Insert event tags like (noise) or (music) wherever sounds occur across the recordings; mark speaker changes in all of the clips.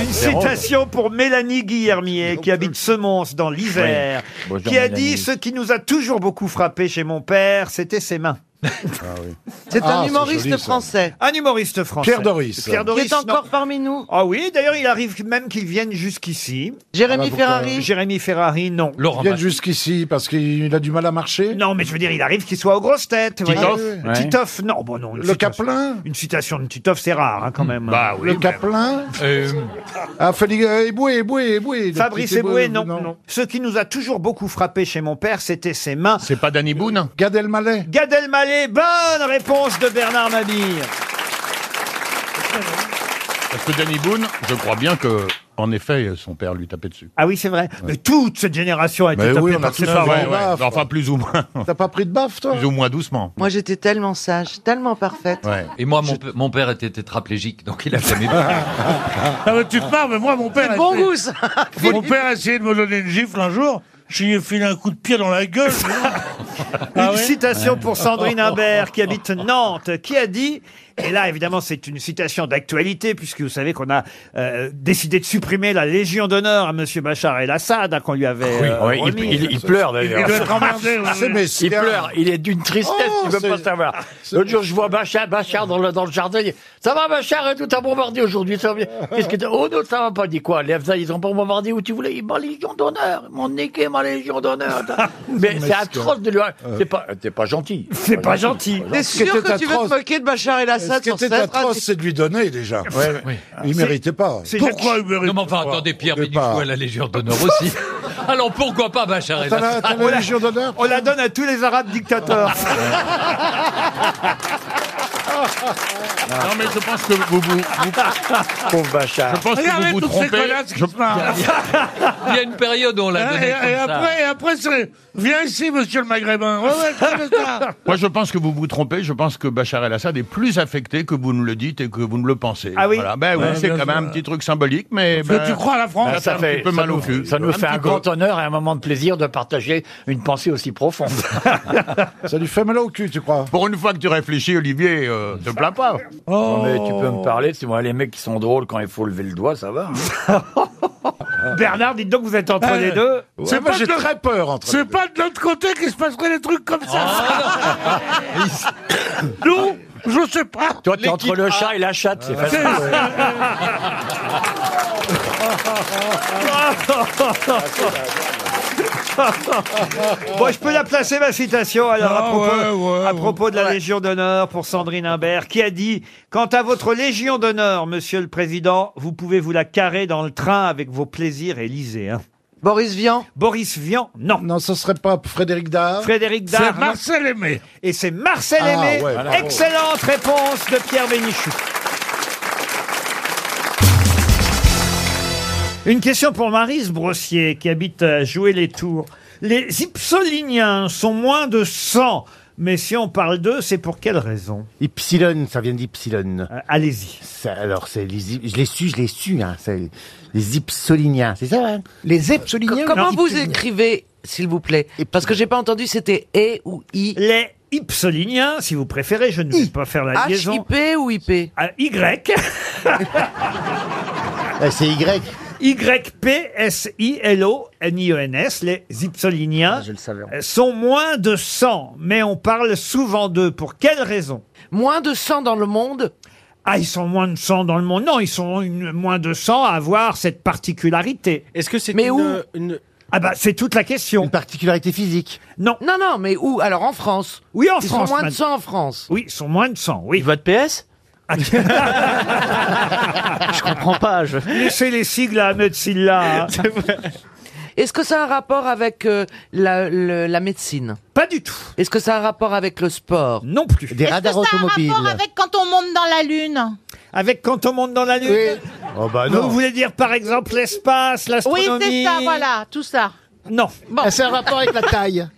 Speaker 1: Une
Speaker 2: Véro.
Speaker 1: citation pour Mélanie Guillermier, qui habite Semonce dans l'Isère,
Speaker 2: Oui. Bonjour,
Speaker 1: qui a
Speaker 2: Mélanie.
Speaker 1: dit Ce qui nous a toujours beaucoup frappé chez mon père, c'était ses mains. Ah (laughs)
Speaker 3: C'est
Speaker 2: Ah,
Speaker 3: un humoriste français.
Speaker 1: Un humoriste français.
Speaker 4: Pierre Doris.
Speaker 1: Pierre
Speaker 3: Qui
Speaker 1: Doris.
Speaker 3: est encore
Speaker 1: non.
Speaker 3: parmi nous.
Speaker 1: Ah oui, d'ailleurs, il arrive même qu'il vienne jusqu'ici.
Speaker 3: Jérémy
Speaker 4: Ah bah pourquoi-
Speaker 3: Ferrari.
Speaker 1: Jérémy Ferrari, non.
Speaker 4: Il
Speaker 5: Laurent
Speaker 4: vient jusqu'ici parce qu'il a du mal à marcher.
Speaker 1: Non, mais je veux dire, il arrive qu'il soit aux grosses têtes. vous
Speaker 4: Titoff
Speaker 1: voyez.
Speaker 2: Ouais.
Speaker 1: Titoff, non. Bon, non. une
Speaker 4: Le
Speaker 1: citation-
Speaker 4: Caplin
Speaker 1: Une citation de Titoff, c'est rare, hein, quand même. Bah
Speaker 4: Le Caplin Ah, Félix euh, Eboué, Eboué, Eboué. le
Speaker 1: Fabrice
Speaker 4: petit
Speaker 1: Eboué, non, non. Ce qui nous a toujours beaucoup frappé chez mon père, c'était ses mains. Euh,
Speaker 5: C'est pas Danny Boone
Speaker 4: Gad Elmaleh.
Speaker 1: Gad Elmaleh, bonne réponse de Bernard Mabille.
Speaker 5: Parce que Danny Boone, je crois bien que, en effet, son père lui tapait dessus.
Speaker 1: Ah oui, c'est vrai. Mais toute cette génération a été
Speaker 4: Mais
Speaker 1: tapée
Speaker 4: oui, on a
Speaker 1: par
Speaker 4: tous
Speaker 1: ses
Speaker 4: fait
Speaker 1: parents.
Speaker 4: Ouais, ouais.
Speaker 5: Mais Enfin, plus ou moins.
Speaker 1: (laughs)
Speaker 4: T'as pas pris de baffe, toi
Speaker 5: Plus ou moins doucement.
Speaker 3: Moi, j'étais tellement sage, tellement parfaite.
Speaker 5: Ouais.
Speaker 6: Et moi, mon, pe- mon père était tétraplégique, donc
Speaker 1: (laughs)
Speaker 6: il a fait mes
Speaker 7: Ah bah, tu te marres, mais moi, mon
Speaker 1: Ah,
Speaker 7: père, a
Speaker 3: Bon
Speaker 7: essayé-
Speaker 3: goût, ça.
Speaker 7: mon père a essayé de me donner une gifle un jour. Je lui ai filé un coup de pied dans la
Speaker 3: (laughs)
Speaker 7: gueule.
Speaker 1: Une citation pour Sandrine Imbert, qui habite Nantes, qui a dit, et là évidemment c'est une citation d'actualité, puisque vous savez qu'on a euh, décidé de supprimer la Légion d'honneur à Monsieur Bachar el-Assad, hein, qu'on lui avait euh,
Speaker 2: Oui, il,
Speaker 1: remis.
Speaker 2: il- il pleure
Speaker 7: Il doit
Speaker 2: d'ailleurs.
Speaker 7: être emmerdé. ouais,
Speaker 4: C'est
Speaker 7: ouais.
Speaker 4: Messia.
Speaker 2: Il pleure, il est d'une tristesse,
Speaker 4: Oh,
Speaker 2: tu peux pas
Speaker 4: c'est-
Speaker 2: savoir. L'autre jour, je vois Bachar, Bachar dans le, dans le jardin. il- Ça va, Bachar, tout a bombardé aujourd'hui. ça va bien. Qu'est-ce que t'as Oh non, ça va pas. Dis quoi Les Afghans, ils ont pas bombardé où tu voulais. Ils Ma légion d'honneur. Ils m'ont niqué ma légion
Speaker 7: (laughs)
Speaker 2: d'honneur. Mais c'est atroce de lui.
Speaker 7: Euh,
Speaker 2: C'est pas, Euh, t'es pas gentil.
Speaker 1: C'est pas gentil.
Speaker 3: T'es
Speaker 4: Ce qui
Speaker 3: sûr
Speaker 4: était
Speaker 3: que tu veux
Speaker 4: atroce-
Speaker 3: te moquer de Bachar
Speaker 4: Ce
Speaker 3: el-Assad
Speaker 4: qui
Speaker 3: sur
Speaker 4: était
Speaker 3: cette
Speaker 4: atroce, c'est de lui donner déjà. Il méritait pas.
Speaker 1: C'est Jacques-
Speaker 7: Pourquoi Hubert
Speaker 6: Non, mais enfin, attendez, Pierre
Speaker 4: Au départ.
Speaker 6: Bénichou à la Légion d'honneur
Speaker 7: (laughs)
Speaker 6: aussi. Alors pourquoi pas Bachar
Speaker 4: T'as la,
Speaker 6: el-Assad
Speaker 4: t'as la Légion d'honneur
Speaker 1: On la donne à tous les Arabes
Speaker 2: (laughs)
Speaker 1: dictateurs.
Speaker 5: Non, mais je pense que vous vous,
Speaker 2: (laughs)
Speaker 5: vous-
Speaker 4: Pauvre Bachar.
Speaker 5: je pense que vous
Speaker 7: Regardez
Speaker 5: vous
Speaker 7: toutes ces
Speaker 5: trompez.
Speaker 7: connasses qui se marrent.
Speaker 6: Il y a une période où on
Speaker 7: Et,
Speaker 6: l'a donné
Speaker 7: et
Speaker 6: comme ça.
Speaker 7: après, et après c'est... Viens ici, monsieur le maghrébin. Ouais, ouais, comme ça.
Speaker 5: Moi, je pense que vous vous trompez. Je pense que Bachar el-Assad est plus affecté que vous ne le dites et (laughs) que vous ne le pensez.
Speaker 1: Ah oui
Speaker 5: Voilà. Ben oui,
Speaker 7: Ouais,
Speaker 5: c'est
Speaker 7: bien
Speaker 5: quand
Speaker 7: sûr.
Speaker 5: même un petit truc symbolique, mais.
Speaker 7: Parce
Speaker 5: ben,
Speaker 7: que tu crois à la France
Speaker 5: Ah, ça
Speaker 7: un
Speaker 5: fait
Speaker 7: petit peu
Speaker 5: ça
Speaker 7: mal
Speaker 5: nous-
Speaker 7: au cul.
Speaker 2: Ça nous fait
Speaker 5: petit
Speaker 2: un
Speaker 5: peu.
Speaker 2: grand honneur et un moment de plaisir de partager une pensée aussi
Speaker 5: (laughs)
Speaker 2: profonde.
Speaker 4: Ça lui fait mal au cul, tu crois
Speaker 5: Pour une fois que tu réfléchis, Olivier, euh, te plains pas.
Speaker 2: Non, mais tu peux me parler, tu vois, les mecs qui sont drôles quand il faut lever le doigt, ça va. hein.
Speaker 1: Bernard, dites donc vous êtes entre les deux.
Speaker 4: Ouais, moi,
Speaker 7: pas
Speaker 4: j'ai
Speaker 7: de-
Speaker 4: très peur entre les
Speaker 7: C'est
Speaker 4: deux.
Speaker 7: pas de l'autre côté qu'il se passerait des trucs comme ça.
Speaker 5: Ah.
Speaker 7: (laughs)
Speaker 2: (coughs)
Speaker 7: Nous, je sais pas.
Speaker 2: hein. Toi, t'es entre le chat et la chatte, c'est facile.
Speaker 1: Bon, je peux la placer ma citation alors à
Speaker 7: Ah,
Speaker 1: propos,
Speaker 7: ouais, ouais,
Speaker 1: à propos de la Légion d'honneur pour Sandrine Imbert qui a dit quant à votre Légion d'honneur, Monsieur le Président, vous pouvez vous la carrer dans le train avec vos plaisirs Élysée. Hein.
Speaker 3: Boris Vian.
Speaker 1: Boris Vian, non.
Speaker 4: Non, ce serait pas Frédéric Dard.
Speaker 1: Frédéric
Speaker 7: C'est
Speaker 1: Dard non.
Speaker 7: Marcel Aimé.
Speaker 1: et c'est Marcel
Speaker 4: Ah,
Speaker 1: Aimé.
Speaker 4: ouais, bravo.
Speaker 1: Excellente réponse de Pierre Bénichou. Une question pour Marise Brossier qui habite à jouer les tours. Les Ipsoliniens sont moins de 100, mais si on parle d'eux, c'est pour quelle raison
Speaker 8: Ypsilon, ça vient d'Ypsilon.
Speaker 1: Euh, Allez-y.
Speaker 8: Ça- Alors, c'est les, Yp- je l'ai su, je l'ai su, hein, c'est les Ypsoliniens, c'est ça hein Les Ypsoliniens
Speaker 3: Comment vous écrivez, s'il vous plaît Parce que j'ai pas entendu, c'était E ou I.
Speaker 1: Les Ipsoliniens, si vous préférez, je ne vais pas faire la liaison.
Speaker 3: H-I-P ou IP
Speaker 1: Ah,
Speaker 3: (laughs)
Speaker 1: Y,
Speaker 8: Euh, C'est Y.
Speaker 1: Y-P-S-I-L-O-N-I-E-N-S, E les Ipsoliniens.
Speaker 8: Ah, Je le savais.
Speaker 1: Euh, sont moins de 100, mais on parle souvent d'eux. Pour quelle raison
Speaker 3: Moins de 100 dans le monde
Speaker 1: Ah, ils sont moins de 100 dans le monde. Non, ils sont une- moins de 100 à avoir cette particularité.
Speaker 9: Est-ce que c'est
Speaker 3: Mais
Speaker 9: une,
Speaker 3: où
Speaker 9: euh, une-
Speaker 1: Ah bah, c'est toute la question.
Speaker 8: Une particularité physique.
Speaker 1: Non.
Speaker 3: Non, non, mais où Alors en France
Speaker 1: Oui, en
Speaker 3: Ils
Speaker 1: France.
Speaker 3: sont moins de
Speaker 1: madame.
Speaker 3: 100 en France.
Speaker 1: Oui, ils sont moins de 100, oui.
Speaker 9: Il vote PS
Speaker 1: Ah,
Speaker 9: (laughs) Je comprends pas. Je...
Speaker 1: Laissez les sigles à
Speaker 9: (laughs)
Speaker 1: Ahmed Silla. hein.
Speaker 3: (laughs) Est-ce que ça a un rapport avec euh, la, le- la médecine
Speaker 1: Pas du tout.
Speaker 3: Est-ce que ça a un rapport avec le sport
Speaker 1: Non plus.
Speaker 8: Des radars automobiles.
Speaker 10: avec quand on monte dans la lune
Speaker 1: Avec quand on monte dans la lune.
Speaker 8: Oh bah
Speaker 1: Vous
Speaker 8: non.
Speaker 1: voulez dire par exemple l'espace,
Speaker 10: Oui, c'est
Speaker 1: l'astronomie
Speaker 10: ça, voilà, tout ça.
Speaker 1: Non.
Speaker 10: Bon.
Speaker 8: C'est un rapport avec la taille.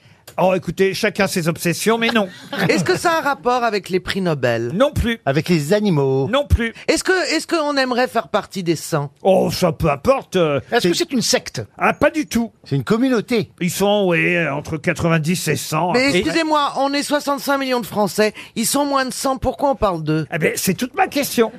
Speaker 1: Oh, écoutez, chacun ses obsessions, mais non.
Speaker 3: Est-ce que ça a un rapport avec les prix Nobel
Speaker 1: Non plus.
Speaker 8: Avec les animaux.
Speaker 1: Non plus.
Speaker 3: Est-ce que est-ce qu'on aimerait faire partie des 100
Speaker 1: Oh, ça peu importe. euh,
Speaker 2: Est-ce que c'est une secte
Speaker 1: Ah, pas du tout.
Speaker 8: C'est une communauté.
Speaker 1: Ils sont, oui, euh, entre 90 Oh, et 100.
Speaker 3: Mais excusez-moi, on est 65 millions de Français, ils sont moins de 100, pourquoi on parle d'eux
Speaker 1: Ah ben, c'est toute ma question.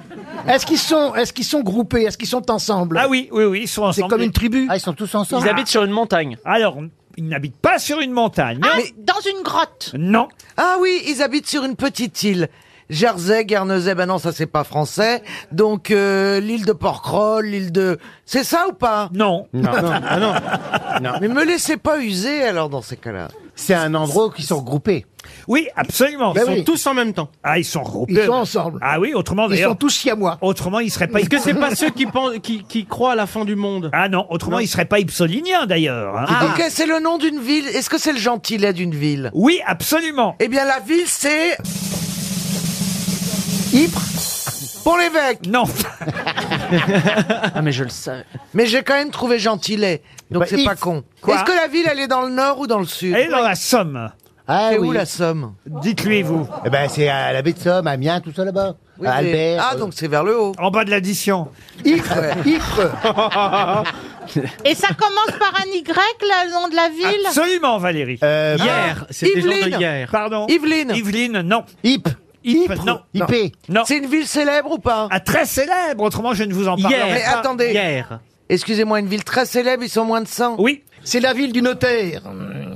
Speaker 2: Est-ce qu'ils sont, est-ce qu'ils sont groupés Est-ce qu'ils sont ensemble
Speaker 1: Ah oui, oui, oui, ils sont ensemble.
Speaker 2: tribu.
Speaker 8: Ah, ils sont tous ensemble.
Speaker 9: habitent sur une montagne.
Speaker 1: Alors, ils n'habitent pas sur une montagne. hein.
Speaker 10: Ah, dans une grotte.
Speaker 1: Non.
Speaker 3: Ah oui, ils habitent sur une petite île. Jersey, Guernesey, ben non, ça c'est pas français. Donc euh, l'île de Porquerolles, l'île de... C'est ça ou pas
Speaker 1: Non.
Speaker 8: Non, non, ah non.
Speaker 3: Mais me laissez pas user alors dans ces cas-là.
Speaker 8: C'est un endroit où ils sont groupés.
Speaker 1: Oui, absolument.
Speaker 8: Ben
Speaker 1: Ils sont-
Speaker 8: oui.
Speaker 9: Tous en même temps.
Speaker 1: Ah, ils sont groupés.
Speaker 2: Ils sont ensemble.
Speaker 1: Ah oui, autrement
Speaker 2: Ils sont
Speaker 1: d'ailleurs.
Speaker 2: tous siamois.
Speaker 1: Autrement, ils seraient pas.
Speaker 9: Est-ce que c'est pas
Speaker 2: (laughs)
Speaker 9: ceux qui, pensent, qui, qui croient à la fin du monde
Speaker 1: Ah non, autrement, ils seraient pas ipsoliniens d'ailleurs. hein.
Speaker 3: Ah, ok, c'est le nom d'une ville. Est-ce que c'est le gentilet d'une ville
Speaker 1: Oui, absolument.
Speaker 3: Eh bien la ville c'est... Ypres Pont-l'Évêque
Speaker 1: Non.
Speaker 9: Ah mais je le sais.
Speaker 3: Mais j'ai quand même trouvé gentilet, donc
Speaker 8: Bah,
Speaker 3: c'est pas
Speaker 8: Ypres.
Speaker 3: con.
Speaker 1: Quoi
Speaker 3: Est-ce que la ville elle est dans le nord ou dans le sud
Speaker 1: Et dans la Somme.
Speaker 8: Ah
Speaker 3: C'est
Speaker 8: oui.
Speaker 3: où la Somme
Speaker 1: Dites-lui, vous.
Speaker 8: Eh ben, c'est à la baie de Somme, à Amiens, tout ça là-bas.
Speaker 3: Oui,
Speaker 8: à
Speaker 3: mais-
Speaker 8: Albert.
Speaker 3: Ah,
Speaker 8: euh,
Speaker 3: donc c'est vers le haut.
Speaker 1: En bas de l'addition.
Speaker 2: Ah
Speaker 8: Ypres,
Speaker 1: (laughs)
Speaker 8: Ypres.
Speaker 10: Et ça commence par un Y, le nom de la ville
Speaker 1: Absolument, Valérie.
Speaker 8: Euh,
Speaker 2: ah,
Speaker 9: Hier, c'est des gens
Speaker 3: Yveline.
Speaker 9: de hier.
Speaker 1: Pardon
Speaker 3: Yveline.
Speaker 1: Yveline, non.
Speaker 8: Ypres.
Speaker 1: Ypres, non.
Speaker 8: Ypé.
Speaker 1: Non.
Speaker 3: C'est une ville célèbre ou pas
Speaker 1: Ah, très célèbre, autrement je ne vous en parle
Speaker 9: Hier.
Speaker 3: Mais attendez.
Speaker 9: Hier.
Speaker 3: Excusez-moi, une ville très célèbre, ils sont moins de 100.
Speaker 1: Oui,
Speaker 2: C'est la ville du notaire.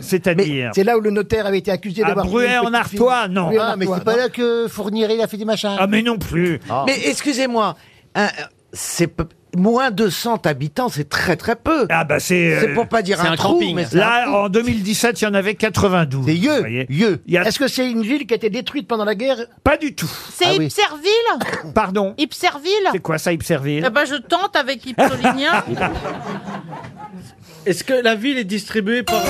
Speaker 1: c'est-à-dire.
Speaker 2: C'est là où le notaire avait été accusé
Speaker 1: À
Speaker 2: d'avoir. tué
Speaker 1: Bruet
Speaker 2: une
Speaker 1: en
Speaker 2: petite fille.
Speaker 1: Artois, non.
Speaker 2: Bruet en
Speaker 8: Ah, mais
Speaker 2: Artois,
Speaker 8: c'est pas
Speaker 2: non.
Speaker 8: là que Fournier il a fait des machins.
Speaker 1: Ah, mais non plus.
Speaker 3: Mais excusez-moi, un- c'est peu- moins de 100 habitants, c'est très très peu.
Speaker 1: Ah, bah c'est. euh,
Speaker 3: C'est pour pas dire
Speaker 9: c'est
Speaker 3: un,
Speaker 9: un
Speaker 3: trou,
Speaker 9: camping.
Speaker 3: mais c'est un
Speaker 1: Là,
Speaker 3: trou.
Speaker 1: en 2017, il y en avait 92.
Speaker 8: C'est
Speaker 1: vous
Speaker 8: Yeux.
Speaker 1: voyez.
Speaker 8: Yeux.
Speaker 1: Il y a
Speaker 2: Est-ce que c'est une ville qui a été détruite pendant la guerre
Speaker 1: pas du tout.
Speaker 10: C'est
Speaker 8: Ah oui.
Speaker 10: Ipserville
Speaker 1: Pardon.
Speaker 10: Ipserville
Speaker 1: C'est quoi ça, Ypserville
Speaker 10: Eh ben, je tente avec Ipsolinien.
Speaker 9: (laughs) Est-ce que la ville est distribuée par...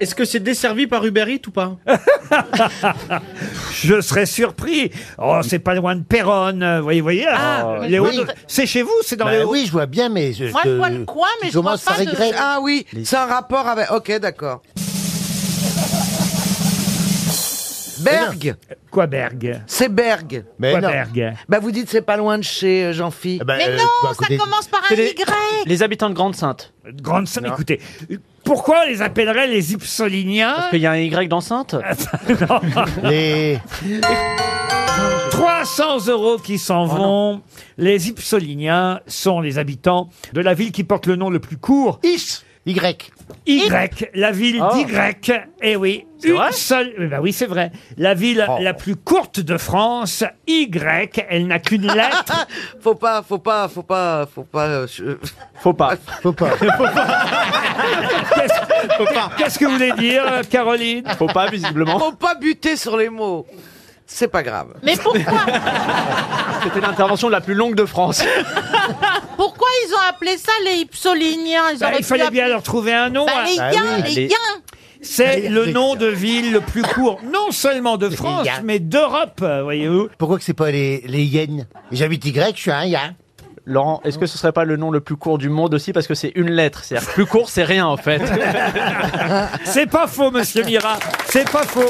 Speaker 9: Est-ce que c'est desservi par Uber Eats ou pas
Speaker 1: Je serais surpris. Oh, c'est pas loin de Péronne. euh, Voyez, voyez.
Speaker 10: Ah,
Speaker 1: euh, les
Speaker 8: oui.
Speaker 1: Hauts- C'est chez vous, c'est dans
Speaker 8: Bah
Speaker 1: les Hauts-
Speaker 8: oui, je vois bien, mais je,
Speaker 10: Moi, je vois le coin, mais
Speaker 8: tu
Speaker 10: je vois
Speaker 8: commences
Speaker 10: pas
Speaker 8: à
Speaker 10: de-
Speaker 8: regretter.
Speaker 3: Ah oui, c'est un rapport avec... Ok, d'accord. Berg,
Speaker 1: Quoi, Berg
Speaker 3: c'est Berg.
Speaker 8: Mais
Speaker 1: Quoi,
Speaker 8: non.
Speaker 1: Berg
Speaker 3: Bah vous dites c'est pas loin de chez euh, Jean-Phi.
Speaker 8: Eh ben,
Speaker 10: Mais
Speaker 8: euh,
Speaker 10: non,
Speaker 8: bah,
Speaker 10: ça
Speaker 8: écoutez,
Speaker 10: commence par un
Speaker 9: c'est les-
Speaker 10: Y
Speaker 9: Les habitants de Grande-Sainte.
Speaker 1: Grande Somme, écoutez. Pourquoi on les appellerait les Ipsoliniens
Speaker 9: Parce qu'il y a un Y dans
Speaker 1: (laughs)
Speaker 9: Sainte.
Speaker 8: Les...
Speaker 1: 300 euros qui
Speaker 9: Oh
Speaker 1: s'en vont. Les Ipsoliniens sont les habitants de la ville qui porte le nom le plus court,
Speaker 8: Is. Y.
Speaker 1: Y, la ville
Speaker 9: Oh.
Speaker 1: d'Y. Eh oui,
Speaker 9: C'est
Speaker 1: une
Speaker 9: vrai
Speaker 1: seule. eh ben oui, c'est vrai. La ville
Speaker 8: Oh.
Speaker 1: la plus courte de France, Y. Elle
Speaker 10: (laughs)
Speaker 1: n'a qu'une lettre.
Speaker 3: Faut pas, faut pas, faut pas, faut pas... euh, je-
Speaker 9: Faut
Speaker 3: (laughs)
Speaker 9: pas.
Speaker 8: Faut pas.
Speaker 1: Qu'est-ce que vous voulez dire, euh, Caroline
Speaker 9: Faut pas, visiblement.
Speaker 3: Faut pas buter sur les mots. C'est pas grave.
Speaker 10: Mais pourquoi
Speaker 9: C'était l'intervention la plus longue
Speaker 5: (laughs)
Speaker 9: de France.
Speaker 10: Pourquoi ils ont appelé ça les Ipsoliniens ils
Speaker 1: Bah,
Speaker 10: auraient
Speaker 1: Il
Speaker 10: pu
Speaker 1: fallait
Speaker 10: appeler-
Speaker 1: bien leur trouver un nom.
Speaker 10: Bah,
Speaker 1: hein.
Speaker 10: les
Speaker 8: Bah
Speaker 10: gars,
Speaker 8: oui,
Speaker 10: les
Speaker 9: les-
Speaker 10: gars
Speaker 1: C'est le nom de ville le plus court, non seulement
Speaker 8: (laughs)
Speaker 1: de France,
Speaker 8: gars.
Speaker 1: mais d'Europe, euh, voyez-vous.
Speaker 8: Pourquoi que c'est pas les, les yens J'habite Y, je suis un yen.
Speaker 9: Laurent, est-ce que ce serait pas le nom le plus court du monde aussi Parce que c'est une lettre. C'est-à-dire que plus court, c'est rien en fait.
Speaker 1: C'est pas faux, monsieur Mira. C'est pas faux.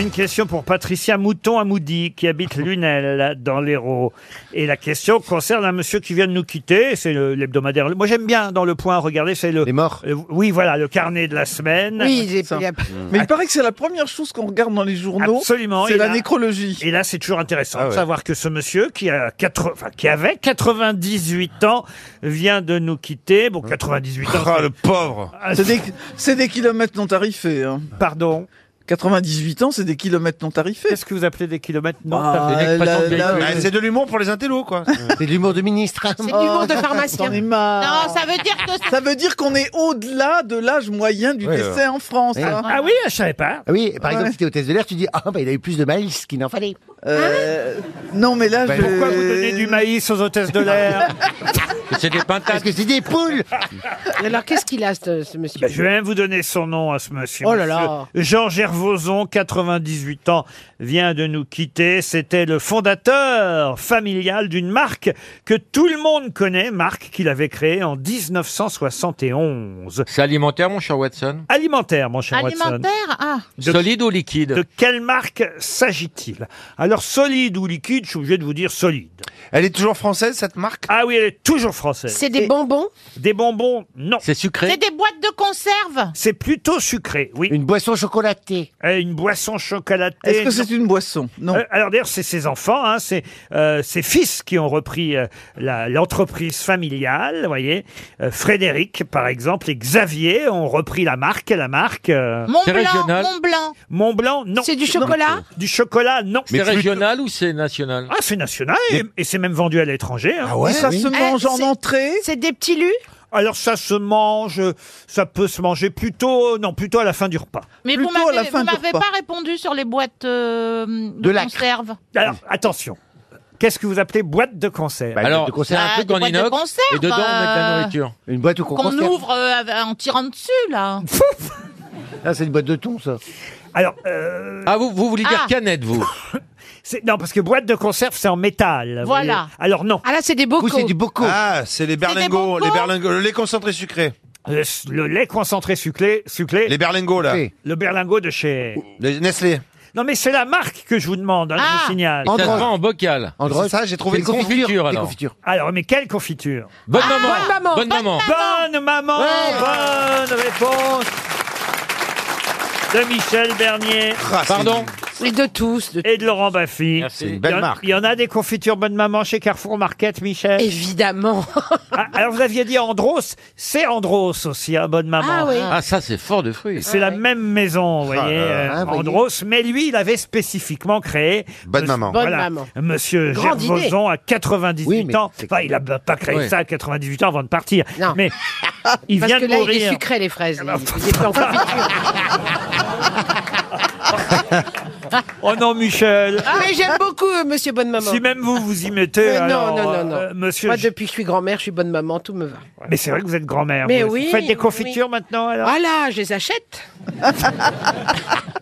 Speaker 1: Une question pour Patricia Mouton Amoudi qui habite Lunel dans l'Hérault. Et la question concerne un monsieur qui vient de nous quitter. C'est le- l'hebdomadaire. Moi j'aime bien dans le point. Regardez, c'est le.
Speaker 8: Les morts.
Speaker 1: euh, oui, voilà, le carnet de la semaine.
Speaker 11: Oui, j'ai Mais il paraît que c'est la première chose qu'on regarde dans les journaux.
Speaker 1: Absolument.
Speaker 11: C'est
Speaker 1: Et
Speaker 11: la
Speaker 1: là-
Speaker 11: nécrologie.
Speaker 1: Et là, c'est toujours intéressant
Speaker 8: Ah
Speaker 1: de
Speaker 8: ouais.
Speaker 1: savoir que ce monsieur qui, a quatre, enfin, qui avait 98 ans vient de nous quitter. Bon, 98 ans.
Speaker 7: Ah, le pauvre
Speaker 1: Ah,
Speaker 11: C'est des, (laughs) c'est des kilomètres non tarifés. hein.
Speaker 1: Pardon.
Speaker 11: 98 ans, c'est des kilomètres non tarifés.
Speaker 1: Qu'est-ce que vous appelez des kilomètres Non,
Speaker 11: Ah,
Speaker 1: ça fait-
Speaker 11: la- la-
Speaker 5: Ah, c'est de l'humour pour les intellos, quoi.
Speaker 8: C'est de l'humour de ministre.
Speaker 10: C'est de l'humour de
Speaker 11: J'en ai
Speaker 10: pharmacien.
Speaker 11: marre.
Speaker 10: Non, ça veut dire que
Speaker 11: Ça veut dire qu'on est au-delà de l'âge moyen du
Speaker 8: Ouais,
Speaker 11: décès en France. hein.
Speaker 1: Ah oui, je savais pas.
Speaker 8: Ah Oui, par exemple,
Speaker 11: Ouais.
Speaker 8: si t'es hôtesse de l'air, tu dis Ah, bah il a eu plus de malice qu'il n'en fallait.
Speaker 11: Euh, non, mais là,
Speaker 8: Bah,
Speaker 11: je... (laughs)
Speaker 1: Pourquoi vous donnez du maïs aux hôtesses de l'air
Speaker 12: C'est des pintades. que c'est des poules
Speaker 13: Alors qu'est-ce qu'il a, ce, ce monsieur
Speaker 1: Ben, je vais même vous donner son nom à ce monsieur.
Speaker 13: Oh là là.
Speaker 1: Monsieur Jean Gervoson, 98 ans, vient de nous quitter. C'était le fondateur familial d'une marque que tout le monde connaît, marque qu'il avait créée en 1971.
Speaker 12: C'est alimentaire, mon cher Watson
Speaker 1: Alimentaire, mon cher Watson.
Speaker 10: Alimentaire Ah
Speaker 12: Solide ou liquide
Speaker 1: De quelle marque s'agit-il Alors, solide ou liquide, je suis obligé de vous dire solide. Elle est toujours française, cette marque Ah oui, elle est toujours française.
Speaker 10: C'est des bonbons
Speaker 1: Des bonbons, non. C'est sucré
Speaker 10: C'est des boîtes de conserve
Speaker 1: C'est plutôt sucré, oui. Une boisson chocolatée Une boisson chocolatée.
Speaker 11: Est-ce que c'est
Speaker 1: une boisson Non. Euh, alors d'ailleurs, c'est ses enfants, hein, c'est euh, ses fils qui ont repris euh, la- l'entreprise familiale, vous voyez. Euh, Frédéric, par exemple, et Xavier ont repris la marque, la marque... euh,
Speaker 10: Mont Blanc, Mont Blanc.
Speaker 1: Mont Blanc, non.
Speaker 10: C'est du chocolat
Speaker 1: Du chocolat, non.
Speaker 12: C'est régional ou c'est national
Speaker 1: Ah, c'est national et, et c'est même vendu à l'étranger.
Speaker 8: Ah
Speaker 1: hein.
Speaker 11: Ah ouais, Et ça oui. Eh, se mange en
Speaker 1: c'est-
Speaker 11: entrée
Speaker 10: Eh, C'est des petits lus
Speaker 1: Alors ça se mange, ça peut se manger plutôt, non, plutôt à la fin du repas.
Speaker 10: Mais vous
Speaker 11: Plutôt à la
Speaker 10: m'avez
Speaker 11: fin
Speaker 10: vous
Speaker 11: du
Speaker 10: m'avez
Speaker 11: repas.
Speaker 10: pas répondu sur les boîtes euh, de,
Speaker 1: De lacre.
Speaker 10: conserve.
Speaker 1: Alors
Speaker 8: Hmm.
Speaker 1: attention, qu'est-ce que vous appelez boîte de concert
Speaker 8: Bah,
Speaker 12: Alors, boîte de concert, un Ah, truc des en boîtes de inox, concert, et dedans, on met de la bah, nourriture.
Speaker 8: Une boîte où qu'on
Speaker 10: Qu'on
Speaker 8: conserve.
Speaker 10: ouvre euh, av- en tirant dessus, là.
Speaker 8: Ah, c'est une boîte de thon, ça.
Speaker 1: Alors, euh,
Speaker 12: Ah, vous, vous voulez dire
Speaker 10: Ah.
Speaker 12: canette, vous
Speaker 1: (laughs) C'est- Non, parce que boîte de conserve, c'est en métal. vous
Speaker 13: Voilà.
Speaker 1: voyez. Alors non.
Speaker 13: Ah là, c'est des bocaux.
Speaker 14: Ah, c'est les berlingots, les berlingots, le lait concentré sucré.
Speaker 1: Le, Euh, le lait concentré sucré, sucré.
Speaker 14: Les berlingots, là.
Speaker 1: Sucré. Le berlingot de chez...
Speaker 14: Nestlé.
Speaker 1: Non, mais c'est la marque que je vous demande, hein,
Speaker 13: Ah.
Speaker 1: je vous signale.
Speaker 12: Et ça se vend en bocal.
Speaker 14: C'est ça, j'ai trouvé
Speaker 12: Des
Speaker 14: le confiture.
Speaker 12: confitures,
Speaker 14: Des
Speaker 12: alors.
Speaker 14: confitures.
Speaker 1: Alors, mais quelle confiture
Speaker 12: Bonne,
Speaker 1: Ah,
Speaker 12: maman.
Speaker 1: bonne maman,
Speaker 12: Bonne
Speaker 1: bonne
Speaker 12: maman.
Speaker 1: Bonne maman, bonne réponse de Michel Bernier.
Speaker 13: Pardon Et de tous. de-
Speaker 1: Et de Laurent Baffy.
Speaker 13: C'est une belle
Speaker 1: Il y en-
Speaker 13: marque.
Speaker 1: Il y en a des confitures bonne maman chez Carrefour Market,
Speaker 11: (laughs)
Speaker 1: Michel.
Speaker 13: Évidemment.
Speaker 1: Ah, alors vous aviez dit Andros, c'est Andros aussi, hein, bonne maman.
Speaker 13: Ah oui. Ah
Speaker 12: Ah, ça, c'est fort de fruits.
Speaker 1: C'est la même maison, vous voyez,
Speaker 12: là là.
Speaker 1: euh,
Speaker 12: Ah, voyez.
Speaker 1: Andros. Mais lui, il avait spécifiquement créé.
Speaker 12: Bonne
Speaker 1: Monsieur-
Speaker 12: maman. Bonne
Speaker 1: voilà,
Speaker 12: maman.
Speaker 1: Monsieur
Speaker 13: Grande
Speaker 1: Gervoson
Speaker 13: idée.
Speaker 1: à 98
Speaker 13: Oui, mais
Speaker 1: ans.
Speaker 13: c'est
Speaker 1: Enfin, il n'a pas créé
Speaker 13: Oui.
Speaker 1: ça à 98 ans avant de partir.
Speaker 13: (laughs)
Speaker 1: Mais il
Speaker 13: Parce
Speaker 1: vient
Speaker 13: que
Speaker 1: de
Speaker 13: là, il est
Speaker 1: mourir.
Speaker 13: sucré, les fraises. Il il est plus en
Speaker 1: (laughs)
Speaker 13: confiture.
Speaker 1: oh non, Michel.
Speaker 13: Ah, mais j'aime beaucoup, euh, monsieur bonne maman.
Speaker 1: Si même vous vous y mettez.
Speaker 13: Mais non,
Speaker 1: alors,
Speaker 13: non, non, non.
Speaker 1: euh, monsieur.
Speaker 13: Moi, depuis que je suis grand-mère, je suis bonne maman, tout me va.
Speaker 1: Mais c'est vrai que vous êtes grand-mère.
Speaker 13: Mais
Speaker 1: vous. Vous
Speaker 13: oui.
Speaker 1: faites des confitures
Speaker 13: oui.
Speaker 1: maintenant, alors
Speaker 13: Voilà, je les achète. Ah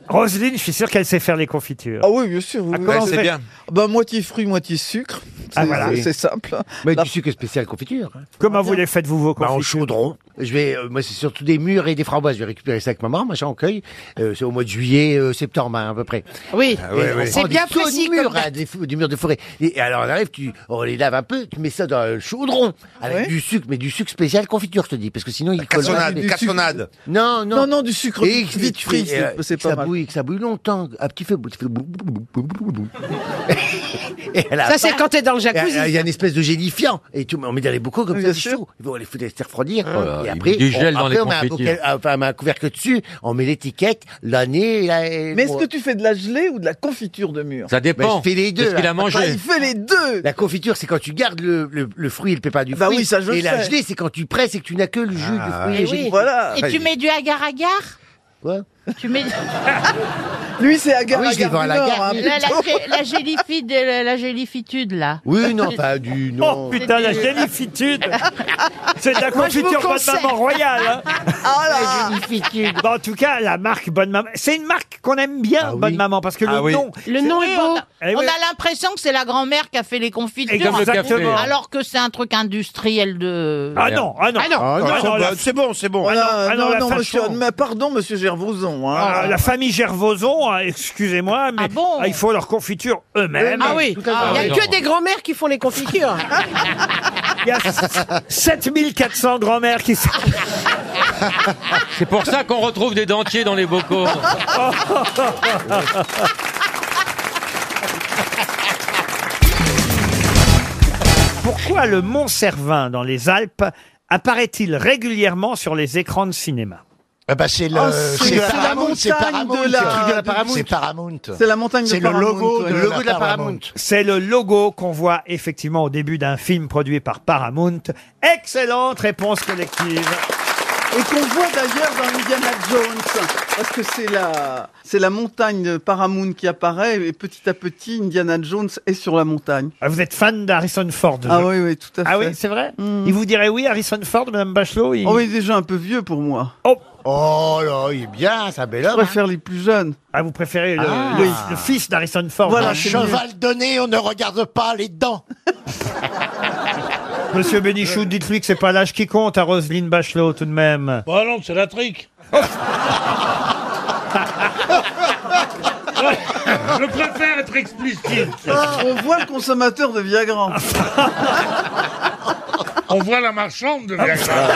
Speaker 1: Roselyne, je suis sûr qu'elle sait faire les confitures.
Speaker 11: Ah oui, bien sûr. oui, oui.
Speaker 1: comment on fait
Speaker 11: Bah, moitié fruit, moitié sucre.
Speaker 1: Ah,
Speaker 11: C'est-
Speaker 1: voilà.
Speaker 11: c'est- C'est simple.
Speaker 8: Mais du sucre spécial confiture. hein.
Speaker 1: Comment vous les faites, vous, vos
Speaker 8: Bah,
Speaker 1: confitures
Speaker 8: en chaudron. Je vais, euh, moi, c'est surtout des murs et des framboises. Je vais récupérer ça avec maman, machin, on cueille. Euh, c'est au mois de juillet, euh, septembre, hein, à peu près.
Speaker 13: Oui.
Speaker 8: Et on prend
Speaker 13: C'est
Speaker 8: Oh, des
Speaker 13: bien
Speaker 8: sauts de
Speaker 13: précis.
Speaker 8: murs,
Speaker 13: comme date.
Speaker 8: hein, des fou- du mur de forêt. Et alors, on arrive, tu, on les lave un peu, tu mets ça dans le chaudron avec du sucre, mais du sucre spécial confiture, je te dis, parce que sinon il colle pas.
Speaker 14: cassonade,
Speaker 8: Mais-
Speaker 14: du cassonade.
Speaker 8: sucre- Non, non.
Speaker 11: Non, non, du sucre
Speaker 8: Et
Speaker 11: vite-
Speaker 8: que-
Speaker 11: vite frit,
Speaker 8: et, euh,
Speaker 11: c'est- c'est
Speaker 8: que
Speaker 11: pas
Speaker 8: ça
Speaker 11: mal.
Speaker 8: bouille, que ça bouille longtemps, à petit feu. tu fais boum, boum, boum, boum, boum. Et à la
Speaker 13: Ça, c'est
Speaker 8: fin,
Speaker 13: quand t'es dans le
Speaker 8: il y a- Il y
Speaker 13: jacuzzi.
Speaker 8: a une espèce de gélifiant. Et tout, on met dans les bocaux comme ça, c'est chaud. Il faut les foutre les refroidir.
Speaker 12: là,
Speaker 8: et
Speaker 12: il
Speaker 8: après,
Speaker 12: met du gel
Speaker 8: on,
Speaker 12: dans
Speaker 8: après,
Speaker 12: les
Speaker 8: on met un,
Speaker 12: confitures.
Speaker 8: bocal- enfin, on met un couvercle dessus, on met l'étiquette, l'année.
Speaker 11: Mais est-ce que tu fais de la gelée ou de la confiture de mur
Speaker 8: Ça dépend. je fais les deux.
Speaker 11: Qu'est-ce qu'il a
Speaker 8: Ah,
Speaker 11: mangé
Speaker 8: bah,
Speaker 11: hein. Il fait les deux
Speaker 8: La confiture, c'est quand tu gardes le, le, le fruit et le pépin du
Speaker 11: Bah
Speaker 8: fruit.
Speaker 11: oui, ça, je
Speaker 8: et
Speaker 11: le
Speaker 8: la
Speaker 11: sais.
Speaker 8: gelée, c'est quand tu presses et que tu n'as que le jus
Speaker 11: Ah,
Speaker 8: du fruit.
Speaker 11: eh oui. Voilà.
Speaker 10: Et tu mets du agar-agar
Speaker 8: Quoi
Speaker 10: Tu
Speaker 1: (laughs)
Speaker 10: mets...
Speaker 11: Lui, c'est agar
Speaker 8: Oui, je les vends à la gare, oui.
Speaker 10: La, la, gé- la gélifide, la, la gélifitude, là.
Speaker 8: Oui, non, pas du non.
Speaker 1: Oh putain, la gélifitude C'est de (laughs) la
Speaker 10: (laughs) Moi, je vous
Speaker 1: confiture bonne
Speaker 10: conseille. Oh (laughs)
Speaker 1: maman royale hein.
Speaker 11: Ah
Speaker 1: Bah, En tout cas, la marque bonne maman, c'est une marque qu'on aime bien, bonne maman, parce que le
Speaker 12: Ah oui.
Speaker 1: nom...
Speaker 13: Le nom
Speaker 10: Oui,
Speaker 13: est
Speaker 10: on
Speaker 13: beau.
Speaker 10: a,
Speaker 1: Eh
Speaker 10: on
Speaker 1: oui.
Speaker 10: a l'impression que c'est la grand-mère qui a fait les confitures.
Speaker 1: Et comme le Exactement. café.
Speaker 10: Alors que c'est un truc industriel de...
Speaker 1: Ah non, ah non
Speaker 10: Ah non.
Speaker 14: Ah, non,
Speaker 1: Ah non,
Speaker 14: bah,
Speaker 1: la-
Speaker 14: c'est bon, c'est bon.
Speaker 11: là là,
Speaker 1: ah non,
Speaker 11: non,
Speaker 1: la
Speaker 11: non,
Speaker 1: façon.
Speaker 11: monsieur, mais pardon, monsieur Gervaison. hein.
Speaker 1: Ah, la famille Gervoson, ah, excusez-moi, mais
Speaker 13: bon
Speaker 1: ah, ils font leur confiture eux-mêmes.
Speaker 13: Ah oui,
Speaker 8: Tout à fait.
Speaker 13: il n'y a
Speaker 1: Ah oui.
Speaker 13: que des grand-mères qui font les confitures.
Speaker 1: Il y a s- 7400 grand-mères qui sont...
Speaker 12: (laughs) C'est pour ça qu'on retrouve des dentiers dans les
Speaker 1: (laughs)
Speaker 12: bocaux.
Speaker 1: Pourquoi le Mont Cervin dans les Alpes apparaît-il régulièrement sur les écrans de cinéma
Speaker 15: Ah bah c'est le
Speaker 11: Oh, c'est-
Speaker 15: c'est
Speaker 11: c'est la
Speaker 15: Paramount, c'est
Speaker 11: montagne
Speaker 15: Paramount,
Speaker 11: de la-
Speaker 15: c'est le truc de
Speaker 11: de-
Speaker 15: la Paramount. C'est Paramount.
Speaker 11: C'est la montagne de
Speaker 15: C'est le
Speaker 11: Paramount,
Speaker 15: logo
Speaker 11: ouais.
Speaker 15: de,
Speaker 11: Le logo de la
Speaker 15: Paramount.
Speaker 1: C'est le logo qu'on voit effectivement au début d'un film produit par Paramount. Excellente réponse collective.
Speaker 16: Et qu'on voit d'ailleurs dans Indiana Jones, parce que c'est la, c'est la montagne de Paramount qui apparaît, et petit à petit, Indiana Jones est sur la montagne.
Speaker 1: Ah, vous êtes fan d'Harrison Ford
Speaker 16: Ah
Speaker 1: je-
Speaker 16: oui, oui, tout à fait. Mm.
Speaker 1: Ah oui, c'est vrai Il vous dirait oui, Harrison Ford, Madame Bachelot il-
Speaker 16: Oh, il est déjà un peu vieux pour moi.
Speaker 1: Oh,
Speaker 16: là, il est bien, ça bel Je préfère les plus jeunes.
Speaker 1: Ah, vous préférez le,
Speaker 16: Ah.
Speaker 1: le- le fils d'Harrison Ford
Speaker 16: Voilà,
Speaker 1: hein.
Speaker 16: c'est Cheval
Speaker 2: donné, on ne regarde pas les dents.
Speaker 1: Monsieur Bénichou, dites-lui que c'est pas l'âge qui compte à Roselyne Bachelot tout de même.
Speaker 11: Bah non, c'est la
Speaker 17: (laughs)
Speaker 11: trique. Je préfère être explicite.
Speaker 16: On voit le consommateur de
Speaker 1: (laughs)
Speaker 16: Viagra.
Speaker 11: On voit la marchande de
Speaker 2: Ah,
Speaker 11: Viagra.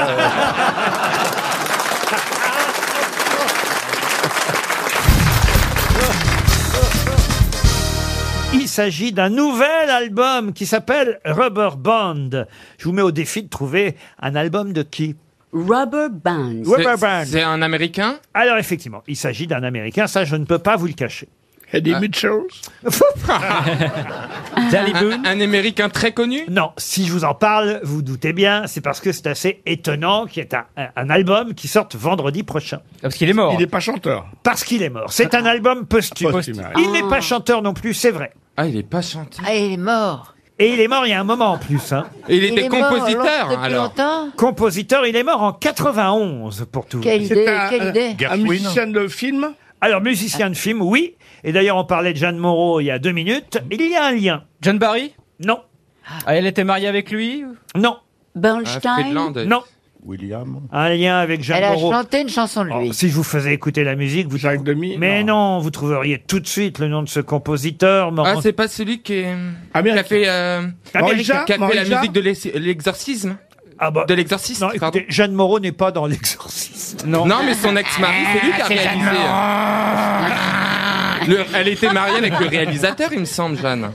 Speaker 1: Il s'agit d'un nouvel album qui s'appelle Rubber Band. Je vous mets au défi de trouver un album de qui Rubber Band. Rubber Band.
Speaker 5: C'est un américain
Speaker 1: Alors effectivement, il s'agit d'un Américain, ça je ne peux pas vous le cacher.
Speaker 5: Eddie Ah.
Speaker 1: (laughs) Mitchell
Speaker 5: un, un américain très connu
Speaker 1: Non, si je vous en parle, vous doutez bien, c'est parce que c'est assez étonnant qu'il y ait un, un- un album qui sorte vendredi prochain.
Speaker 5: Ah, Parce qu'il est mort.
Speaker 1: Il n'est pas chanteur. Parce qu'il est mort. C'est un album posthume. Il n'est pas chanteur non plus, c'est vrai.
Speaker 5: Ah, il est pas chanteur.
Speaker 1: Ah, il est mort. Et il est mort il y a un moment en plus. hein.
Speaker 5: Et il Il était est mort compositeur, long- depuis alors. longtemps
Speaker 1: Compositeur, il est mort en 91 pour tout. vous
Speaker 17: Ah. Quelle
Speaker 1: dire.
Speaker 17: idée, C'est un- quelle idée. un
Speaker 1: Gershwin.
Speaker 17: musicien
Speaker 1: euh, de film Alors, musicien de film, oui. Et d'ailleurs, on parlait de Jeanne Moreau il y a deux minutes. Il y a un lien. John Barry Non. elle était mariée avec lui Non.
Speaker 5: Bernstein Ah, Friedland, elle-
Speaker 1: Non. William Un lien avec Jeanne
Speaker 17: Elle a
Speaker 1: Moreau. Oh,
Speaker 17: chanté une chanson de lui.
Speaker 1: Si je vous faisais écouter la musique, vous Mais non. vous trouveriez tout de suite le nom de ce compositeur. mort
Speaker 5: Ah,
Speaker 1: en-
Speaker 5: c'est pas celui qui,
Speaker 3: Euh,
Speaker 5: est- qui a fait, euh,
Speaker 1: Américain.
Speaker 5: qui a fait la
Speaker 1: Morija
Speaker 5: musique de l'ex- l'exorcisme. de l'exorciste.
Speaker 1: Ah bah, Non, écoutez, Jeanne Moreau n'est pas dans l'exorciste.
Speaker 5: (laughs) Non. Non, mais son ex-mari, c'est lui qui a réalisé. Le- elle était mariée avec le réalisateur, il me semble, Jeanne.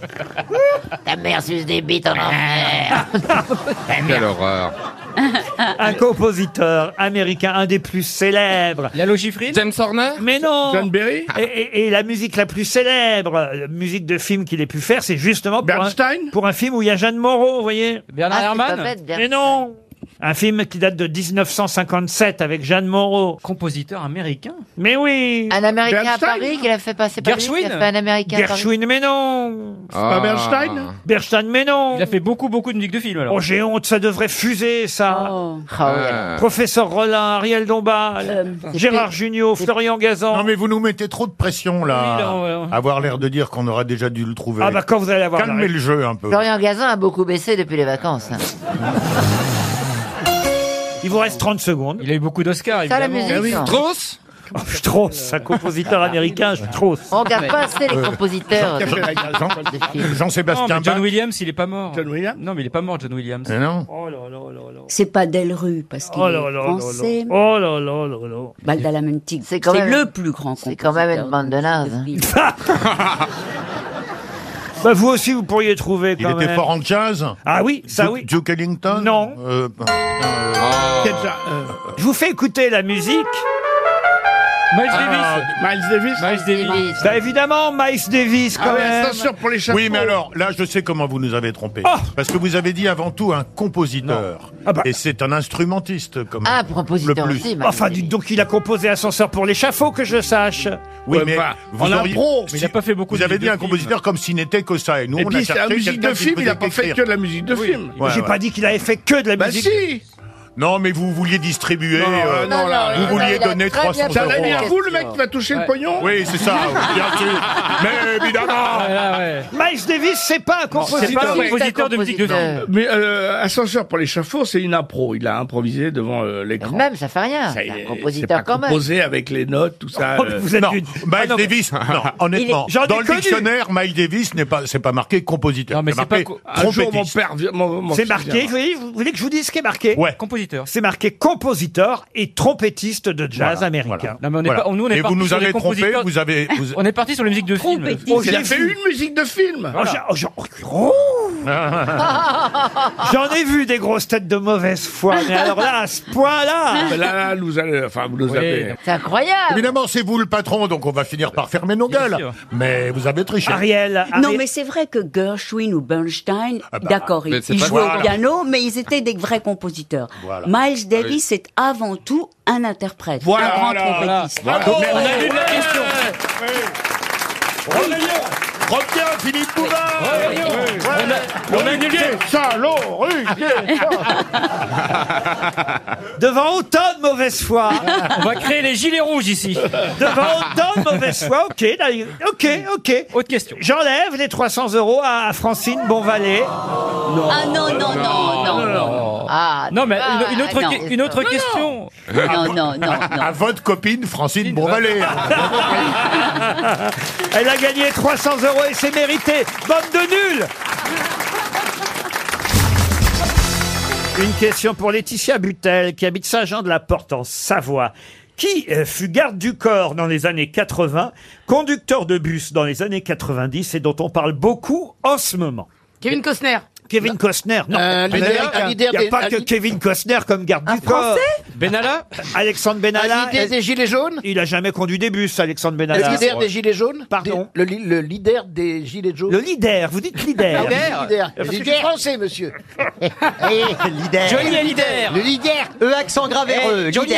Speaker 1: Oh.
Speaker 17: Ta mère suce des bites en enfer.
Speaker 5: Quelle horreur.
Speaker 1: un compositeur américain, un des plus célèbres. Lalo
Speaker 5: James Horner
Speaker 1: Mais non
Speaker 5: John Berry
Speaker 1: et, et- et la musique la plus célèbre, euh, musique de film qu'il ait pu faire, c'est justement pour un, pour un film où il y a Jeanne Moreau, vous voyez
Speaker 5: Bernard Ah, c'est Herrmann pas bête, Bernard.
Speaker 1: Mais non un film qui date de 1957 avec Jeanne Moreau.
Speaker 5: Compositeur américain
Speaker 1: Mais oui
Speaker 17: Un Américain à
Speaker 1: Bernstein
Speaker 17: Paris qui l'a fait passer par lui, qui a
Speaker 1: Gershwin
Speaker 17: fait un Américain à Paris.
Speaker 1: Gershwin, mais non
Speaker 17: C'est pas Ah. Bernstein
Speaker 1: Bernstein, mais non
Speaker 18: Il a fait beaucoup, beaucoup de musique de film, alors.
Speaker 1: Oh, j'ai honte, ça devrait fuser, ça.
Speaker 17: Oh.
Speaker 18: Ah ouais, Euh. alors.
Speaker 1: Professeur Rollin, Ariel Dombal, Ah,
Speaker 2: Euh,
Speaker 17: Euh,
Speaker 1: Gérard Junior, Florian Gazan.
Speaker 2: Non, mais vous nous mettez trop de pression, là.
Speaker 1: Oui, non, ouais, ouais.
Speaker 2: Avoir l'air de dire qu'on aura déjà dû le trouver.
Speaker 1: Ah, bah, quand vous allez avoir la
Speaker 2: Calmez
Speaker 1: ré-
Speaker 2: le jeu un peu.
Speaker 17: Florian Gazan a beaucoup baissé depuis les vacances.
Speaker 1: Il vous reste 30 secondes.
Speaker 18: Il a eu beaucoup d'Oscars,
Speaker 17: Ça, la
Speaker 18: évidemment. Ah
Speaker 17: musique, ça.
Speaker 5: Strauss
Speaker 1: Oh, Strauss, un
Speaker 17: (laughs)
Speaker 1: compositeur américain, Strauss.
Speaker 17: On regarde pas assez les
Speaker 1: Euh,
Speaker 17: compositeurs.
Speaker 18: Non, mais
Speaker 2: Jean-Sébastien
Speaker 18: John
Speaker 2: Bach.
Speaker 18: Williams, il est pas mort. John Williams Non, mais il est pas mort, John Williams. Ah
Speaker 2: non.
Speaker 1: Oh là là là là.
Speaker 19: C'est pas Delru parce qu'il
Speaker 1: Oh là là
Speaker 19: est
Speaker 1: là
Speaker 19: français.
Speaker 1: là. Oh là là là là.
Speaker 19: Baldalamantig. C'est
Speaker 17: quand même-
Speaker 19: le plus grand
Speaker 17: C'est quand même une bande de nazes.
Speaker 1: (laughs) Ah, Bah, vous aussi, vous pourriez trouver
Speaker 2: Il
Speaker 1: quand
Speaker 2: était
Speaker 1: même.
Speaker 2: fort en jazz
Speaker 1: Ah oui, ça oui.
Speaker 2: Duke Ellington
Speaker 1: Non.
Speaker 2: Euh, euh,
Speaker 17: Oh.
Speaker 2: Kedja-
Speaker 7: euh,
Speaker 1: Je vous fais écouter la musique. Miles
Speaker 2: Ah,
Speaker 18: Davis. Miles Davis.
Speaker 1: Bah, évidemment, Miles Davis,
Speaker 2: Ah,
Speaker 1: quand même.
Speaker 2: Oui, mais alors, là, je sais comment vous nous avez
Speaker 1: Oh
Speaker 2: trompés. Parce que vous avez dit avant tout un compositeur.
Speaker 1: bah,
Speaker 2: Et c'est un instrumentiste, comme
Speaker 1: Ah,
Speaker 2: le plus.
Speaker 1: Enfin, Ah, dites donc, il a composé Ascenseur pour l'échafaud, que je sache.
Speaker 2: Oui, mais vous auriez- si- Vous avez dit un
Speaker 1: film.
Speaker 2: compositeur comme s'il n'était que ça. Et nous, on a cherché quelqu'un qui faisait qu'écrire.
Speaker 1: musique de
Speaker 2: film. Ouais,
Speaker 1: J'ai
Speaker 2: ouais.
Speaker 1: pas dit qu'il avait fait que de la
Speaker 2: Bah
Speaker 1: musique.
Speaker 2: si Non, mais vous vouliez distribuer.
Speaker 1: Non,
Speaker 2: euh,
Speaker 1: non, là,
Speaker 2: vous
Speaker 1: là,
Speaker 2: vouliez
Speaker 1: il a
Speaker 2: donner
Speaker 1: très
Speaker 2: 300
Speaker 1: bien
Speaker 2: euros.
Speaker 1: posé la
Speaker 2: à-
Speaker 1: question.
Speaker 16: Le mec qui va toucher le pognon
Speaker 2: Oui, c'est (laughs) ça, oui, bien sûr. Mais évidemment
Speaker 1: Miles Davis, c'est pas un compositeur.
Speaker 7: Mais euh, Ascenseur pour l'échafaud, c'est une impro. Il a improvisé devant euh, l'écran.
Speaker 17: Même, ça fait rien.
Speaker 7: Ça,
Speaker 17: C'est
Speaker 7: il est-
Speaker 17: un
Speaker 7: c'est pas
Speaker 17: compositeur quand même.
Speaker 7: composé avec les notes, tout ça. euh,
Speaker 2: Oh, mais vous êtes
Speaker 7: non. Ah,
Speaker 2: une- Miles Davis, non, honnêtement,
Speaker 7: Il est- j'en ai
Speaker 2: dans le
Speaker 7: connu.
Speaker 2: dictionnaire, Miles Davis n'est pas, c'est pas marqué compositeur.
Speaker 7: mais
Speaker 2: c'est
Speaker 7: c'est pas
Speaker 2: marqué
Speaker 7: co- un jour, mon
Speaker 2: trompettiste.
Speaker 7: père, vi- mon- mon
Speaker 1: C'est
Speaker 7: fils
Speaker 1: marqué,
Speaker 7: viendra.
Speaker 1: vous voyez, vous voulez que je vous dise ce qui est marqué
Speaker 2: Ouais.
Speaker 1: Compositeur. C'est marqué compositeur et trompettiste de jazz
Speaker 2: Voilà,
Speaker 1: américain.
Speaker 18: Non, mais on est pas- nous, on est
Speaker 2: Et vous
Speaker 18: parti
Speaker 2: nous
Speaker 18: sur les
Speaker 2: avez trompé,
Speaker 18: compositeurs-
Speaker 2: vous
Speaker 18: (laughs)
Speaker 2: avez. vous-
Speaker 18: On est parti sur les musiques de film.
Speaker 7: Oh, il a fait une musique de film.
Speaker 1: Oh, j'ai- oh, j'ai- oh, oh. J'en ai vu des grosses têtes de mauvaise foi, mais alors là, à ce point-là.
Speaker 7: Bah,
Speaker 2: Là, là, nous allez- enfin, vous nous
Speaker 1: Oui.
Speaker 2: avez.
Speaker 11: C'est incroyable.
Speaker 2: Évidemment, c'est vous le patron, donc on va finir par fermer nos gueules. Mais vous avez triché.
Speaker 19: Non, mais c'est vrai que Gershwin ou Bernstein,
Speaker 2: bah,
Speaker 19: d'accord,
Speaker 2: mais
Speaker 19: ils,
Speaker 2: c'est
Speaker 19: ils
Speaker 2: pas-
Speaker 19: jouaient
Speaker 2: Voilà.
Speaker 19: au piano, mais ils étaient des vrais compositeurs.
Speaker 2: Voilà. Ah
Speaker 19: Miles Davis est avant tout un interprète, un grand trompettiste. Ah
Speaker 2: on a lu la question. Reviens, Philippe Bouvard
Speaker 1: On a annulé Devant autant de mauvaise foi.
Speaker 18: On va créer les gilets rouges ici.
Speaker 1: Devant autant de mauvaise foi, ok, d'ailleurs, ok, ok. Autre question. J'enlève les 300 euros à à Francine Bonvalet.
Speaker 19: Ah non, non, non, non, non. Ah,
Speaker 18: Non, mais une- une autre
Speaker 19: ah, non.
Speaker 18: que- une autre
Speaker 19: Non, non.
Speaker 18: question.
Speaker 19: Non, non, non, non.
Speaker 2: À votre copine, Francine Bourvalet.
Speaker 8: (laughs)
Speaker 1: Elle a gagné 300 euros et c'est mérité. Bande de nuls Une question pour Laetitia Butel, qui habite Saint-Jean-de-la-Porte en Savoie. Qui euh, fut garde du corps dans les années 80, conducteur de bus dans les années 90 et dont on parle beaucoup en ce moment
Speaker 20: Kevin Costner.
Speaker 1: Kevin Costner, non. Ah,
Speaker 20: Un
Speaker 1: Il n'y
Speaker 20: leader, un
Speaker 1: a,
Speaker 20: leader
Speaker 1: il y a
Speaker 20: des-
Speaker 1: pas
Speaker 20: un
Speaker 1: que
Speaker 20: leader-
Speaker 1: Kevin Costner comme garde du corps.
Speaker 20: Français
Speaker 1: Benalla Alexandre Benalla.
Speaker 20: Un leader des
Speaker 1: Gilets jaunes Il a jamais conduit des bus, Alexandre Benalla.
Speaker 8: Le leader des Gilets jaunes
Speaker 1: Pardon
Speaker 8: le, li- le leader des Gilets jaunes
Speaker 1: Le
Speaker 8: (laughs)
Speaker 1: leader, vous dites leader.
Speaker 8: Ah oui, le leader. Parce que je suis français, monsieur. leader.
Speaker 1: Johnny Hallyday.
Speaker 8: Le leader. E accent
Speaker 1: Hey, Johnny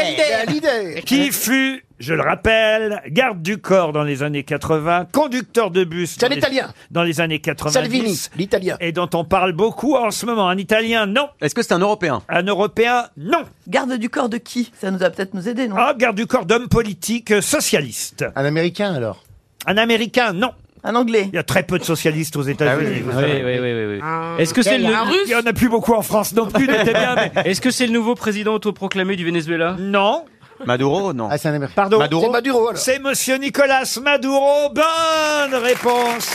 Speaker 8: leader.
Speaker 1: Qui fut, je le rappelle, garde du corps dans les années 80, conducteur de bus dans,
Speaker 8: un
Speaker 1: les,
Speaker 8: Italien.
Speaker 1: dans les années 90.
Speaker 8: Salvini,
Speaker 1: l'italien. Et dont on parle beaucoup en ce moment. Un italien, non. Est-ce que c'est un européen Un européen, non.
Speaker 10: Garde du corps de qui Ça nous a peut-être nous aider, non
Speaker 1: Ah, garde du corps d'homme politique euh, socialiste. Un américain alors Un américain, non. Un anglais Il y a très peu de socialistes aux États-Unis. vous savez.
Speaker 18: Est-ce que c'est le...
Speaker 1: Il y en a plus beaucoup en France non plus, n'était bien, mais
Speaker 18: (laughs) Est-ce que c'est le nouveau président autoproclamé du Venezuela
Speaker 1: Non.
Speaker 18: Maduro, non.
Speaker 8: Ah, c'est un Américain.
Speaker 1: Pardon
Speaker 18: Maduro C'est Maduro, alors.
Speaker 1: C'est monsieur Nicolas Maduro. Bonne réponse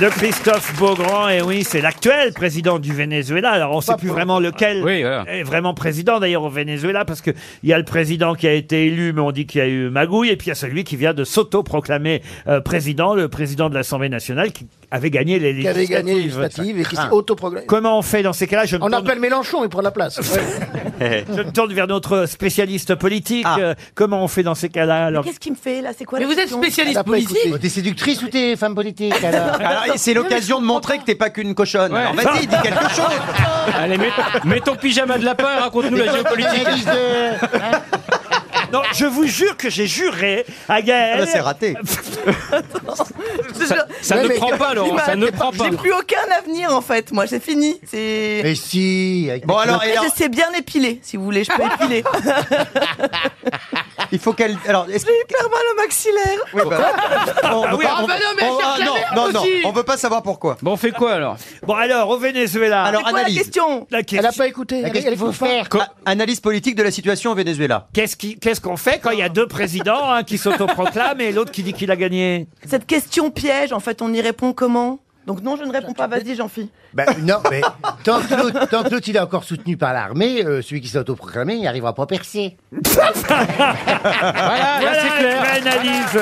Speaker 1: de Christophe Beaugrand, et oui, c'est l'actuel président du Venezuela. Alors, on ne sait plus vraiment lequel est vraiment président, d'ailleurs, au Venezuela, parce qu'il y a le président qui a été élu, mais on dit qu'il y a eu magouille, et puis il y a celui qui vient de s'auto-proclamer euh, président, le président de l'Assemblée nationale, qui avait gagné les
Speaker 8: Qui avait
Speaker 1: législatives.
Speaker 8: gagné les législatives et qui s'est
Speaker 1: Ah.
Speaker 8: autoprogrammé.
Speaker 1: Comment on fait dans ces cas-là Je me
Speaker 8: On
Speaker 1: tourne-
Speaker 8: appelle Mélenchon, il prend la place.
Speaker 1: (laughs) je me tourne vers notre spécialiste politique. Euh, Comment on fait dans ces cas-là alors
Speaker 10: Qu'est-ce qu'il me fait là C'est quoi
Speaker 20: Mais
Speaker 10: la
Speaker 20: vous êtes
Speaker 10: question
Speaker 20: spécialiste
Speaker 10: Elle a pas
Speaker 20: politique
Speaker 10: écouté.
Speaker 8: T'es séductrice ou t'es femme politique
Speaker 15: (laughs)
Speaker 10: Alors,
Speaker 15: c'est l'occasion de montrer que t'es pas qu'une cochonne. Alors vas-y, dis
Speaker 18: (laughs)
Speaker 15: quelque chose.
Speaker 18: Allez, mets, mets ton pyjama de lapin et raconte-nous la géopolitique.
Speaker 1: Ah, Non, je vous jure que j'ai juré à Gaël.
Speaker 15: Ah bah,
Speaker 1: (laughs)
Speaker 15: c'est raté.
Speaker 10: Ça,
Speaker 18: ça ne prend pas, Laurent, ça ne prend pas.
Speaker 10: J'ai plus aucun avenir en fait, moi, c'est fini. C'est.
Speaker 8: Mais si. avec-
Speaker 15: Bon, alors, et alors-
Speaker 10: Je sais bien épiler, si vous voulez, je peux épiler.
Speaker 15: Il faut qu'elle. Alors, est-ce
Speaker 10: J'ai hyper mal au maxillaire.
Speaker 15: Oui, bah, on veut
Speaker 10: oui,
Speaker 15: pas-
Speaker 10: ah
Speaker 15: on-
Speaker 10: bah non, mais elle
Speaker 15: on-
Speaker 10: cherche
Speaker 15: ah,
Speaker 10: la
Speaker 15: non,
Speaker 10: merde
Speaker 15: non, non,
Speaker 10: aussi.
Speaker 15: on veut pas savoir pourquoi.
Speaker 18: Bon, on fait quoi alors
Speaker 1: Bon alors, au Venezuela.
Speaker 15: Alors,
Speaker 10: C'est quoi la
Speaker 15: analyse.
Speaker 10: question
Speaker 1: La
Speaker 8: Elle
Speaker 1: question.
Speaker 8: a pas écouté. Elle, elle faut faire.
Speaker 15: A- Analyse politique de la situation au Venezuela.
Speaker 1: Qu'est-ce qui- qu'est-ce qu'on fait quand il y a deux présidents, un qui s'autoproclame et l'autre qui dit qu'il a gagné
Speaker 10: Cette question piège, en fait, on y répond comment Donc non, je ne réponds pas. Vas-y, jean phi
Speaker 8: Ben, non, mais tant que l'autre- tant que l'autre il est encore soutenu par l'armée, euh, celui qui s'est autoproclamé, il n'arrivera pas à percer.
Speaker 1: Voilà,
Speaker 18: c'est clair.
Speaker 1: la vraie analyse.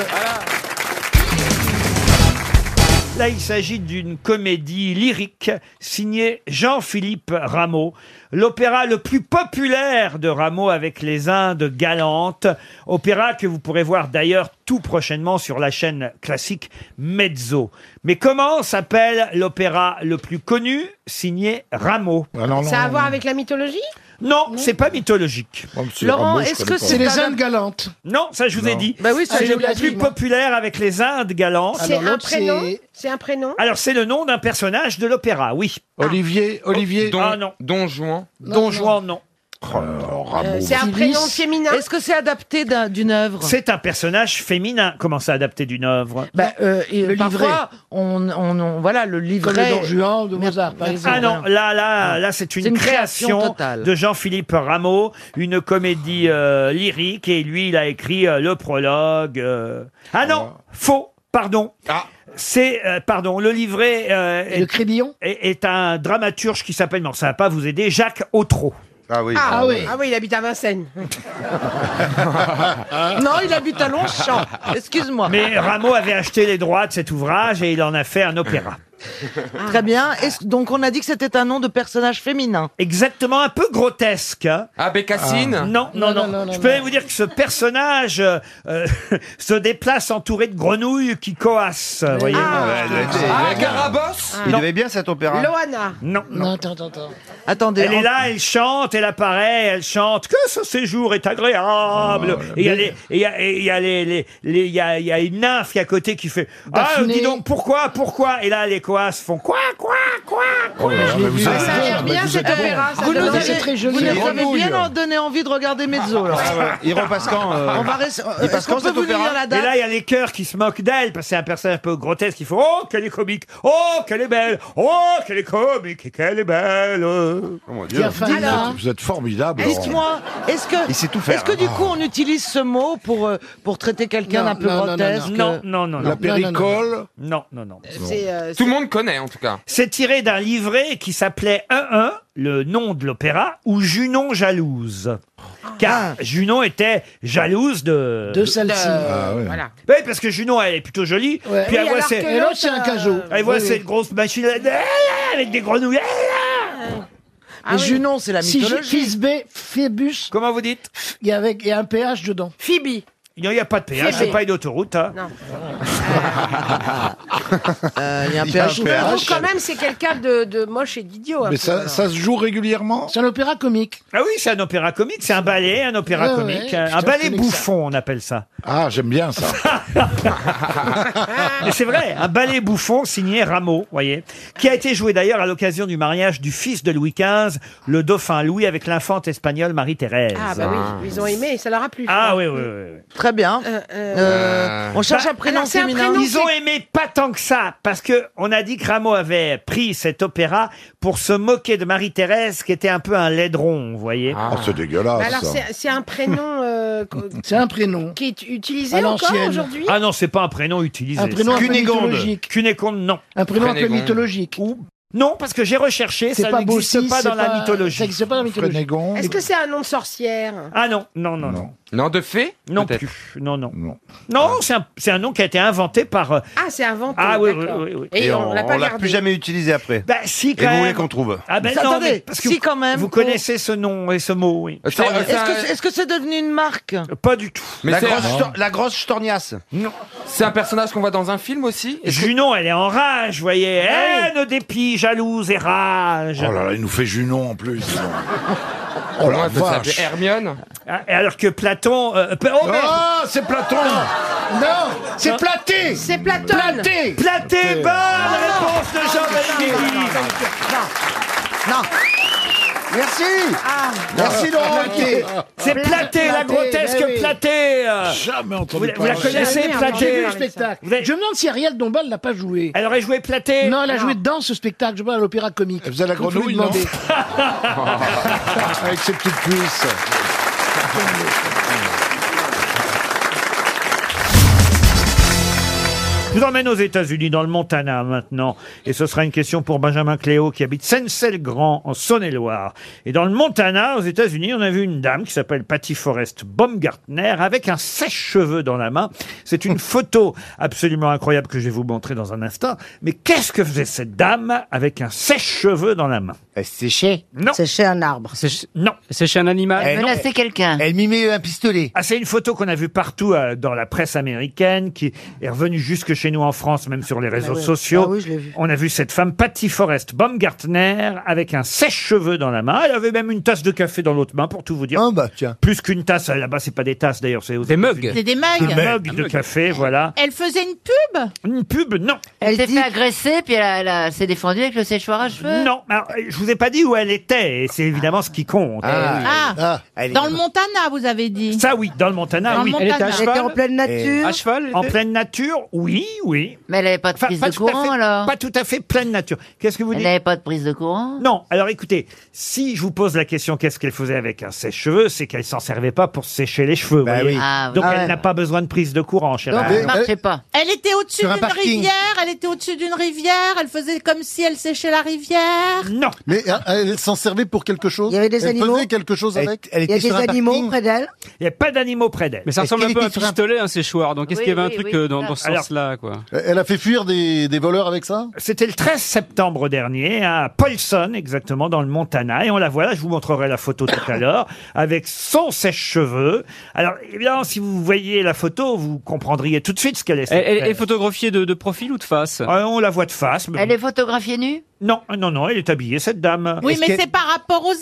Speaker 1: Là, il s'agit d'une comédie lyrique signée Jean-Philippe Rameau, l'opéra le plus populaire de Rameau avec les Indes galantes, opéra que vous pourrez voir d'ailleurs tout prochainement sur la chaîne classique Mezzo. Mais comment s'appelle l'opéra le plus connu signé Rameau
Speaker 20: Ça a à voir avec la mythologie
Speaker 1: Non, c'est pas mythologique.
Speaker 20: Laurent, est-ce que c'est un-
Speaker 1: galantes Non, ça je vous ai dit.
Speaker 20: Bah oui, ça,
Speaker 1: c'est
Speaker 20: je
Speaker 1: le
Speaker 20: l'ai
Speaker 1: plus
Speaker 20: dit, moi.
Speaker 1: populaire avec les Indes
Speaker 13: Oh,
Speaker 1: galantes.
Speaker 20: C'est un prénom C'est un prénom
Speaker 1: Alors c'est le nom d'un personnage de l'opéra, oui. Olivier, Olivier. ah non. Don Juan. Don Juan, non. Oh,
Speaker 20: Euh,
Speaker 1: bah,
Speaker 20: C'est un prénom féminin
Speaker 3: Est-ce que c'est adapté d'un- d'une œuvre
Speaker 1: C'est un personnage féminin. Comment ça adapté d'une œuvre
Speaker 3: Bah, euh, et
Speaker 1: Le
Speaker 3: parfois, on, on- on- voilà, le livret.
Speaker 1: Comme le Don Juan
Speaker 3: de Mozart, par
Speaker 1: Ah non, là, là, là, c'est une,
Speaker 3: C'est une
Speaker 1: création,
Speaker 3: création totale.
Speaker 1: de Jean-Philippe Rameau, une comédie euh, lyrique, et lui, il a écrit euh, le prologue. euh. Ah non, faux, pardon.
Speaker 15: Ah.
Speaker 1: C'est, euh, pardon, le livret. euh, est, le
Speaker 8: crébillon
Speaker 1: est, est un dramaturge qui s'appelle, non, ça va pas vous aider, Jacques Autreau.
Speaker 15: Ah oui.
Speaker 20: ah, oui. ah oui, il habite à Vincennes.
Speaker 3: Non, il habite à (laughs) Longchamp. Excuse-moi.
Speaker 1: Mais Rameau avait acheté les droits de cet ouvrage et il en a fait un opéra.
Speaker 3: Ah. Très bien. Est-ce- donc on a dit que c'était un nom de personnage féminin.
Speaker 1: Exactement, un peu grotesque. hein.
Speaker 12: Ah, Bécassine
Speaker 1: Non, non, non. Je peux même vous dire que ce personnage euh, euh, (laughs) se déplace entouré de grenouilles qui coassent. vous voyez.
Speaker 12: Ah, Carabosse
Speaker 1: Il
Speaker 12: avait bien cet opéra.
Speaker 13: Loana.
Speaker 1: Non,
Speaker 13: non. Attends, attends, attends.
Speaker 3: Attendez.
Speaker 1: Elle est
Speaker 3: en-
Speaker 1: là, elle chante, elle apparaît, elle chante que ce séjour est agréable.
Speaker 12: Ah,
Speaker 1: et il y a les- et il y a- et il y a les- les- les- il y a- il y a une nymphe qui est à côté qui fait Ah,
Speaker 13: Daphné.
Speaker 1: dis donc, pourquoi, pourquoi Et là, les coasses font quoi, quoi, quoi, quoi
Speaker 3: Ah,
Speaker 13: Ça a l'air bien
Speaker 3: vous
Speaker 13: cet
Speaker 3: êtes-
Speaker 13: opéra. ça
Speaker 3: Vous nous
Speaker 13: donne-
Speaker 3: avez, vous nous avez bien en donné envie de regarder mes os.
Speaker 1: Ah ouais.
Speaker 3: Il repasse quand euh, On
Speaker 1: euh,
Speaker 3: va rester. Est-ce qu'on peut vous donner la date
Speaker 1: Et là, il y a les chœurs qui se moquent d'elle, parce que c'est un personnage un peu grotesque. qui font Oh, qu'elle est comique Oh, qu'elle est belle Oh, qu'elle est comique et qu'elle est belle
Speaker 3: Oh Dieu. Tiens, Fana.
Speaker 4: Dites-le, Vous êtes
Speaker 9: Ah,
Speaker 4: formidable. Laurent.
Speaker 3: Dites-moi, est-ce que,
Speaker 4: Il sait tout faire.
Speaker 3: est-ce que du
Speaker 4: Ah.
Speaker 3: coup on utilise ce mot pour, euh, pour traiter quelqu'un
Speaker 4: Non,
Speaker 3: d'un peu
Speaker 4: non, non, non,
Speaker 3: grotesque
Speaker 1: Non, non, non. non. Non, non, non.
Speaker 12: Tout le monde connaît, en tout cas.
Speaker 1: C'est tiré d'un livret qui s'appelait 1-1, le nom de l'opéra, ou Junon jalouse. Car Junon était jalouse de...
Speaker 6: Ah. De celle-ci.
Speaker 1: De-
Speaker 6: Ah ouais. Voilà.
Speaker 1: Oui, parce que Junon, elle est plutôt jolie.
Speaker 6: Ouais.
Speaker 1: Puis
Speaker 6: Oui,
Speaker 1: elle voit
Speaker 6: alors
Speaker 1: ses-
Speaker 6: que Et l'autre, c'est un cajot.
Speaker 1: Elle voit
Speaker 6: Oui,
Speaker 1: cette
Speaker 6: oui.
Speaker 1: grosse machine Eh, avec des grenouilles. Eh,
Speaker 3: Ah oui. Junon, c'est la
Speaker 6: Si j'ai-
Speaker 3: mythologie.
Speaker 6: Fils B, Phébus.
Speaker 1: Comment vous dites
Speaker 6: Il y, avait, il y a un PH dedans.
Speaker 13: Phoebe.
Speaker 1: Il n'y a pas de péage,
Speaker 6: Phébé.
Speaker 1: c'est pas
Speaker 6: (laughs)
Speaker 1: une autoroute. hein. Euh,
Speaker 3: Il y a
Speaker 4: Ah.
Speaker 3: un
Speaker 4: Il y a un PH.
Speaker 13: Je trouve quand même c'est quelqu'un de, de moche et d'idiot. un
Speaker 4: Mais
Speaker 13: peu,
Speaker 4: ça,
Speaker 13: alors.
Speaker 4: ça se joue régulièrement
Speaker 6: C'est un opéra comique.
Speaker 1: Ah oui, c'est un opéra comique, c'est un ballet, un opéra
Speaker 6: Ouais, ouais,
Speaker 1: comique,
Speaker 6: putain,
Speaker 1: un
Speaker 6: je
Speaker 1: ballet
Speaker 6: connais que
Speaker 1: bouffon, on appelle ça.
Speaker 4: Ah, j'aime bien ça.
Speaker 1: Mais c'est vrai, un ballet bouffon signé Rameau, voyez, qui a été joué d'ailleurs à l'occasion du mariage du fils de Louis XV, le dauphin Louis, avec l'infante espagnole Marie-Thérèse.
Speaker 13: Ah bah oui, ils ont aimé, ça leur a plu.
Speaker 1: Ah oui, oui, oui. oui.
Speaker 3: Très bien.
Speaker 1: Euh,
Speaker 3: on cherche
Speaker 1: bah,
Speaker 3: un prénom
Speaker 13: alors, c'est un
Speaker 3: féminin.
Speaker 13: prénom
Speaker 1: Ils ont aimé pas tant que ça, parce que on a dit que Rameau avait pris cet opéra pour se moquer de Marie-Thérèse, qui était un peu un laidron, vous voyez.
Speaker 4: Ah, c'est dégueulasse.
Speaker 13: Mais Alors c'est- c'est un prénom euh, co-
Speaker 6: C'est un prénom.
Speaker 13: qui est utilisé
Speaker 6: À
Speaker 13: encore
Speaker 6: l'ancienne.
Speaker 13: aujourd'hui.
Speaker 1: Ah non, c'est pas un prénom utilisé.
Speaker 6: Un prénom un peu Cunégonde. mythologique.
Speaker 1: Cunégonde, non.
Speaker 6: Un prénom un peu Frénégonde. mythologique.
Speaker 1: Non, parce que j'ai recherché,
Speaker 6: C'est
Speaker 1: ça
Speaker 6: pas
Speaker 1: n'existe
Speaker 6: Baucis,
Speaker 1: pas
Speaker 6: c'est
Speaker 1: dans la
Speaker 6: pas- ça
Speaker 1: mythologie.
Speaker 6: n'existe pas dans la mythologie.
Speaker 13: Est-ce que c'est un nom de sorcière
Speaker 1: Ah non, non, non, non.
Speaker 12: Non, de fée
Speaker 1: Non
Speaker 12: peut-être.
Speaker 1: plus. Non, non. Non, c'est un, c'est un nom qui a été inventé par. euh,
Speaker 13: Ah, c'est inventé.
Speaker 1: Ah oui, oui,
Speaker 13: d'accord.
Speaker 1: oui, oui.
Speaker 13: Et, on, l'a pas
Speaker 14: l'a
Speaker 13: gardé.
Speaker 14: plus jamais utilisé après.
Speaker 1: Bah, si, quand
Speaker 14: Et vous
Speaker 1: même.
Speaker 14: voulez qu'on trouve
Speaker 1: Ah ben
Speaker 3: Mais
Speaker 1: non,
Speaker 3: attendez,
Speaker 1: mais parce que
Speaker 3: si,
Speaker 1: vous-
Speaker 3: quand même,
Speaker 1: Vous
Speaker 3: on-
Speaker 1: connaissez ce nom et ce mot, oui.
Speaker 12: Euh,
Speaker 3: Est-ce que c'est- est-ce que c'est devenu une marque
Speaker 1: Pas du tout.
Speaker 12: Mais
Speaker 14: la,
Speaker 12: c'est-
Speaker 14: grosse
Speaker 12: Non.
Speaker 14: sto- la grosse storniasse.
Speaker 1: Non.
Speaker 12: C'est un personnage qu'on voit dans un film aussi Est-ce que- Ah
Speaker 1: Junon, elle est en rage, vous voyez. Haine, dépit, jalouse et rage.
Speaker 4: Oh là là, il nous fait Junon en
Speaker 5: (laughs)
Speaker 4: plus. oh la
Speaker 12: Comment elle peut s'appeler
Speaker 4: vache.
Speaker 12: Hermione
Speaker 1: Ah, et Alors que Platon. euh, pe- oh, merde.
Speaker 4: Ah, c'est Platon
Speaker 6: Non, c'est
Speaker 1: Non.
Speaker 6: Platé.
Speaker 13: C'est Platon.
Speaker 6: Platé.
Speaker 1: Platé, bonne
Speaker 11: Ah.
Speaker 1: réponse de Jean Benguigui.
Speaker 3: Non. Merci.
Speaker 6: Merci Laurent.
Speaker 1: C'est Platé, la grotesque Platé. euh.
Speaker 4: Jamais
Speaker 1: Vous
Speaker 4: entendu
Speaker 1: la- vous
Speaker 4: parler.
Speaker 1: la connaissez,
Speaker 6: J'ai
Speaker 1: Platé
Speaker 6: vu le spectacle. Je me demande si Ariel Dombal l'a pas joué.
Speaker 1: Elle aurait joué Platé
Speaker 6: Non, elle a joué dans ce spectacle. Je vois à l'opéra comique. Elle
Speaker 4: faisait la
Speaker 11: Eh
Speaker 4: grenouille, non (laughs)
Speaker 2: (laughs)
Speaker 4: Avec ses petites cuisses.
Speaker 5: (laughs)
Speaker 1: Je vous emmène aux États-Unis, dans le Montana maintenant. Et ce sera une question pour Benjamin Cléo qui habite Sensel-Grand en Saône-et-Loire. Et dans le Montana, aux États-Unis, on a vu une dame qui s'appelle Patty Forrest Baumgartner avec un sèche-cheveux dans la main. C'est une photo absolument incroyable que je vais vous montrer dans un instant. Mais qu'est-ce que faisait cette dame avec un sèche-cheveux dans la main
Speaker 8: Elle se séchait.
Speaker 1: Non.
Speaker 17: Sécher un arbre.
Speaker 1: Non.
Speaker 21: C'est chez un animal.
Speaker 8: Eh non.
Speaker 17: Menacer quelqu'un.
Speaker 8: Elle mimait un pistolet.
Speaker 1: Ah, c'est une photo qu'on a vue partout euh, dans la presse américaine, qui est revenue jusque chez nous en France, même sur les réseaux
Speaker 17: ouais.
Speaker 1: sociaux.
Speaker 17: Ah oui, je l'ai vue.
Speaker 1: On a vu cette femme, Patty Forrest Baumgartner, avec un sèche-cheveux dans la main. Elle avait même une tasse de café dans l'autre main, pour tout vous dire.
Speaker 8: Ah bah tiens.
Speaker 1: Plus qu'une tasse, euh, là-bas, c'est pas des tasses d'ailleurs, c'est des mugs.
Speaker 10: C'est des
Speaker 1: Des
Speaker 10: mugs.
Speaker 1: mugs de
Speaker 17: Ah,
Speaker 1: café, voilà.
Speaker 10: Elle faisait une pub
Speaker 1: Une pub, non.
Speaker 17: Elle s'est fait agresser, puis elle, a- elle a- elle s'est défendue avec le séchoir à cheveux.
Speaker 1: Non, Alors, euh, je vous ai pas dit où elle était, et c'est évidemment ce qui compte.
Speaker 10: Ah,
Speaker 8: Elle est-
Speaker 10: dans le Montana, vous avez dit.
Speaker 1: Ça oui, dans le Montana,
Speaker 10: Dans le
Speaker 1: oui.
Speaker 10: Montana. Elle était à
Speaker 17: cheval.
Speaker 1: en pleine
Speaker 17: nature.
Speaker 21: À cheval, elle
Speaker 1: En
Speaker 21: était
Speaker 1: pleine nature, oui, oui.
Speaker 17: Mais elle n'avait pas de
Speaker 1: Enfin,
Speaker 17: prise
Speaker 1: pas
Speaker 17: de
Speaker 1: tout à
Speaker 17: courant,
Speaker 1: fait-
Speaker 17: alors.
Speaker 1: Pas tout à fait pleine nature. Qu'est-ce que vous
Speaker 17: Elle
Speaker 1: dites
Speaker 17: n'avait pas de prise de courant.
Speaker 1: Non, alors écoutez, si je vous pose la question qu'est-ce qu'elle faisait avec un sèche-cheveux, c'est qu'elle s'en servait pas pour sécher les cheveux.
Speaker 8: Bah
Speaker 1: vous voyez.
Speaker 8: oui.
Speaker 17: Ah, oui.
Speaker 1: Donc
Speaker 17: Ah
Speaker 1: elle
Speaker 17: ouais.
Speaker 1: n'a pas besoin de prise de courant, cher
Speaker 17: Donc,
Speaker 1: Alain.
Speaker 17: elle ne marchait pas.
Speaker 10: Elle était au-dessus
Speaker 14: Sur un
Speaker 10: d'une
Speaker 14: parking.
Speaker 10: rivière, elle était au-dessus d'une rivière, elle faisait comme si elle séchait la rivière.
Speaker 1: Non,
Speaker 14: Mais
Speaker 2: hein,
Speaker 14: euh, elle s'en servait pour quelque chose
Speaker 22: Il y avait des
Speaker 14: Elle
Speaker 22: animaux
Speaker 14: faisait quelque chose avec
Speaker 22: Il y a des animaux près d'elle.
Speaker 1: il n'y a pas d'animaux près d'elle.
Speaker 21: Mais ça
Speaker 14: Est-ce
Speaker 21: ressemble un
Speaker 14: qu'il
Speaker 21: peu à un
Speaker 14: était sur un-
Speaker 18: hein,
Speaker 21: pistolet, un séchoir. Donc est-ce
Speaker 17: Oui,
Speaker 21: qu'il y avait un
Speaker 17: oui,
Speaker 21: truc
Speaker 17: oui,
Speaker 21: euh, dans,
Speaker 17: voilà.
Speaker 21: dans ce
Speaker 1: Alors,
Speaker 21: sens-là
Speaker 12: quoi.
Speaker 1: Elle a fait fuir des, voleurs avec ça C'était le 13 septembre dernier, à Paulson, exactement, dans le Montana. Et on la voit là, je vous montrerai la photo tout à (coughs) l'heure, avec son sèche-cheveux. Alors, évidemment, si vous voyez la photo, vous comprendriez tout de suite ce qu'elle est. Ah,
Speaker 21: Elle, elle est photographiée de, de profil ou de face
Speaker 1: On la voit de face. mais-
Speaker 10: Elle est photographiée nue
Speaker 1: Non, non, non, elle est habillée, cette dame.
Speaker 10: Oui,
Speaker 1: Est-ce
Speaker 10: mais
Speaker 1: qu'elle-
Speaker 10: c'est par rapport aux armes.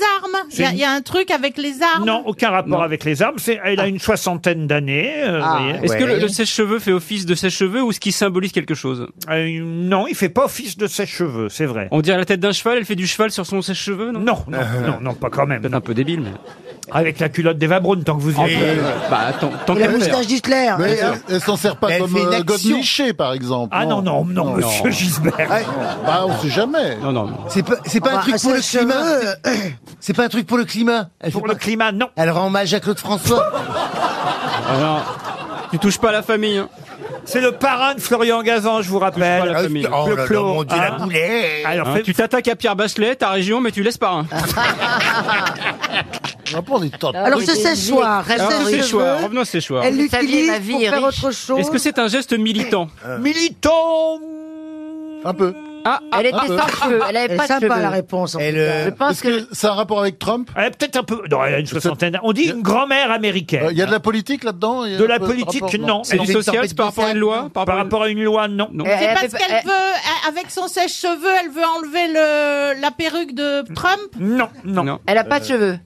Speaker 10: Il y, a- il y a un truc avec les armes.
Speaker 1: Non, aucun rapport avec les armes. C'est- Elle
Speaker 10: Ah.
Speaker 1: a une soixantaine d'années. euh, vous voyez.
Speaker 21: Ah, Est-ce que le, le sèche-cheveux fait office de sèche-cheveux ou est-ce qu'il symbolise quelque chose
Speaker 1: Euh, non, il fait pas office de sèche-cheveux, c'est vrai.
Speaker 21: On dirait la tête d'un cheval, elle fait du cheval sur son sèche-cheveux, non
Speaker 1: Non, non,
Speaker 21: Euh.
Speaker 1: non, non, pas quand même.
Speaker 21: Peut-être un peu débile, mais...
Speaker 1: Avec la culotte des Vabron, tant que vous y
Speaker 21: Et-
Speaker 1: êtes.
Speaker 10: euh,
Speaker 21: Bah, tant- tant Et la qu'à moustache faire. d'Hitler.
Speaker 2: Mais
Speaker 1: Bien
Speaker 2: elle,
Speaker 1: sûr.
Speaker 2: elle s'en sert pas
Speaker 1: Elle
Speaker 2: comme
Speaker 1: fait une
Speaker 2: euh,
Speaker 1: action.
Speaker 2: Godemiché, par exemple.
Speaker 1: Ah non, non, non, monsieur Gisbert.
Speaker 2: bah, on sait jamais.
Speaker 21: Non, non.
Speaker 8: C'est pas, c'est pas
Speaker 2: Ah
Speaker 8: un
Speaker 2: bah,
Speaker 8: truc
Speaker 2: un
Speaker 8: pour le
Speaker 2: sèche-cheveux,
Speaker 8: climat.
Speaker 10: euh,
Speaker 8: c'est- C'est pas un truc pour le climat. pour
Speaker 1: le climat, non.
Speaker 8: Elle rend hommage à Claude François.
Speaker 1: (laughs)
Speaker 21: tu touches pas à la famille. hein.
Speaker 1: C'est le parrain de Florian Gazan, je vous rappelle.
Speaker 21: Touche pas Ah, à la famille. Oh là là, mon Dieu, la
Speaker 1: boulet. Alors,
Speaker 21: Hein,
Speaker 1: fais-
Speaker 21: Tu t'attaques à Pierre Bachelet, ta région, mais tu laisses (laughs) pas hein. un.
Speaker 22: Alors, ce
Speaker 21: Alors,
Speaker 22: séchoir, reste
Speaker 21: ce
Speaker 22: ses
Speaker 21: séchoir,
Speaker 22: cheveux.
Speaker 21: revenons au séchoir.
Speaker 22: Elle l'utilise pour faire autre chose.
Speaker 21: Est-ce que c'est un geste
Speaker 2: (coughs)
Speaker 21: militant
Speaker 1: Militant
Speaker 2: Euh. Un peu.
Speaker 21: Ah,
Speaker 22: Elle était
Speaker 2: un peu.
Speaker 22: sans cheveux, elle avait
Speaker 2: est
Speaker 22: pas de
Speaker 2: sympa,
Speaker 22: cheveux.
Speaker 2: Elle, euh, est-ce que... c'est un rapport avec Trump
Speaker 1: Elle a Eh, peut-être un peu. Non, elle a une soixantaine. On dit une grand-mère américaine.
Speaker 2: Euh, Il y a de la politique là-dedans Il y a
Speaker 1: De
Speaker 2: un
Speaker 1: la
Speaker 2: peu de
Speaker 1: politique,
Speaker 2: rapport
Speaker 1: non.
Speaker 21: C'est du social, c'est par rapport à une loi
Speaker 1: Par rapport à une loi, non.
Speaker 10: C'est parce qu'elle veut, euh, avec son sèche-cheveux, elle veut enlever le, la perruque de Trump
Speaker 1: Non, non.
Speaker 10: Elle a pas de Euh, cheveux.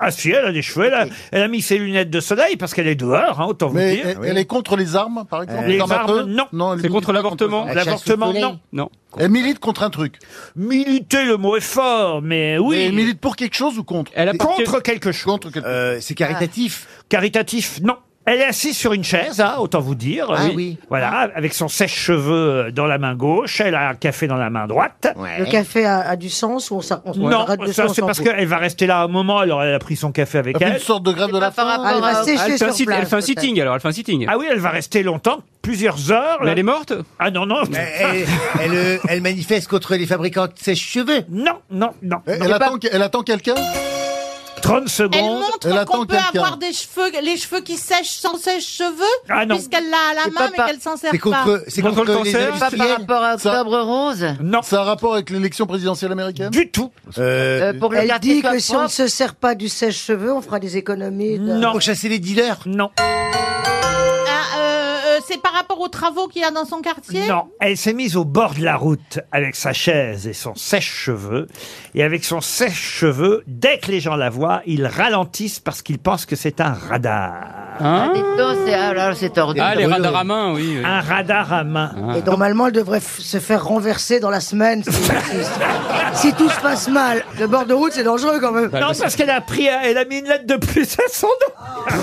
Speaker 1: Ah si, elle a des cheveux. Elle a, elle a mis ses lunettes de soleil parce qu'elle est dehors, hein, autant vous
Speaker 2: Mais
Speaker 1: dire.
Speaker 2: elle, elle est contre les armes, par exemple
Speaker 1: Les
Speaker 2: armes à feu
Speaker 1: armes, non.
Speaker 2: C'est contre
Speaker 21: l'avortement
Speaker 2: ça.
Speaker 1: L'avortement,
Speaker 2: La chasse au
Speaker 1: non. non.
Speaker 2: Elle milite contre un truc.
Speaker 1: Militer, le mot est fort, mais oui.
Speaker 2: elle milite pour quelque chose ou contre
Speaker 1: Elle a contre quelque chose. c'est
Speaker 2: caritatif.
Speaker 1: Caritatif, non. Elle est assise sur une chaise, hein, autant vous dire.
Speaker 8: Ah oui.
Speaker 1: Voilà, avec son sèche-cheveux dans la main gauche, elle a un café dans la main droite.
Speaker 3: Eh.
Speaker 22: Le café a, a du sens ou on s'arrête
Speaker 1: Non, ça c'est parce qu'elle va rester là un moment, alors elle a pris son café avec elle.
Speaker 2: de grève de la faim.
Speaker 22: rapport Elle va à- sécher
Speaker 21: elle, fait un
Speaker 22: sur
Speaker 21: sit-
Speaker 22: place,
Speaker 21: elle fait un
Speaker 22: peut-être.
Speaker 21: sitting, alors, elle fait un sitting.
Speaker 1: Ah oui, elle va rester longtemps, plusieurs heures.
Speaker 21: Mais elle est morte
Speaker 1: Ah non, non.
Speaker 8: elle, elle, euh, elle manifeste contre les fabricants de sèche-cheveux.
Speaker 1: Non, non, non.
Speaker 2: Eh, Elle, elle attend, elle attend quelqu'un
Speaker 1: 30 secondes.
Speaker 10: Elle montre qu'on peut avoir des cheveux, les cheveux qui sèchent sans sèche-cheveux,
Speaker 1: Ah non.
Speaker 10: puisqu'elle l'a à la
Speaker 1: C'est
Speaker 10: main
Speaker 1: pas
Speaker 10: mais
Speaker 1: par-
Speaker 10: qu'elle s'en sert
Speaker 2: C'est contre-
Speaker 10: pas.
Speaker 2: c'est contre Contre le les cancer
Speaker 10: C'est pas par
Speaker 2: industriels.
Speaker 10: rapport à
Speaker 2: Ça-
Speaker 10: Octobre Rose.
Speaker 1: Non.
Speaker 2: C'est un rapport avec l'élection présidentielle américaine
Speaker 1: Du tout.
Speaker 10: Euh,
Speaker 22: Elle dit que si on ne se sert pas du sèche-cheveux, on fera des économies. de-
Speaker 1: Non. Pour
Speaker 8: chasser les dealers
Speaker 1: Non.
Speaker 10: Ah, euh, euh, c'est par rapport aux travaux qu'il a dans son quartier
Speaker 1: Non, elle s'est mise au bord de la route avec sa chaise et son sèche-cheveux. Et avec son sèche-cheveux, dès que les gens la voient, ils ralentissent parce qu'ils pensent que c'est un radar.
Speaker 17: Ah,
Speaker 22: c'est tordu.
Speaker 21: Hein Ah, les radars à main, oui. Ah. oui.
Speaker 1: Un radar à main.
Speaker 22: Et normalement, elle devrait f- se faire renverser dans la semaine. si- si tout se passe mal, le bord de route, c'est dangereux quand même.
Speaker 1: Non, parce qu'elle a pris, elle a mis une lettre de plus à son nom.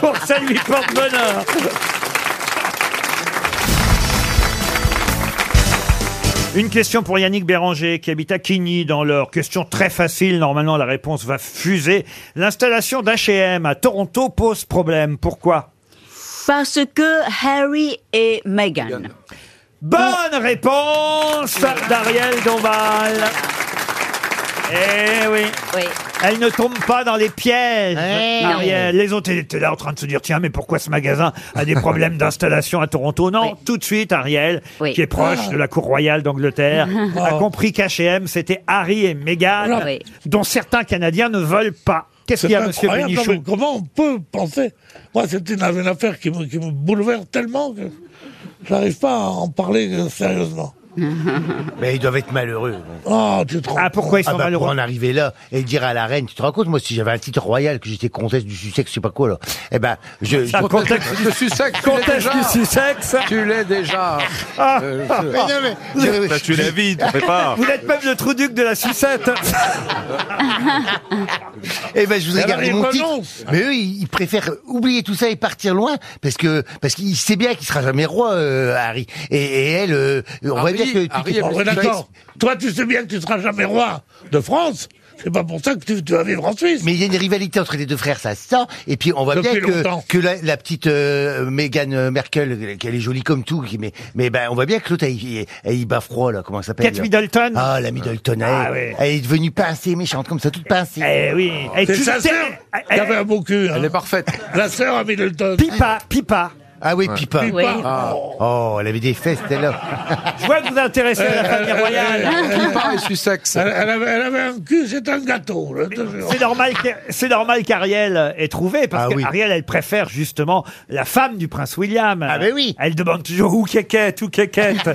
Speaker 1: Pour que ça lui porte bonheur. Une question pour Yannick Béranger qui habite à Quigny dans l'Eure. Question très facile, normalement la réponse va fuser. L'installation d'H&M à Toronto pose problème. Pourquoi
Speaker 19: Parce que Harry et Meghan.
Speaker 1: Bonne réponse d'Ariel Dombal. Eh oui. Elle ne tombe pas dans les pièges,
Speaker 17: Eh
Speaker 1: Ariel. Les autres étaient là en train de se dire, tiens, mais pourquoi ce magasin a des problèmes d'installation à Toronto Non, tout de suite, Ariel,
Speaker 17: Oui.
Speaker 1: qui est proche
Speaker 17: Ah.
Speaker 1: de la cour royale
Speaker 7: (laughs)
Speaker 1: d'Angleterre, a
Speaker 17: Oh.
Speaker 1: compris qu'H&M, c'était Harry et Meghan,
Speaker 7: Alors. Oui.
Speaker 1: dont certains Canadiens ne veulent pas. Qu'est-ce
Speaker 7: C'est
Speaker 1: qu'il y a, monsieur
Speaker 7: incroyable,
Speaker 1: Bénichou
Speaker 7: non, mais Comment on peut penser Moi, c'est une, une affaire qui me, qui me bouleverse tellement que j'arrive pas à en parler euh, sérieusement.
Speaker 8: Mais ils doivent être malheureux.
Speaker 7: Oh, tu te rends
Speaker 1: Ah, pourquoi ils sont
Speaker 8: Ah bah,
Speaker 1: malheureux
Speaker 8: Pour en arriver là et dire à la reine, tu te rends compte, moi, si j'avais un titre royal, que j'étais comtesse du Sussex, je sais pas quoi, là, eh ben, je...
Speaker 1: Ça,
Speaker 8: je-
Speaker 1: comtesse du Sussex, tu l'es Comtesse déjà. du Sussex.
Speaker 8: Tu l'es (laughs) déjà Mais (laughs) non, mais- je-
Speaker 14: Bah, tu la vides, t'en fais
Speaker 8: Ah. (laughs)
Speaker 14: pas.
Speaker 1: Vous n'êtes même le trou-duc de la
Speaker 7: (laughs)
Speaker 1: sucette.
Speaker 8: Eh ben, je voudrais
Speaker 1: Alors,
Speaker 8: garder
Speaker 1: il
Speaker 8: mon (laughs)
Speaker 11: (laughs)
Speaker 1: renonce.
Speaker 8: titre. Mais eux, ils ils préfèrent oublier tout ça et partir loin parce que parce qu'il sait bien qu'il sera jamais roi, euh, Harry. Et, et elle, euh, on va dire que tu
Speaker 7: Oh, ouais, d'accord. Toi, tu sais bien que tu seras jamais roi de France. C'est pas pour ça que tu, tu vas vivre en Suisse.
Speaker 8: Mais il y a une rivalité entre les deux frères, ça se sent. Et puis on voit bien
Speaker 7: Depuis
Speaker 8: que,
Speaker 7: longtemps.
Speaker 8: que la, la petite euh, Meghan Merkel, qu'elle est jolie comme tout, qui- mais mais ben on voit bien que l'autre elle, il- elle, il bat froid là, comment ça s'appelle
Speaker 1: Kate
Speaker 8: là
Speaker 1: Middleton
Speaker 8: Ah la Middleton, elle,
Speaker 1: Ah, ouais.
Speaker 8: elle est devenue pincée, méchante comme ça, toute pincée.
Speaker 1: Eh oui. Elle est
Speaker 7: C'est
Speaker 1: toute
Speaker 7: sa
Speaker 1: ter-
Speaker 7: hein. sœur qui avait un beau cul. Elle est parfaite. La sœur à Middleton.
Speaker 1: Pipa, Pipa.
Speaker 8: Ah oui, Pipa.
Speaker 1: Ouais.
Speaker 8: Ah. Oh, elle avait des fesses, celle-là. (laughs)
Speaker 1: Je vois que vous intéressez à la famille royale.
Speaker 8: Sussex.
Speaker 7: Elle, elle avait, elle avait un cul, c'est un gâteau. là.
Speaker 1: C'est normal, que- c'est normal qu'Ariel ait trouvé,
Speaker 7: Ah
Speaker 1: parce qu'Ariel, elle préfère justement la femme du prince William. Ah ben oui Elle demande toujours où quéquette, où
Speaker 7: (laughs)
Speaker 1: quéquette.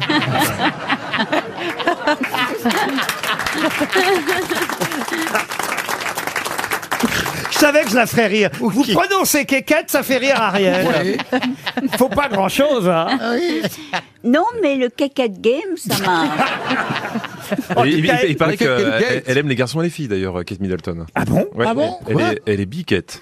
Speaker 1: Je savais que je la ferais rire. Vous prononcez quéquette, ça fait rire Ariel. Faut pas grand-chose, hein.
Speaker 19: Ah Non, mais le Keket Game, ça m'a.
Speaker 5: Il, il- il- il paraît
Speaker 19: Kate Middleton.
Speaker 5: qu'elle elle aime les garçons et les filles d'ailleurs, euh, Kate Middleton.
Speaker 1: Ah bon
Speaker 19: Ah bon
Speaker 5: Elle,
Speaker 19: Quoi
Speaker 5: est, elle est biquette.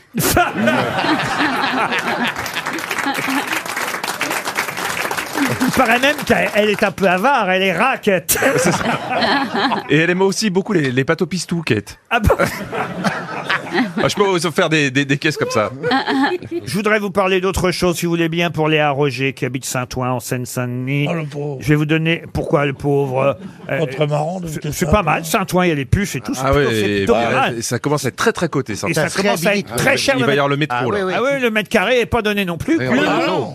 Speaker 1: Il paraît même qu'elle elle est un peu avare, elle est raquette.
Speaker 5: Et elle aime aussi beaucoup les, les pâtes au pistou, Kate.
Speaker 1: (laughs) Ah bon
Speaker 5: Ah, Je peux faire des, des- des caisses comme ça.
Speaker 1: Je voudrais vous parler d'autre chose, si vous voulez bien, pour Léa Roger, qui habite Saint-Ouen, en Seine-Saint-Denis. Je vais vous donner... Pourquoi le pauvre euh,
Speaker 7: Pas très marrant de
Speaker 1: C'est
Speaker 7: dire
Speaker 1: c'est
Speaker 7: ça,
Speaker 1: pas mal, Saint-Ouen, il y a les puces et tout.
Speaker 5: Ah
Speaker 1: c'est
Speaker 5: ouais,
Speaker 1: plutôt- c'est
Speaker 5: et
Speaker 1: plutôt
Speaker 5: bah,
Speaker 1: pas mal.
Speaker 5: et ça commence à être très très coté ça.
Speaker 1: Et ça, commence à être très cher.
Speaker 5: Il va y
Speaker 1: mètre-
Speaker 5: avoir le métro là.
Speaker 1: Ah oui, le mètre carré est pas donné non plus.
Speaker 5: Ah
Speaker 1: Plus.
Speaker 5: oui,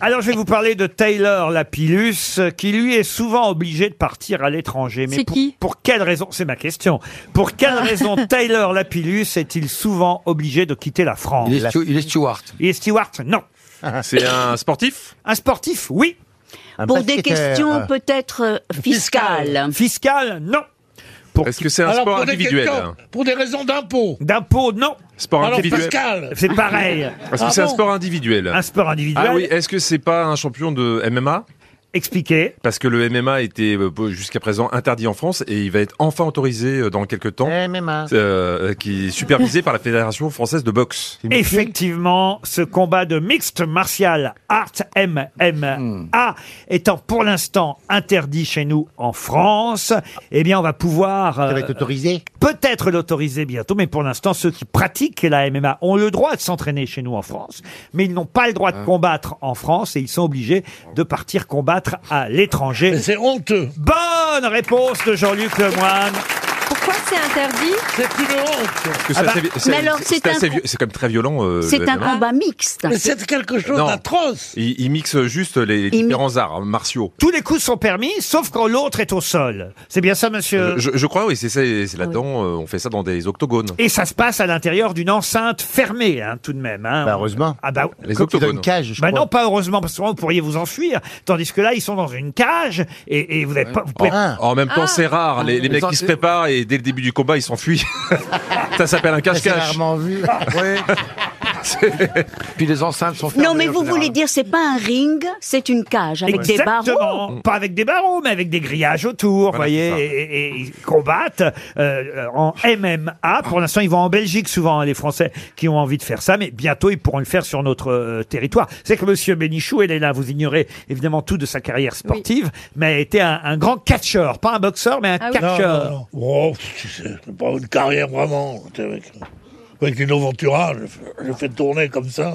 Speaker 1: Alors, je vais vous parler de Taylor Lapillus, euh, qui lui est souvent obligé de partir à l'étranger. Mais
Speaker 9: C'est
Speaker 1: pour,
Speaker 9: qui
Speaker 1: Pour quelle raison C'est ma question. Pour quelle
Speaker 19: Ah. (laughs)
Speaker 1: raison Taylor Lapillus est-il souvent obligé de quitter la France
Speaker 9: Il est stu- il est
Speaker 1: steward. Il est steward, non.
Speaker 5: (laughs) C'est un sportif
Speaker 1: Un sportif, oui.
Speaker 19: (laughs) Pour des questions peut-être euh, fiscales.
Speaker 1: Fiscales, non.
Speaker 5: Est-ce que c'est un
Speaker 7: Alors,
Speaker 5: sport
Speaker 7: pour des
Speaker 5: individuel
Speaker 11: hein.
Speaker 7: questions- Pour des raisons d'impôt.
Speaker 1: D'impôt, non.
Speaker 5: Sport
Speaker 7: Alors,
Speaker 5: individuel.
Speaker 7: Pascal. Ah
Speaker 5: (laughs)
Speaker 1: C'est pareil.
Speaker 5: Est-ce que c'est un sport individuel
Speaker 1: Un sport individuel.
Speaker 5: Ah oui, est-ce que c'est pas un champion de MMA
Speaker 1: Expliquez.
Speaker 5: Parce que le MMA était euh, jusqu'à présent interdit en France et il va être enfin autorisé euh, dans quelques temps.
Speaker 1: MMA.
Speaker 5: Euh, qui est supervisé par la Fédération française de boxe.
Speaker 1: Effectivement, ce combat de mixte martial art MMA étant pour l'instant interdit chez nous en France, eh bien on va pouvoir euh, Peut-être l'autoriser bientôt, mais pour l'instant ceux qui pratiquent la MMA ont le droit de s'entraîner chez nous en France, mais ils n'ont pas le droit de combattre en France et ils sont obligés de partir combattre à l'étranger.
Speaker 7: C'est honteux.
Speaker 1: Bonne réponse de Jean-Luc Lemoine.
Speaker 9: Pourquoi c'est interdit
Speaker 7: C'est une honte. Ah bah,
Speaker 5: Parce que c'est assez vi- c'est-
Speaker 19: mais alors,
Speaker 5: c'est-
Speaker 19: c'est
Speaker 5: c'est
Speaker 19: un
Speaker 5: assez
Speaker 19: com-
Speaker 5: vieux- c'est quand même très violent. euh,
Speaker 19: C'est
Speaker 5: le
Speaker 19: un
Speaker 5: MMA.
Speaker 19: combat mixte.
Speaker 7: Mais c'est quelque chose
Speaker 5: Non.
Speaker 7: d'atroce.
Speaker 5: Il, il mixe juste les
Speaker 19: Il mi-
Speaker 5: différents arts hein, martiaux.
Speaker 1: Tous les coups sont permis, sauf quand l'autre est au sol. C'est bien ça, monsieur
Speaker 5: Je, je crois, oui, c'est ça, c'est là-dedans, euh, on fait ça dans des octogones.
Speaker 1: Et ça se passe à l'intérieur d'une enceinte fermée, hein, tout de même. hein.
Speaker 5: heureusement.
Speaker 1: Ah bah,
Speaker 5: Les octogones.
Speaker 1: Bah non, pas heureusement, parce que souvent, vous pourriez vous enfuir. Tandis que là, ils sont dans une cage et, et vous n'êtes pas. vous
Speaker 5: En,
Speaker 1: pouvez-
Speaker 5: en même temps,
Speaker 1: Ah.
Speaker 5: c'est rare. Les, les mecs qui se
Speaker 8: euh,
Speaker 5: préparent et dès le début du combat, ils
Speaker 8: (laughs)
Speaker 5: s'enfuient. ça s'appelle un cache-cache.
Speaker 8: vu.
Speaker 5: Ah,
Speaker 9: Puis les enceintes sont
Speaker 19: Non, mais vous voulez dire, c'est pas un ring, c'est une cage avec des barreaux.
Speaker 1: Exactement. Pas avec des barreaux, mais avec des grillages autour, vous voyez, et, et- et ils combattent euh, en MMA. Pour l'instant, ils vont en Belgique souvent, hein, les Français qui ont envie de faire ça, mais bientôt, ils pourront le faire sur notre euh, territoire. C'est que Monsieur Bénichou, elle est là, vous ignorez évidemment tout de sa carrière sportive, mais elle était un, un grand catcheur, pas un boxeur, mais un
Speaker 19: Ah
Speaker 1: catcheur.
Speaker 7: Non, non, non. Oh, tu sais, c'est pas une carrière vraiment. tu sais, Avec, avec Lino Ventura, je, fais- je fais tourner
Speaker 1: (laughs)
Speaker 7: comme ça.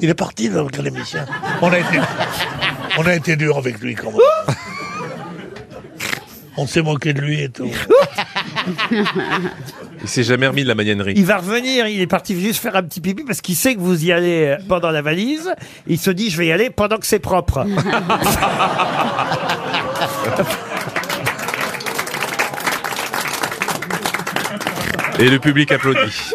Speaker 7: Il est parti dans quelle émission on a, été, on a été dur avec lui quand
Speaker 1: (laughs)
Speaker 7: même. On s'est moqué de lui et tout.
Speaker 5: (laughs) Il s'est jamais remis de la magnanerie.
Speaker 1: (laughs) Il va revenir, il est parti juste faire un petit pipi parce qu'il sait que vous y allez euh, pendant la valise. Il se dit, je vais y aller pendant que
Speaker 19: (laughs)
Speaker 1: c'est propre.
Speaker 5: Et le public
Speaker 8: (laughs)
Speaker 5: applaudit.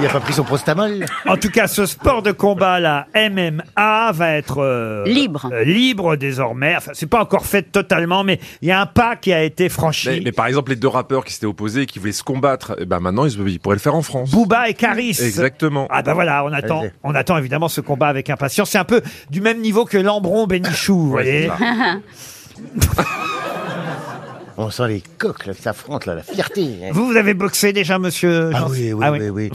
Speaker 8: Il a pas pris son prostamol.
Speaker 1: En tout cas, ce sport de combat, la MMA, va être euh,
Speaker 19: Libre.
Speaker 1: euh, libre désormais. Enfin, c'est pas encore fait totalement, mais il y a un pas qui a été franchi.
Speaker 5: Mais, mais par exemple, les deux rappeurs qui s'étaient opposés, qui voulaient se combattre, eh ben maintenant, ils, se- ils pourraient le faire en France.
Speaker 1: Booba et Caris.
Speaker 5: Exactement.
Speaker 1: Ah ben voilà, on attend,
Speaker 5: Allez.
Speaker 1: on attend évidemment ce combat avec impatience. C'est un peu du même niveau que Lambron Bénichou, vous voyez.
Speaker 8: On sent les coques, là, qui s'affrontent, là, la fierté.
Speaker 1: Vous, vous avez boxé déjà, monsieur
Speaker 8: Ah
Speaker 1: Jean-
Speaker 8: oui, oui,
Speaker 1: Ah
Speaker 8: oui, oui.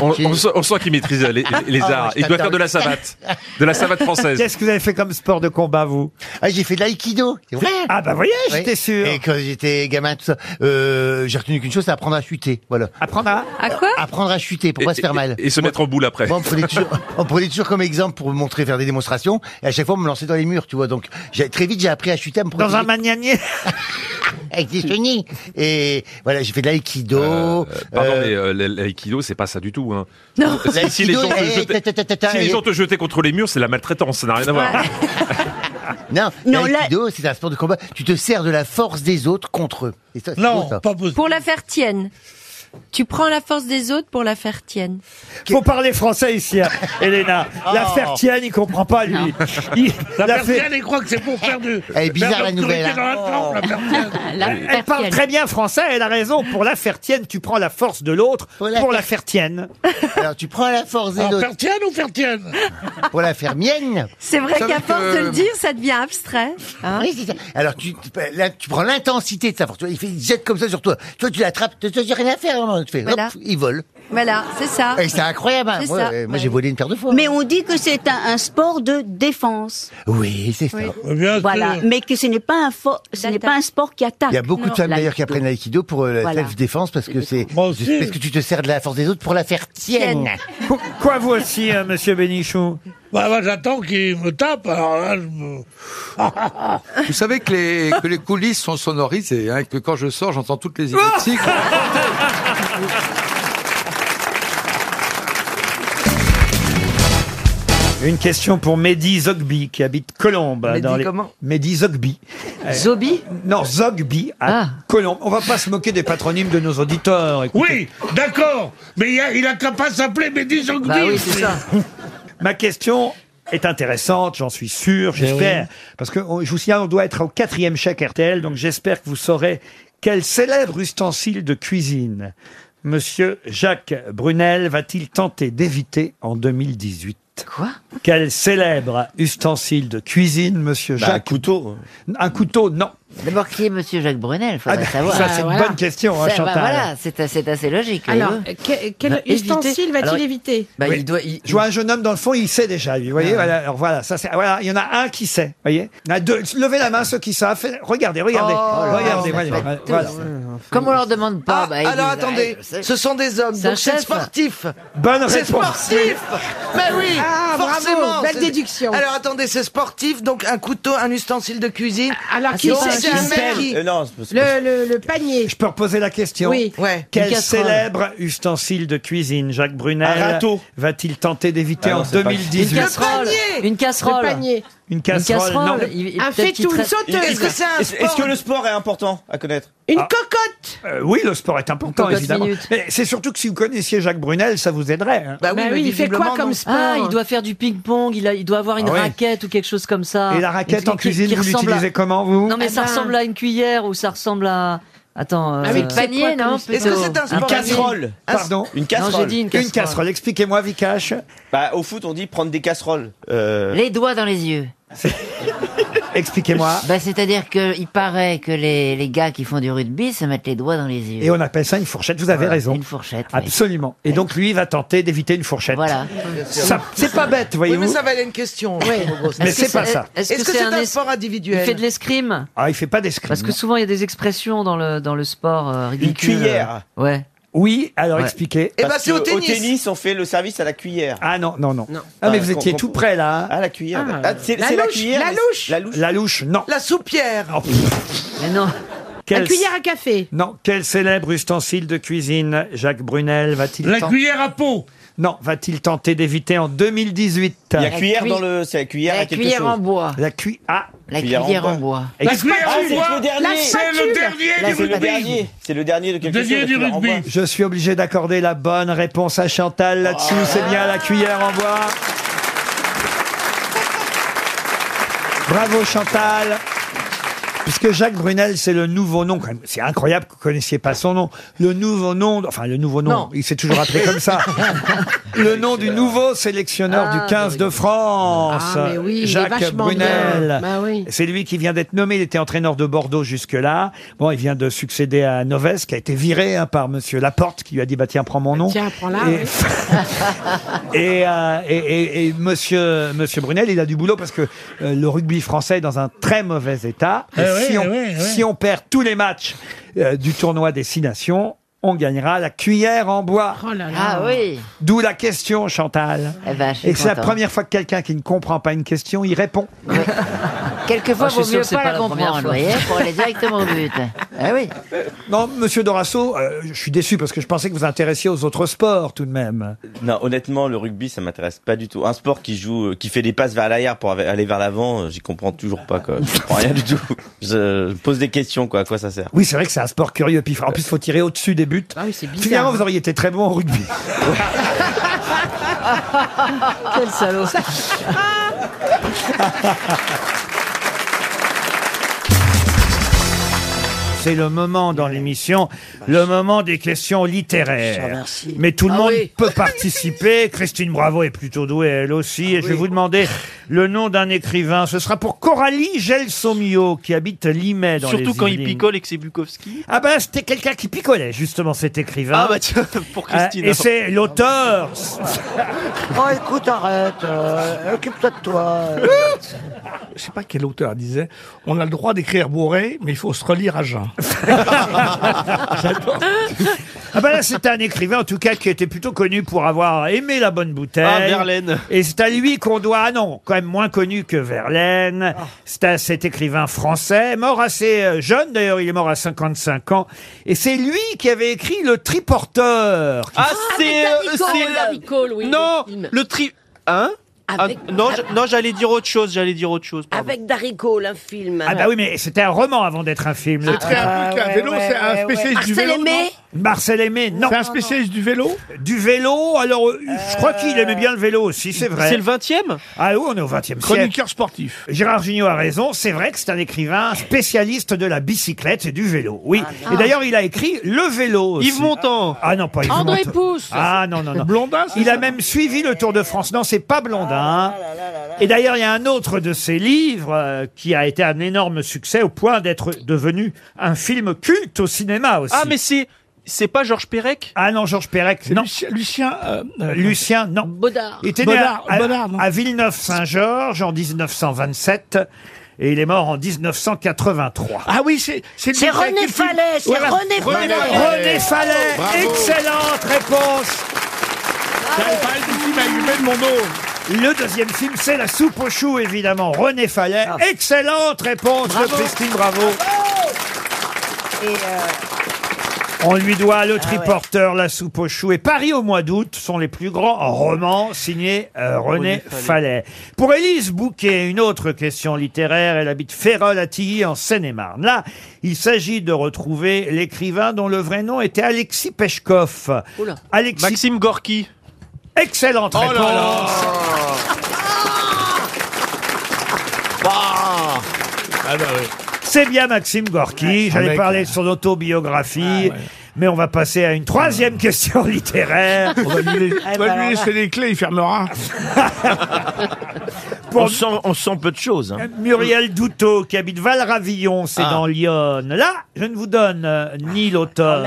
Speaker 5: On, on sent, on sent qu'il maîtrise les, les
Speaker 8: Ah,
Speaker 5: arts.
Speaker 8: ouais, je
Speaker 5: Il doit faire de la
Speaker 8: t'adore.
Speaker 5: savate. De la savate française.
Speaker 1: Qu'est-ce que vous avez fait comme sport de combat, vous
Speaker 8: Ah, j'ai fait de l'aïkido, c'est vrai.
Speaker 1: Ah bah voyez, j'étais
Speaker 8: Oui.
Speaker 1: sûr.
Speaker 8: Et quand j'étais gamin, tout ça, euh, j'ai retenu qu'une chose, c'est apprendre à chuter, voilà.
Speaker 1: Apprendre à
Speaker 8: À quoi Apprendre à chuter, pour pas se faire mal.
Speaker 5: Et, et se mettre en boule après.
Speaker 8: Moi, on me prenait toujours, on me prenait toujours comme exemple pour me montrer faire des démonstrations, et à chaque fois, on me lançait dans les murs, tu vois. Donc, j'ai- très vite, j'ai appris à chuter, à me protéger.
Speaker 1: Dans un Magna Chenier.
Speaker 8: (laughs) Avec des chenilles. Et voilà, j'ai fait de l'aïkido.
Speaker 5: Pardon,
Speaker 8: euh,
Speaker 5: mais euh, l- l'aïkido, c'est pas ça du tout. Hein.
Speaker 8: Non.
Speaker 5: Si, si les gens te
Speaker 8: L'aïkido, eh, ta, ta, ta,
Speaker 5: jetaient-
Speaker 8: ta,
Speaker 5: si les
Speaker 8: eh.
Speaker 5: gens te jetaient contre les murs, c'est la maltraitance, ça n'a rien à voir.
Speaker 8: Non,
Speaker 19: Non,
Speaker 8: l'aïkido, c'est un sport de combat. Tu te sers de la force des autres contre eux. Et ça, c'est beau, ça.
Speaker 19: Pour la faire tienne. Tu prends la force des autres pour la faire tienne.
Speaker 1: Faut parler français ici, hein, Elena. La
Speaker 8: Ah.
Speaker 19: Oh.
Speaker 1: Fertienne, il comprend pas, lui. Il-
Speaker 7: La
Speaker 1: la
Speaker 7: persienne,
Speaker 1: Fer-
Speaker 7: il croit que c'est pour faire du.
Speaker 1: Elle est bizarre,
Speaker 7: faire de
Speaker 1: la nouvelle,
Speaker 7: l'obscurité
Speaker 1: hein.
Speaker 7: dans la tempe, la persienne.
Speaker 1: Elle parle très bien français, elle a raison. Pour la Fertienne, tu prends la force de l'autre. Pour la Fertienne.
Speaker 8: (laughs) Alors, tu prends la force des
Speaker 19: Alors,
Speaker 8: autres.
Speaker 7: Fertienne ou fertienne
Speaker 8: Pour la faire mienne.
Speaker 19: C'est vrai
Speaker 8: Ça veut
Speaker 19: qu'à force
Speaker 8: que-
Speaker 19: de le dire, ça devient abstrait. hein.
Speaker 8: Oui, c'est ça. Alors tu, tu- là, tu prends l'intensité de sa force. Tu vois, Il, fait, il jette comme ça sur toi. Toi, tu l'attrapes. Toi, tu n'as rien à faire. vraiment. Tu fais, hop,
Speaker 19: Voilà.
Speaker 8: il vole.
Speaker 19: (laughs) Voilà, c'est ça.
Speaker 8: Et c'est incroyable. hein.
Speaker 19: C'est
Speaker 8: Moi,
Speaker 19: ça.
Speaker 8: euh, moi, j'ai volé une paire de fois.
Speaker 19: Mais on dit que c'est un, sport de défense.
Speaker 8: Oui, c'est ça.
Speaker 19: Voilà, mais que ce n'est pas un, fo- ce n'est pas un sport qui attaque.
Speaker 8: Il y a beaucoup de femmes d'ailleurs qui apprennent l'aïkido pour euh, la
Speaker 19: Voilà.
Speaker 8: self-défense parce que c'est
Speaker 19: aussi.
Speaker 8: parce que tu te sers de la force des autres pour la faire tienne.
Speaker 1: Quoi, vous aussi, monsieur Bénichon
Speaker 7: Bah, bah, j'attends qu'il me tape, alors là, je me-
Speaker 11: Vous savez que les, que les coulisses sont sonorisées, hein, que quand je sors, j'entends toutes les idées de cycle.
Speaker 1: Une question pour Mehdi Zogbi, qui habite Colombes.
Speaker 3: Mehdi
Speaker 1: dans les...
Speaker 3: comment
Speaker 1: Mehdi Zogbi.
Speaker 7: Euh,
Speaker 3: Zobi
Speaker 1: Non, Zogbi à
Speaker 7: Ah.
Speaker 1: Colombes. On va pas se moquer des patronymes de nos auditeurs.
Speaker 7: Oui, d'accord, mais il y a- il a qu'à pas s'appeler Mehdi
Speaker 8: Bah
Speaker 7: Zogbi. (laughs)
Speaker 1: Ma question est intéressante, j'en suis sûr,
Speaker 17: Eh
Speaker 1: j'espère. Parce que on- je vous signale, on doit être au quatrième chèque RTL, donc j'espère que vous saurez quel célèbre ustensile de cuisine Monsieur Jacques Brunel va-t-il tenter d'éviter en 2018 Quoi Quel célèbre ustensile de cuisine, Monsieur
Speaker 17: Bah, un
Speaker 1: Jacques couteau. Un couteau, non.
Speaker 17: D'abord, qui est Monsieur Jacques Brunel
Speaker 1: Ah,
Speaker 17: Faudrait
Speaker 1: bah,
Speaker 17: savoir.
Speaker 1: ça, c'est une Ah, voilà. bonne question,
Speaker 17: Ça,
Speaker 1: hein,
Speaker 17: bah,
Speaker 1: Chantal.
Speaker 17: voilà, c'est assez, c'est assez logique.
Speaker 13: Alors,
Speaker 17: voyez-vous.
Speaker 13: que- quel
Speaker 17: Bah, éviter.
Speaker 13: ustensile va-t-il
Speaker 17: Alors,
Speaker 13: éviter
Speaker 17: Bah,
Speaker 1: Oui.
Speaker 17: il doit- il-
Speaker 1: Je vois un jeune homme dans le fond, il sait déjà, lui. Vous voyez, voilà, alors voilà, ça c'est, voilà, il y en a un qui sait. Vous voyez, il y en a deux. Levez la main ceux qui savent. Faites- Regardez, regardez,
Speaker 3: Oh là là,
Speaker 1: regardez.
Speaker 3: on
Speaker 1: voilà,
Speaker 3: fait
Speaker 1: voilà,
Speaker 3: tous.
Speaker 1: voilà.
Speaker 17: Comme on leur demande pas. bah, ils
Speaker 3: Alors
Speaker 17: nous-
Speaker 3: attendez,
Speaker 17: Ah, c'est-
Speaker 3: ce sont des hommes,
Speaker 17: C'est un
Speaker 3: donc c'est
Speaker 17: chef.
Speaker 3: sportif.
Speaker 1: Bonne
Speaker 3: C'est
Speaker 1: réponse.
Speaker 3: sportif Mais oui
Speaker 13: Ah, bravo,
Speaker 3: Forcément
Speaker 13: belle
Speaker 3: c'est-
Speaker 13: déduction.
Speaker 3: Alors attendez, c'est sportif, donc un couteau, un ustensile de cuisine.
Speaker 13: Alors
Speaker 3: Ah,
Speaker 13: qui
Speaker 3: donc,
Speaker 13: c'est
Speaker 3: c'est un mec qui...
Speaker 1: Euh,
Speaker 13: le, le, le panier.
Speaker 1: Je peux reposer la question.
Speaker 13: Oui. Ouais. Une
Speaker 1: Quel
Speaker 13: casserole.
Speaker 1: célèbre ustensile de cuisine Jacques Brunel
Speaker 3: Un râteau.
Speaker 1: va-t-il tenter d'éviter
Speaker 3: Ah non,
Speaker 1: en
Speaker 3: c'est pas-
Speaker 1: 2018
Speaker 3: Une casserole.
Speaker 13: Le panier.
Speaker 3: Une casserole.
Speaker 13: Le panier.
Speaker 1: Une casserole, non.
Speaker 13: Un fétou, une sauteuse.
Speaker 1: le sport est important à connaître Ah. Euh,
Speaker 13: Une cocotte
Speaker 1: Oui, le sport est important,
Speaker 3: Cocotte
Speaker 1: évidemment.
Speaker 3: minute.
Speaker 1: Mais c'est surtout que si vous connaissiez Jacques Brunel, ça vous aiderait. hein.
Speaker 3: Bah oui, mais visiblement, non.
Speaker 23: Ah, il doit faire du ping-pong, il, a- il doit avoir une
Speaker 1: Ah oui.
Speaker 23: raquette ou quelque chose comme ça.
Speaker 1: Et la raquette
Speaker 23: Une-
Speaker 1: en
Speaker 23: qui-
Speaker 1: cuisine,
Speaker 23: qui
Speaker 1: vous
Speaker 23: ressemble à-
Speaker 1: l'utilisez comment, vous
Speaker 23: Non, mais
Speaker 1: Ah
Speaker 23: ça
Speaker 1: ben.
Speaker 23: ressemble à une cuillère ou ça ressemble à. Attends. euh,
Speaker 1: Avec
Speaker 23: panier, non plutôt
Speaker 1: Pardon
Speaker 23: Une casserole. Non, j'ai dit une casserole.
Speaker 1: Expliquez-moi, Vikash.
Speaker 24: Bah, au foot, on dit prendre des casseroles. euh,
Speaker 17: Les doigts dans les yeux.
Speaker 1: (laughs) Expliquez-moi.
Speaker 17: Bah, c'est-à-dire qu'il paraît que les, les gars qui font du rugby se mettent les doigts dans les yeux.
Speaker 1: Et on appelle ça une fourchette, vous avez
Speaker 17: Voilà,
Speaker 1: raison.
Speaker 17: Une fourchette. oui.
Speaker 1: Absolument. Et donc lui il va tenter d'éviter une fourchette.
Speaker 17: Voilà.
Speaker 1: Ça- C'est pas bête, voyez-vous.
Speaker 3: Oui, mais ça valait une question. en gros, ça.
Speaker 1: Mais c'est pas ça.
Speaker 23: Est-ce que c'est un es-
Speaker 3: sport individuel
Speaker 23: Il fait de l'escrime
Speaker 1: Ah, il fait pas d'escrime.
Speaker 23: Parce que souvent, il y a des expressions dans le, dans le sport euh, ridicules.
Speaker 24: cuillère.
Speaker 23: Ouais.
Speaker 1: Oui, alors
Speaker 23: Ouais.
Speaker 1: expliquez.
Speaker 23: Eh ben, c'est au tennis.
Speaker 24: Au tennis, on fait le service à la cuillère.
Speaker 1: Ah non, non, non. Ah, mais vous étiez tout près là.
Speaker 24: Ah, la cuillère.
Speaker 1: Ah.
Speaker 24: Ah, c'est
Speaker 1: La
Speaker 24: c'est la
Speaker 1: louche,
Speaker 24: cuillère.
Speaker 1: la
Speaker 24: mais-
Speaker 1: louche.
Speaker 24: La louche.
Speaker 1: La louche, non. Oh.
Speaker 3: La soupière
Speaker 23: Mais non.
Speaker 1: Quel-
Speaker 13: La cuillère à café.
Speaker 1: Non, quel célèbre ustensile de cuisine Jacques Brunel va-t-il
Speaker 24: La
Speaker 7: cuillère à peau
Speaker 1: Non, va-t-il tenter d'éviter en 2018
Speaker 24: Il y a cuillère dans le. C'est la cuillère à quelque chose.
Speaker 1: bois. La cuillère ah,
Speaker 24: La cuillère cuillère en en bois. bois. La cuillère en
Speaker 1: Ah, c'est
Speaker 24: bois.
Speaker 1: le dernier.
Speaker 24: La C'est le spatule. dernier Là, du c'est le rugby. dernier. C'est le dernier de quelque Dernier chose, la du cuillère en rugby. bois.
Speaker 1: Je suis obligé d'accorder la bonne réponse à Chantal là-dessus.
Speaker 24: Ah.
Speaker 1: C'est bien la cuillère en bois. Bravo Chantal. Puisque Jacques Brunel, c'est le nouveau nom, quand même. C'est incroyable que vous connaissiez pas son nom. Le nouveau nom, enfin, le nouveau nom, il s'est toujours appelé
Speaker 13: (laughs)
Speaker 1: comme ça. le nom du nouveau sélectionneur
Speaker 13: Ah,
Speaker 1: du 15 de France.
Speaker 13: Ah, mais oui, il est
Speaker 1: Jacques
Speaker 13: vachement bien.
Speaker 1: Brunel.
Speaker 13: Bah oui.
Speaker 1: C'est lui qui vient d'être nommé. Il était entraîneur de Bordeaux jusque-là. Bon, il vient de succéder à Noves, qui a été viré hein, par Monsieur Laporte, qui lui a dit bah tiens, prends mon nom.
Speaker 13: Tiens, prends-la.
Speaker 1: Et- (laughs) et, euh, et, et- et monsieur, monsieur Brunel, il a du boulot parce que euh, le rugby français est dans un très mauvais état.
Speaker 7: Eh
Speaker 1: Et
Speaker 7: oui,
Speaker 1: si,
Speaker 7: eh
Speaker 1: on,
Speaker 7: oui, eh oui.
Speaker 1: si on perd tous les matchs euh, du tournoi des Six Nations, on gagnera la cuillère en bois.
Speaker 17: Ah oui.
Speaker 1: D'où la question, Chantal.
Speaker 17: Eh ben, je suis
Speaker 1: et c'est la
Speaker 17: content.
Speaker 1: première fois que quelqu'un qui ne comprend pas une question y répond.
Speaker 17: Quelquefois,
Speaker 1: Ah, je suis
Speaker 17: vaut
Speaker 1: sûr
Speaker 17: mieux
Speaker 1: que c'est
Speaker 17: pas
Speaker 1: pas
Speaker 17: la
Speaker 1: la première
Speaker 17: comprendre, vous
Speaker 1: fois.
Speaker 17: voyez, pour aller directement au
Speaker 23: (laughs)
Speaker 17: but. Ah oui.
Speaker 1: Non, monsieur Dorasso, euh, je suis déçu parce que je pensais que vous intéressiez aux autres sports tout de même.
Speaker 24: Non, honnêtement, le rugby, ça m'intéresse pas du tout. Un sport qui joue, euh, qui fait des passes vers l'arrière pour aller vers l'avant, euh, j'y comprends toujours pas, quoi. Je comprends rien du tout. Je je pose des questions, quoi. À quoi ça sert
Speaker 1: Oui, c'est vrai que c'est un sport curieux. Puis, en plus, il faut tirer au-dessus des buts.
Speaker 17: Ah
Speaker 1: Finalement, vous auriez été très bon au rugby.
Speaker 23: (laughs) Quel
Speaker 9: (laughs)
Speaker 23: salaud ça
Speaker 1: C'est le moment dans l'émission, le moment des questions littéraires. Mais tout le monde peut participer. (laughs) Christine Bravo est plutôt douée, elle aussi. Et je vais vous demander le nom d'un écrivain. Ce sera pour Coralie Gelsomio, qui habite Limay dans les
Speaker 21: Surtout quand il
Speaker 1: Yvelines.
Speaker 21: picole et que c'est Bukowski.
Speaker 1: Ah ben, c'était quelqu'un qui picolait, justement, cet écrivain.
Speaker 21: Ah bah tiens, (laughs) pour
Speaker 1: Euh,
Speaker 21: Christine.
Speaker 1: et c'est l'auteur.
Speaker 22: (laughs) Oh, écoute, arrête. euh, Occupe-toi de toi. euh.
Speaker 7: Je sais pas quel auteur disait on a le droit d'écrire bourré, mais il faut se relire à jeun.
Speaker 1: (laughs) Ah ben là, c'est un écrivain, en tout cas, qui était plutôt connu pour avoir aimé la bonne bouteille.
Speaker 21: Ah, Verlaine.
Speaker 1: Et c'est à lui qu'on doit, ah non, quand même moins connu que Verlaine.
Speaker 21: Ah.
Speaker 1: C'est à cet écrivain français, mort assez euh, jeune, d'ailleurs, il est mort à 55 ans. Et c'est lui qui avait écrit Le Triporteur.
Speaker 21: Ah, c'est.
Speaker 1: mais
Speaker 21: euh,
Speaker 1: David Cole,
Speaker 21: c'est
Speaker 1: oui,
Speaker 21: la-
Speaker 1: David Cole, oui,
Speaker 21: Non,
Speaker 1: le film.
Speaker 21: le tri. Hein Ah, Non, je- non, j'allais dire autre chose, j'allais dire autre chose. pardon.
Speaker 15: Avec Darry Cole, un film.
Speaker 1: Ah bah oui, mais c'était un roman avant d'être un film. Le
Speaker 15: C'était un truc,
Speaker 1: Triporteur.
Speaker 15: un Ah, ouais, vélo, ouais, c'est un ouais, spécialiste ouais. du Marcel vélo, Aimé
Speaker 1: Marcel Aimé, non.
Speaker 7: C'est un spécialiste
Speaker 1: du vélo Du vélo, alors euh, je crois qu'il aimait bien le vélo aussi, c'est vrai.
Speaker 21: C'est le 20e
Speaker 1: Ah oui, on est au 20e siècle.
Speaker 7: Chroniqueur sportif.
Speaker 1: Gérard Gignot a raison, c'est vrai que c'est un écrivain spécialiste de la bicyclette et du vélo. Oui.
Speaker 15: Ah,
Speaker 21: non.
Speaker 1: et d'ailleurs, il a écrit Le vélo. aussi.
Speaker 21: Yves Montand.
Speaker 1: Ah non, pas Yves
Speaker 21: André
Speaker 1: Montand.
Speaker 21: Pousse.
Speaker 1: Ah non, non, non.
Speaker 7: Blondin,
Speaker 1: Il a même suivi le Tour de France. Non, c'est pas Blondin.
Speaker 21: Ah,
Speaker 1: hein. Et d'ailleurs, il y a un autre de ses livres euh, qui a été un énorme succès au point d'être devenu un film culte au cinéma aussi.
Speaker 21: Ah, mais c'est. C'est pas Georges Perec
Speaker 1: Ah non, Georges Perec,
Speaker 21: non.
Speaker 7: Lucien.
Speaker 21: euh,
Speaker 1: Lucien, non.
Speaker 21: Baudard.
Speaker 1: Il était né à, à- à Villeneuve-Saint-Georges en 1927 et il est mort en 1983.
Speaker 7: Ah oui, c'est
Speaker 22: C'est René Fallet, c'est René Fallet.
Speaker 1: René Fallet, excellente réponse.
Speaker 22: Ben
Speaker 1: Le deuxième film, c'est La soupe aux choux, évidemment. René Fallet,
Speaker 22: Ah.
Speaker 1: excellente réponse de Christine Bravo.
Speaker 22: Et, euh,
Speaker 1: On lui doit Le Triporteur, La soupe aux choux et Paris au mois d'août sont les plus grands romans signés euh,
Speaker 21: René
Speaker 1: René, Fallet.
Speaker 21: Fallet.
Speaker 1: Pour Élise Bouquet, une autre question littéraire, elle habite Férol à Tilly en Seine-et-Marne. Là, il s'agit de retrouver l'écrivain dont le vrai nom était Alexis Peshkov.
Speaker 21: Oula.
Speaker 1: Alexis...
Speaker 21: Maxime Gorky.
Speaker 1: Excellente
Speaker 21: Oh là
Speaker 1: réponse.
Speaker 21: là
Speaker 9: Oh.
Speaker 1: C'est bien Maxime Gorky. J'allais
Speaker 7: mec,
Speaker 1: parler de son autobiographie.
Speaker 7: Ah,
Speaker 1: Mais on va passer à une troisième question littéraire.
Speaker 7: On va lui,
Speaker 1: Eh
Speaker 7: on va
Speaker 1: ben
Speaker 7: lui
Speaker 1: alors
Speaker 7: laisser
Speaker 1: là.
Speaker 7: les clés,
Speaker 1: (laughs)
Speaker 7: il fermera.
Speaker 1: Pour-
Speaker 14: On, sent, on sent peu de choses. hein.
Speaker 1: Muriel Douteau, qui habite Valravillon, c'est
Speaker 14: Ah.
Speaker 1: dans l'Yonne. Là, je ne vous donne euh,
Speaker 7: Ah,
Speaker 1: ni l'auteur,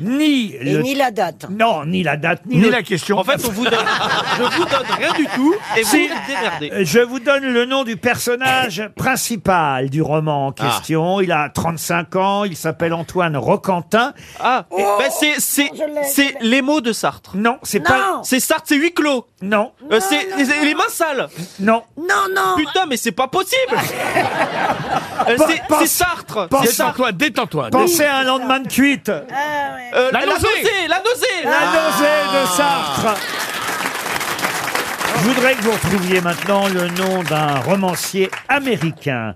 Speaker 1: ni
Speaker 22: et
Speaker 1: le-
Speaker 22: ni la date.
Speaker 1: Non, ni la date, ni,
Speaker 7: Ni
Speaker 1: le-
Speaker 7: la question.
Speaker 21: En fait, on vous donne,
Speaker 1: (laughs)
Speaker 21: je vous donne rien du tout et vous
Speaker 1: Si.
Speaker 21: êtes démerdés.
Speaker 1: Euh, Je vous donne le nom du personnage principal du roman en
Speaker 21: Ah.
Speaker 1: question. Il a 35 ans, il s'appelle Antoine Roquentin.
Speaker 21: Ah,
Speaker 1: Eh
Speaker 21: et-
Speaker 24: Oh.
Speaker 1: ben,
Speaker 21: bah, c'est c'est c'est les mots de Sartre.
Speaker 1: Non, c'est pas.
Speaker 21: C'est Sartre, c'est huis clos.
Speaker 1: Non.
Speaker 21: Euh, c'est c'est les mains sales.
Speaker 1: Non.
Speaker 22: Non, non.
Speaker 21: Putain, mais c'est pas
Speaker 7: (laughs)
Speaker 21: possible. Euh, c'est-
Speaker 1: pense-
Speaker 21: c'est Sartre. C'est Sartre.
Speaker 7: Détends-toi, détends-toi.
Speaker 1: Pensez à un lendemain de cuite.
Speaker 22: Ah,
Speaker 21: Euh,
Speaker 7: La
Speaker 21: la, nausée.
Speaker 7: nausée,
Speaker 21: la nausée.
Speaker 1: La
Speaker 14: Ah.
Speaker 1: nausée de Sartre. Je voudrais que vous retrouviez maintenant le nom d'un romancier américain.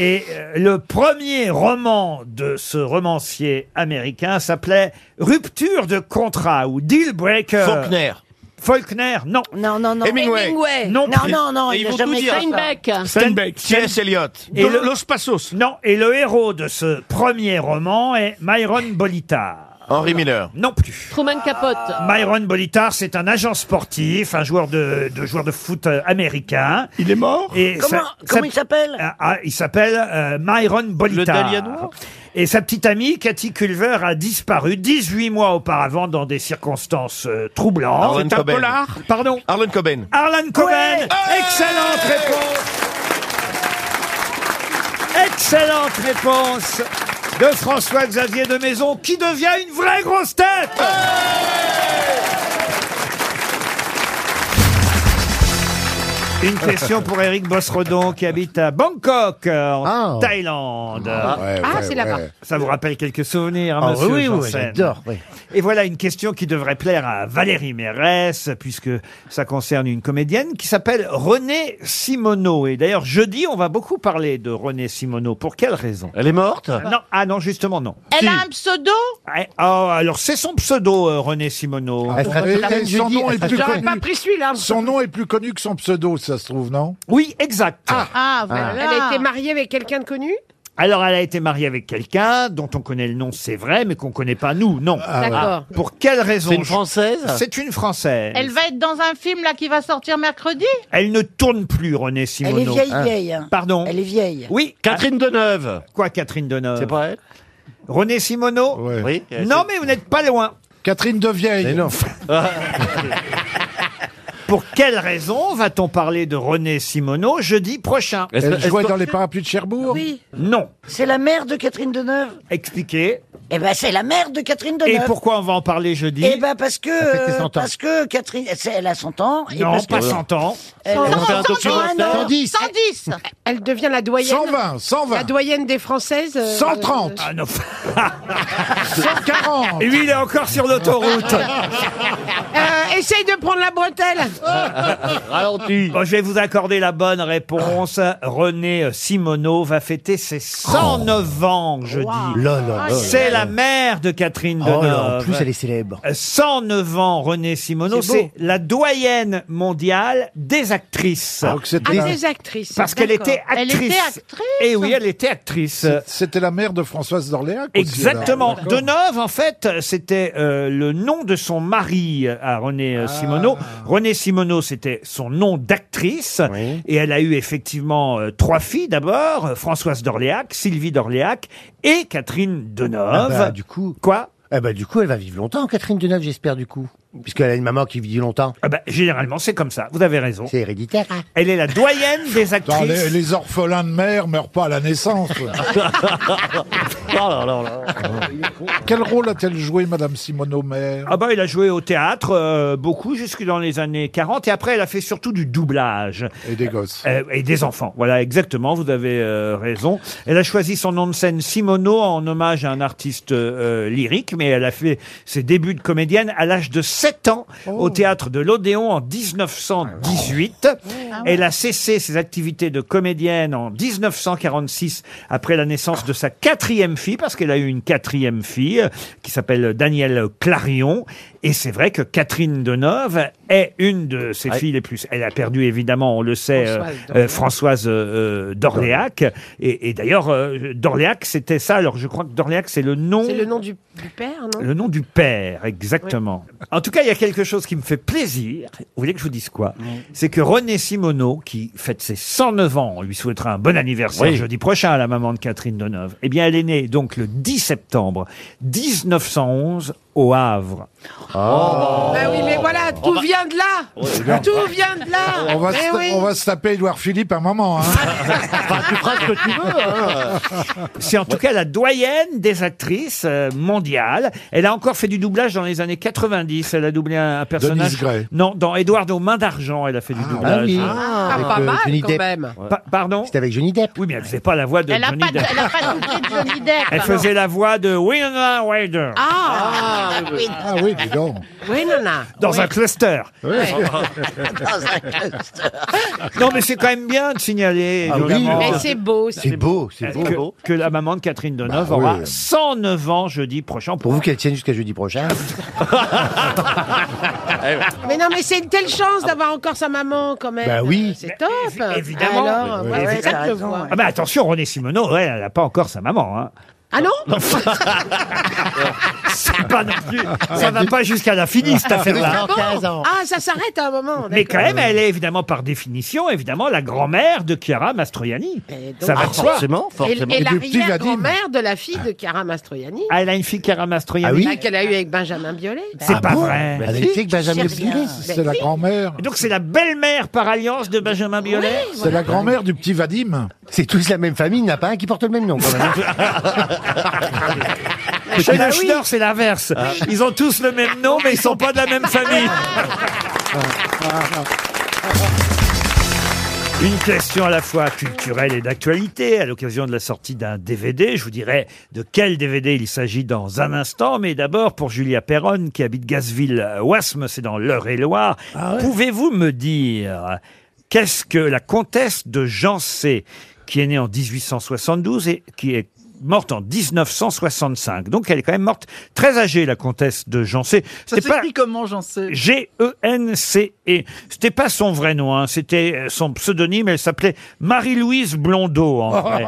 Speaker 1: Et euh, le premier roman de ce romancier américain s'appelait Rupture de contrat ou Deal Breaker.
Speaker 14: Faulkner.
Speaker 1: Faulkner, non.
Speaker 22: Non, non, non.
Speaker 14: Hemingway.
Speaker 22: Non,
Speaker 1: Non plus.
Speaker 22: non, non,
Speaker 14: Et
Speaker 22: il
Speaker 14: ils
Speaker 22: n'a
Speaker 14: vont
Speaker 22: jamais
Speaker 14: tout dire.
Speaker 22: fait ça.
Speaker 7: Steinbeck.
Speaker 14: T.S. Eliot.
Speaker 1: Et
Speaker 7: Don-
Speaker 1: le-
Speaker 7: Los Passos.
Speaker 1: Non, et le héros de ce premier roman est Myron Bolitar.
Speaker 14: Henry Miller.
Speaker 1: Non plus.
Speaker 25: Truman Capote.
Speaker 1: Myron Bolitar, c'est un agent sportif, un joueur de, de joueur de foot euh, américain. Il est mort Et
Speaker 22: Comment,
Speaker 1: sa-
Speaker 22: comment
Speaker 1: sa-
Speaker 22: il s'appelle
Speaker 1: Ah, ah, il s'appelle euh, Myron Bolitar.
Speaker 21: Dahlia noir
Speaker 1: Et sa petite amie, Cathy Culver, a disparu 18 mois auparavant dans des circonstances euh, troublantes.
Speaker 14: Arlen C'est un Coben. polar
Speaker 1: Pardon
Speaker 14: Arlen Coben.
Speaker 1: Arlan Coben Excellente réponse Excellente réponse de François-Xavier de Maison qui devient une vraie grosse tête Une question pour Eric Bosredon qui habite à Bangkok, euh, en Thaïlande.
Speaker 10: Ah, ouais, Ah, ouais, c'est là-bas. ouais.
Speaker 1: Ça vous rappelle quelques souvenirs, hein,
Speaker 26: Ah,
Speaker 1: monsieur
Speaker 26: oui, oui, oui,
Speaker 1: Janssen.
Speaker 26: j'adore, oui.
Speaker 1: Et voilà une question qui devrait plaire à Valérie Mérès, puisque ça concerne une comédienne qui s'appelle Renée Simoneau. Et d'ailleurs, jeudi, on va beaucoup parler de Renée Simoneau. Pour quelle raison Elle est morte Non, ah non, justement, non.
Speaker 11: Elle a un pseudo
Speaker 1: Ah, ah, alors, c'est son pseudo, euh, Renée Simoneau.
Speaker 9: Ah, Elle sera sur la même jeudi, elle sera sur la même-
Speaker 11: pris celui-là.
Speaker 9: Son nom est plus connu que son pseudo, ça se trouve, non
Speaker 1: Oui, exact.
Speaker 9: Ah,
Speaker 10: Elle a été mariée avec quelqu'un de connu
Speaker 1: Alors, elle a été mariée avec quelqu'un dont on connaît le nom, c'est vrai, mais qu'on connaît pas nous, non.
Speaker 10: D'accord.
Speaker 1: Ah, Pour quelle raison
Speaker 10: C'est une
Speaker 1: je-
Speaker 10: Française
Speaker 1: C'est une Française.
Speaker 11: Elle va être dans un film là qui va sortir mercredi
Speaker 1: Elle ne tourne plus, René
Speaker 11: Elle
Speaker 1: Simoneau. Ah.
Speaker 11: est vieille, vieille, hein.
Speaker 1: Pardon
Speaker 11: Elle est vieille.
Speaker 1: Oui. Catherine Deneuve. Quoi, Catherine Deneuve C'est pas elle René Simoneau Oui. Non, mais vous n'êtes pas loin. Catherine Devieille. non. Pour quelle raison va-t-on parler de René Simoneau jeudi prochain
Speaker 9: Est-ce- Elle est-ce jouait que- dans les
Speaker 1: parapluies de Cherbourg Oui. Non.
Speaker 17: C'est la mère de Catherine Deneuve.
Speaker 1: Expliquez.
Speaker 17: Eh ben, c'est la mère de Catherine Deneuve.
Speaker 1: Et pourquoi on va en parler jeudi
Speaker 17: Eh ben, parce que
Speaker 1: Elle fêtait 100 ans.
Speaker 17: euh, parce que Catherine, elle, c'est- elle a 100 ans. et
Speaker 1: Non,
Speaker 17: parce que-
Speaker 1: pas 100 ans.
Speaker 17: Elle-
Speaker 10: On fait un
Speaker 17: 110.
Speaker 10: 110 Elle devient la doyenne.
Speaker 9: 120, 120.
Speaker 10: La doyenne des Françaises. euh,
Speaker 9: 130.
Speaker 1: Ah non. (laughs)
Speaker 10: 140.
Speaker 1: Et lui, il est encore sur
Speaker 26: (laughs)
Speaker 1: l'autoroute.
Speaker 10: Euh, essaye de prendre la bretelle.
Speaker 1: Bon, je vais vous accorder la bonne réponse. René Simoneau va fêter ses
Speaker 26: Oh.
Speaker 1: 109 ans jeudi.
Speaker 26: là,
Speaker 1: C'est
Speaker 26: là.
Speaker 8: Bah,
Speaker 1: la mère de Catherine
Speaker 26: Oh
Speaker 1: Deneuve.
Speaker 26: là, en plus, elle est célèbre.
Speaker 1: 109 ans, René Simoneau,
Speaker 10: C'est beau.
Speaker 1: c'est la doyenne mondiale des actrices.
Speaker 10: c'était Ah, la- des actrices,
Speaker 1: Parce qu'elle
Speaker 10: d'accord.
Speaker 1: était
Speaker 10: Elle
Speaker 1: actrice.
Speaker 10: était actrice.
Speaker 1: Et oui, elle était actrice.
Speaker 9: C'était la mère de Françoise d'Orléac aussi,
Speaker 1: Exactement.
Speaker 9: alors.
Speaker 1: Deneuve, en fait, c'était euh, le nom de son mari euh, à René
Speaker 8: Ah.
Speaker 1: euh, Simoneau. René Simoneau, c'était son nom d'actrice. Et elle a eu effectivement euh, trois filles d'abord, euh, Françoise d'Orléac, Sylvie d'Orléac et Catherine Deneuve.
Speaker 8: Ah bah,
Speaker 1: (laughs)
Speaker 8: du coup.
Speaker 1: Quoi
Speaker 8: Ah bah, du coup, elle va vivre longtemps, Catherine Deneuve, j'espère, du coup. Puisqu'elle a une maman qui vit longtemps.
Speaker 1: Ah bah, généralement, c'est comme ça. Vous avez raison.
Speaker 8: C'est héréditaire.
Speaker 1: Elle est la doyenne des
Speaker 9: Attends,
Speaker 1: actrices.
Speaker 9: les, les orphelins de mère meurent pas à la
Speaker 1: (laughs)
Speaker 9: naissance.
Speaker 1: Oh
Speaker 8: Ah.
Speaker 9: Quel rôle a-t-elle joué, Madame Simoneau mère
Speaker 1: Ah bah il a joué au théâtre euh, beaucoup jusque dans les années 40 et après elle a fait surtout du doublage Euh,
Speaker 9: et des gosses
Speaker 1: et des enfants. Voilà exactement, vous avez euh, raison. Elle a choisi son nom de scène Simono en hommage à un artiste euh, lyrique mais elle a fait ses débuts de comédienne à l'âge de 7 ans
Speaker 9: Oh.
Speaker 1: au théâtre de l'Odéon en 1918.
Speaker 10: Ah
Speaker 1: Elle a cessé ses activités de comédienne en 1946 après la naissance de sa quatrième fille parce qu'elle a eu une quatrième fille euh, qui s'appelle Danielle Clarion. Et c'est vrai que Catherine Deneuve est une de ses filles les plus. Elle a perdu évidemment, on le sait, euh, euh, Françoise euh, euh, d'Orléac. Et, et d'ailleurs, euh, d'Orléac, c'était ça. Alors je crois que d'Orléac, c'est le nom.
Speaker 10: C'est le nom du, du père, non
Speaker 1: Le nom du père, exactement. En tout cas, il y a quelque chose qui me fait plaisir. Vous voulez que je vous dise quoi C'est que René Simoneau, qui fête ses 109 ans, on lui souhaitera un bon anniversaire
Speaker 10: Oui.
Speaker 1: jeudi prochain à la maman de Catherine Deneuve. Eh bien, elle est née donc le 10 septembre 1911 au Havre.
Speaker 10: Bah oui, mais voilà, tout vient de là.
Speaker 9: Oh, bien.
Speaker 10: Tout vient de là.
Speaker 9: on va,
Speaker 10: mais
Speaker 9: se,
Speaker 10: Eh oui.
Speaker 9: on va se taper Édouard Philippe un moment. Hein.
Speaker 11: (laughs)
Speaker 9: tu feras ce que tu veux. hein.
Speaker 1: hein. C'est en tout cas la doyenne des actrices euh, mondiales. Elle a encore fait du doublage dans les années 90. Elle a doublé un, un personnage.
Speaker 9: Denise Gray.
Speaker 1: Non, dans Édouard aux mains d'argent, elle a fait du doublage.
Speaker 8: Ah oui. Ah, Avec, pas euh, mal, Johnny quand Depp. même.
Speaker 1: Pa- pardon C'était
Speaker 8: avec Johnny Depp.
Speaker 1: Oui, mais elle faisait pas la voix de
Speaker 11: Elle n'a
Speaker 1: Johnny
Speaker 11: pas,
Speaker 1: Depp.
Speaker 11: elle a pas doublé Johnny Depp.
Speaker 1: Elle faisait la voix de Winona Ryder.
Speaker 11: Ah,
Speaker 9: Ah oui, dis donc.
Speaker 10: Oui, nana.
Speaker 1: Dans un cluster.
Speaker 10: Ouais. (laughs)
Speaker 1: non, mais c'est quand même bien de signaler.
Speaker 10: Ah oui.
Speaker 1: évidemment,
Speaker 10: Mais c'est
Speaker 1: (laughs)
Speaker 10: beau, c'est C'est beau. beau, c'est beau.
Speaker 1: Que,
Speaker 10: beau.
Speaker 1: que la maman de Catherine Deneuve
Speaker 8: Bah
Speaker 1: aura
Speaker 8: oui.
Speaker 1: 109 ans jeudi prochain.
Speaker 8: Pour vous qu'elle tienne jusqu'à
Speaker 1: (laughs)
Speaker 8: jeudi prochain.
Speaker 10: Mais non, mais c'est une telle chance d'avoir encore sa maman, quand même.
Speaker 8: Bah oui.
Speaker 10: C'est top.
Speaker 1: Évidemment.
Speaker 10: Alors, bah ouais, ouais, ça, je le vois.
Speaker 1: Ah, mais attention, René Simoneau, ouais, elle n'a pas encore sa maman. hein.
Speaker 10: Ah non
Speaker 1: (laughs)
Speaker 9: Ah,
Speaker 1: C'est pas non plus- Ça va pas jusqu'à l'infini, cette affaire-là.
Speaker 10: Ah, Bon. Ah, ça s'arrête à un moment.
Speaker 1: Mais quand
Speaker 10: d'accord.
Speaker 1: même, elle est évidemment, par définition, évidemment, la grand-mère de Chiara Mastroianni.
Speaker 10: donc-
Speaker 1: Ça va
Speaker 10: Ah,
Speaker 1: de soi.
Speaker 10: forcément, Et, et l'arrière-grand-mère de la fille de Chiara Mastroianni.
Speaker 1: Ah, elle a une fille Chiara Mastroianni.
Speaker 10: Bah, Qu'elle a eu avec Benjamin Biolay.
Speaker 1: C'est pas vrai.
Speaker 10: Bah, si.
Speaker 1: Benjamin
Speaker 10: Je sais rien.
Speaker 1: Biolay,
Speaker 10: Bah, si.
Speaker 1: grand-mère. Donc c'est la belle-mère par alliance de Benjamin Biolay.
Speaker 9: C'est la grand-mère du petit Vadim.
Speaker 8: C'est tous la même famille, il n'y en a pas un qui porte le même nom quand
Speaker 1: (laughs)
Speaker 8: même. (laughs)
Speaker 1: Chez
Speaker 8: Ah
Speaker 1: le
Speaker 8: oui.
Speaker 1: Schneur, c'est l'inverse.
Speaker 8: Ah.
Speaker 1: Ils ont tous le même nom, mais ils sont pas de la même famille. Une question à la fois culturelle et d'actualité à l'occasion de la sortie d'un DVD. Je vous dirai de quel DVD il s'agit dans un instant. Mais d'abord, pour Julia Perron, qui habite Gazville-Ouasme, c'est dans l'Eure-et-Loire. Pouvez-vous me dire qu'est-ce que la comtesse de Jancé, qui est née en 1872 et qui est morte en 1965. Donc elle est quand même morte très âgée, la comtesse de Jancé.
Speaker 2: Ça
Speaker 1: C'était pas- E
Speaker 2: s'écrit comment, j'en sais
Speaker 1: G-E-N-C-E. C'était E. pas son vrai nom, hein, c'était euh, son pseudonyme. Elle s'appelait Marie-Louise Blondeau, en vrai.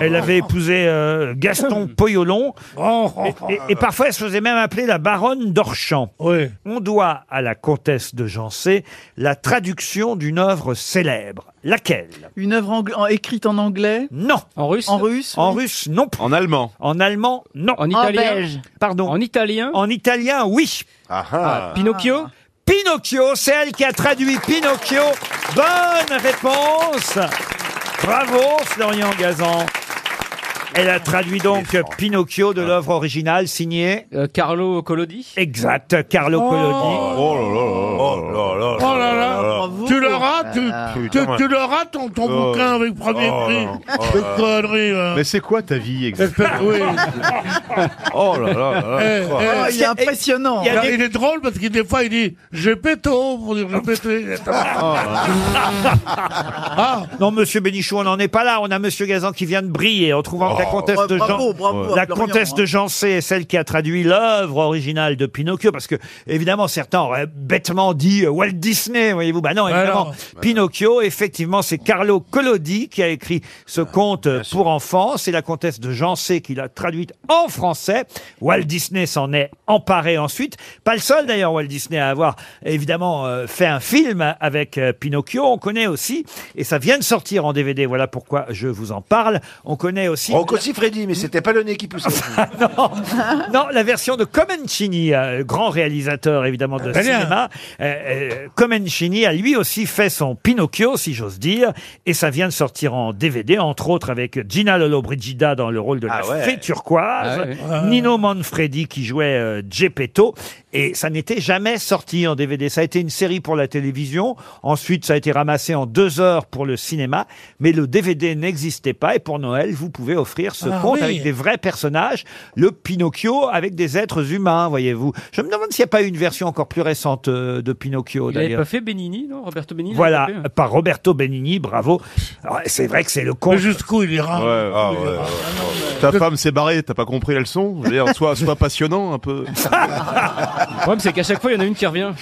Speaker 1: Elle avait épousé euh, Gaston Poyolon. Et, et- et parfois, elle se faisait même appeler la baronne d'Orchamps. On doit à la comtesse de Jancé la traduction d'une œuvre célèbre. Laquelle
Speaker 2: Une œuvre angla- en- écrite en anglais
Speaker 1: Non.
Speaker 2: En russe En russe
Speaker 1: En russe, non. En allemand En allemand, non. En
Speaker 2: italien belge.
Speaker 1: Pardon. En italien En italien, oui.
Speaker 21: ah.
Speaker 1: Pinocchio Pinocchio, c'est elle qui a traduit Pinocchio. Bonne réponse. Bravo, Florian Gazan. Elle a traduit donc Pinocchio de l'œuvre originale signée Euh, Carlo Collodi. Exact, Carlo Collodi.
Speaker 14: Oh là là là
Speaker 7: Oh là là, tu l'auras, tu, tu, tu l'auras ton, ton
Speaker 14: Oh.
Speaker 7: bouquin avec premier
Speaker 14: Oh
Speaker 7: prix.
Speaker 14: là là. Oh
Speaker 7: Quelle
Speaker 14: là là.
Speaker 7: connerie, hein. là.
Speaker 12: Mais c'est quoi ta vie
Speaker 9: (laughs)
Speaker 12: exactement
Speaker 7: Oui.
Speaker 12: Oh là là là là.
Speaker 7: Eh, eh,
Speaker 2: il est impressionnant.
Speaker 7: Il, y a des- il est drôle parce que des fois il dit j'ai pété pour dire j'ai pété.
Speaker 1: Ah. Non, monsieur Bénichou, on n'en est pas là. On a monsieur Gazan qui vient de briller en trouvant que la
Speaker 7: Oh.
Speaker 1: comtesse
Speaker 7: Ouais,
Speaker 1: de Jean...
Speaker 7: bravo, bravo,
Speaker 1: la
Speaker 7: Florian,
Speaker 1: comtesse
Speaker 7: hein.
Speaker 1: de Jancé est celle qui a traduit l'œuvre originale de Pinocchio parce que, évidemment, certains auraient bêtement dit euh, Walt Disney, voyez-vous. Bah non,
Speaker 7: Bah
Speaker 1: évidemment,
Speaker 7: non.
Speaker 1: Pinocchio, effectivement, c'est Carlo Collodi qui a écrit ce
Speaker 7: Bah,
Speaker 1: conte euh, pour enfants. C'est la comtesse de Jancé qui l'a traduite en français. Walt Disney s'en est emparé ensuite. Pas le seul, d'ailleurs, Walt Disney à avoir, évidemment, euh, fait un film avec euh, Pinocchio. On connaît aussi, et ça vient de sortir en DVD, voilà pourquoi je vous en parle. On connaît aussi...
Speaker 12: Rocco Freddy, mais c'était pas le nez qui poussait.
Speaker 1: (laughs) Non, la version de Comencini, euh, grand réalisateur évidemment de
Speaker 7: Très bien.
Speaker 1: cinéma. Euh, euh, Comencini a lui aussi fait son Pinocchio, si j'ose dire, et ça vient de sortir en DVD, entre autres avec Gina Lollobrigida dans le rôle de la
Speaker 7: Ah ouais.
Speaker 1: fée turquoise,
Speaker 7: Ah ouais. Ah ouais.
Speaker 1: Nino Manfredi qui jouait euh, Geppetto, et ça n'était jamais sorti en DVD. Ça a été une série pour la télévision, ensuite ça a été ramassé en deux heures pour le cinéma, mais le DVD n'existait pas, et pour Noël, vous pouvez offrir ce
Speaker 7: Ah
Speaker 1: conte
Speaker 7: oui.
Speaker 1: avec des vrais personnages, le Pinocchio avec des êtres humains, voyez-vous. Je me demande s'il n'y a pas eu une version encore plus récente euh, de Pinocchio,
Speaker 18: Il n'avait
Speaker 1: d'ailleurs.
Speaker 18: pas fait Benigni, non Roberto Benigni
Speaker 1: Voilà,
Speaker 18: l'avait pas fait.
Speaker 1: par Roberto Benigni, bravo. Alors, C'est vrai que c'est le conte.
Speaker 7: Jusqu'où il ira
Speaker 12: Ouais, ah ouais, ouais, ouais. Ta femme s'est barrée, t'as pas compris la leçon Je veux dire, sois, sois passionnant un peu.
Speaker 18: (laughs) Le problème, c'est qu'à chaque fois, il y en a une qui revient.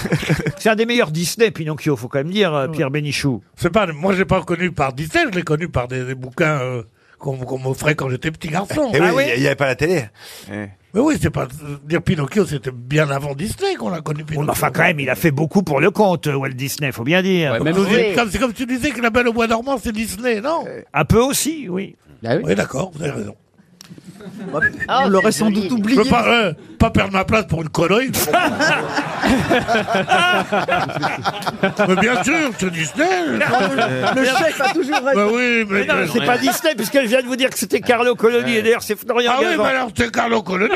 Speaker 1: (laughs) C'est un des meilleurs Disney, Pinocchio, faut quand même dire, euh, Pierre Bénichou.
Speaker 7: C'est pas, moi j'ai pas connu par Disney, je l'ai connu par des, des bouquins euh, qu'on qu'on m'offrait quand j'étais petit garçon.
Speaker 12: Eh oui, Ah oui il y avait
Speaker 7: pas la télé.
Speaker 15: Eh.
Speaker 7: Mais oui, c'est pas dire Pinocchio, c'était bien avant Disney qu'on l'a connu. Pinocchio.
Speaker 1: Enfin, quand même, il a fait beaucoup pour le conte, euh, Walt Disney, faut bien dire.
Speaker 7: Nous, c'est comme- c'est comme tu disais que La Belle au Bois Dormant, c'est Disney, non
Speaker 2: Euh,
Speaker 1: Un peu aussi, oui.
Speaker 18: Ah
Speaker 7: oui, d'accord, vous avez raison.
Speaker 12: Oh,
Speaker 2: On l'aurait sans doute oublié.
Speaker 7: Je veux pas, euh, pas perdre ma place pour une connerie.
Speaker 2: (laughs)
Speaker 7: mais bien sûr, c'est Disney.
Speaker 2: Le- le chef a toujours raison.
Speaker 7: Bah oui, mais,
Speaker 1: Mais non,
Speaker 7: mais-
Speaker 1: c'est pas Disney, puisqu'elle vient de vous dire que c'était Carlo Collodi, et d'ailleurs, c'est Florian
Speaker 7: Ah oui,
Speaker 1: Gazan.
Speaker 7: mais alors c'est Carlo Coloni.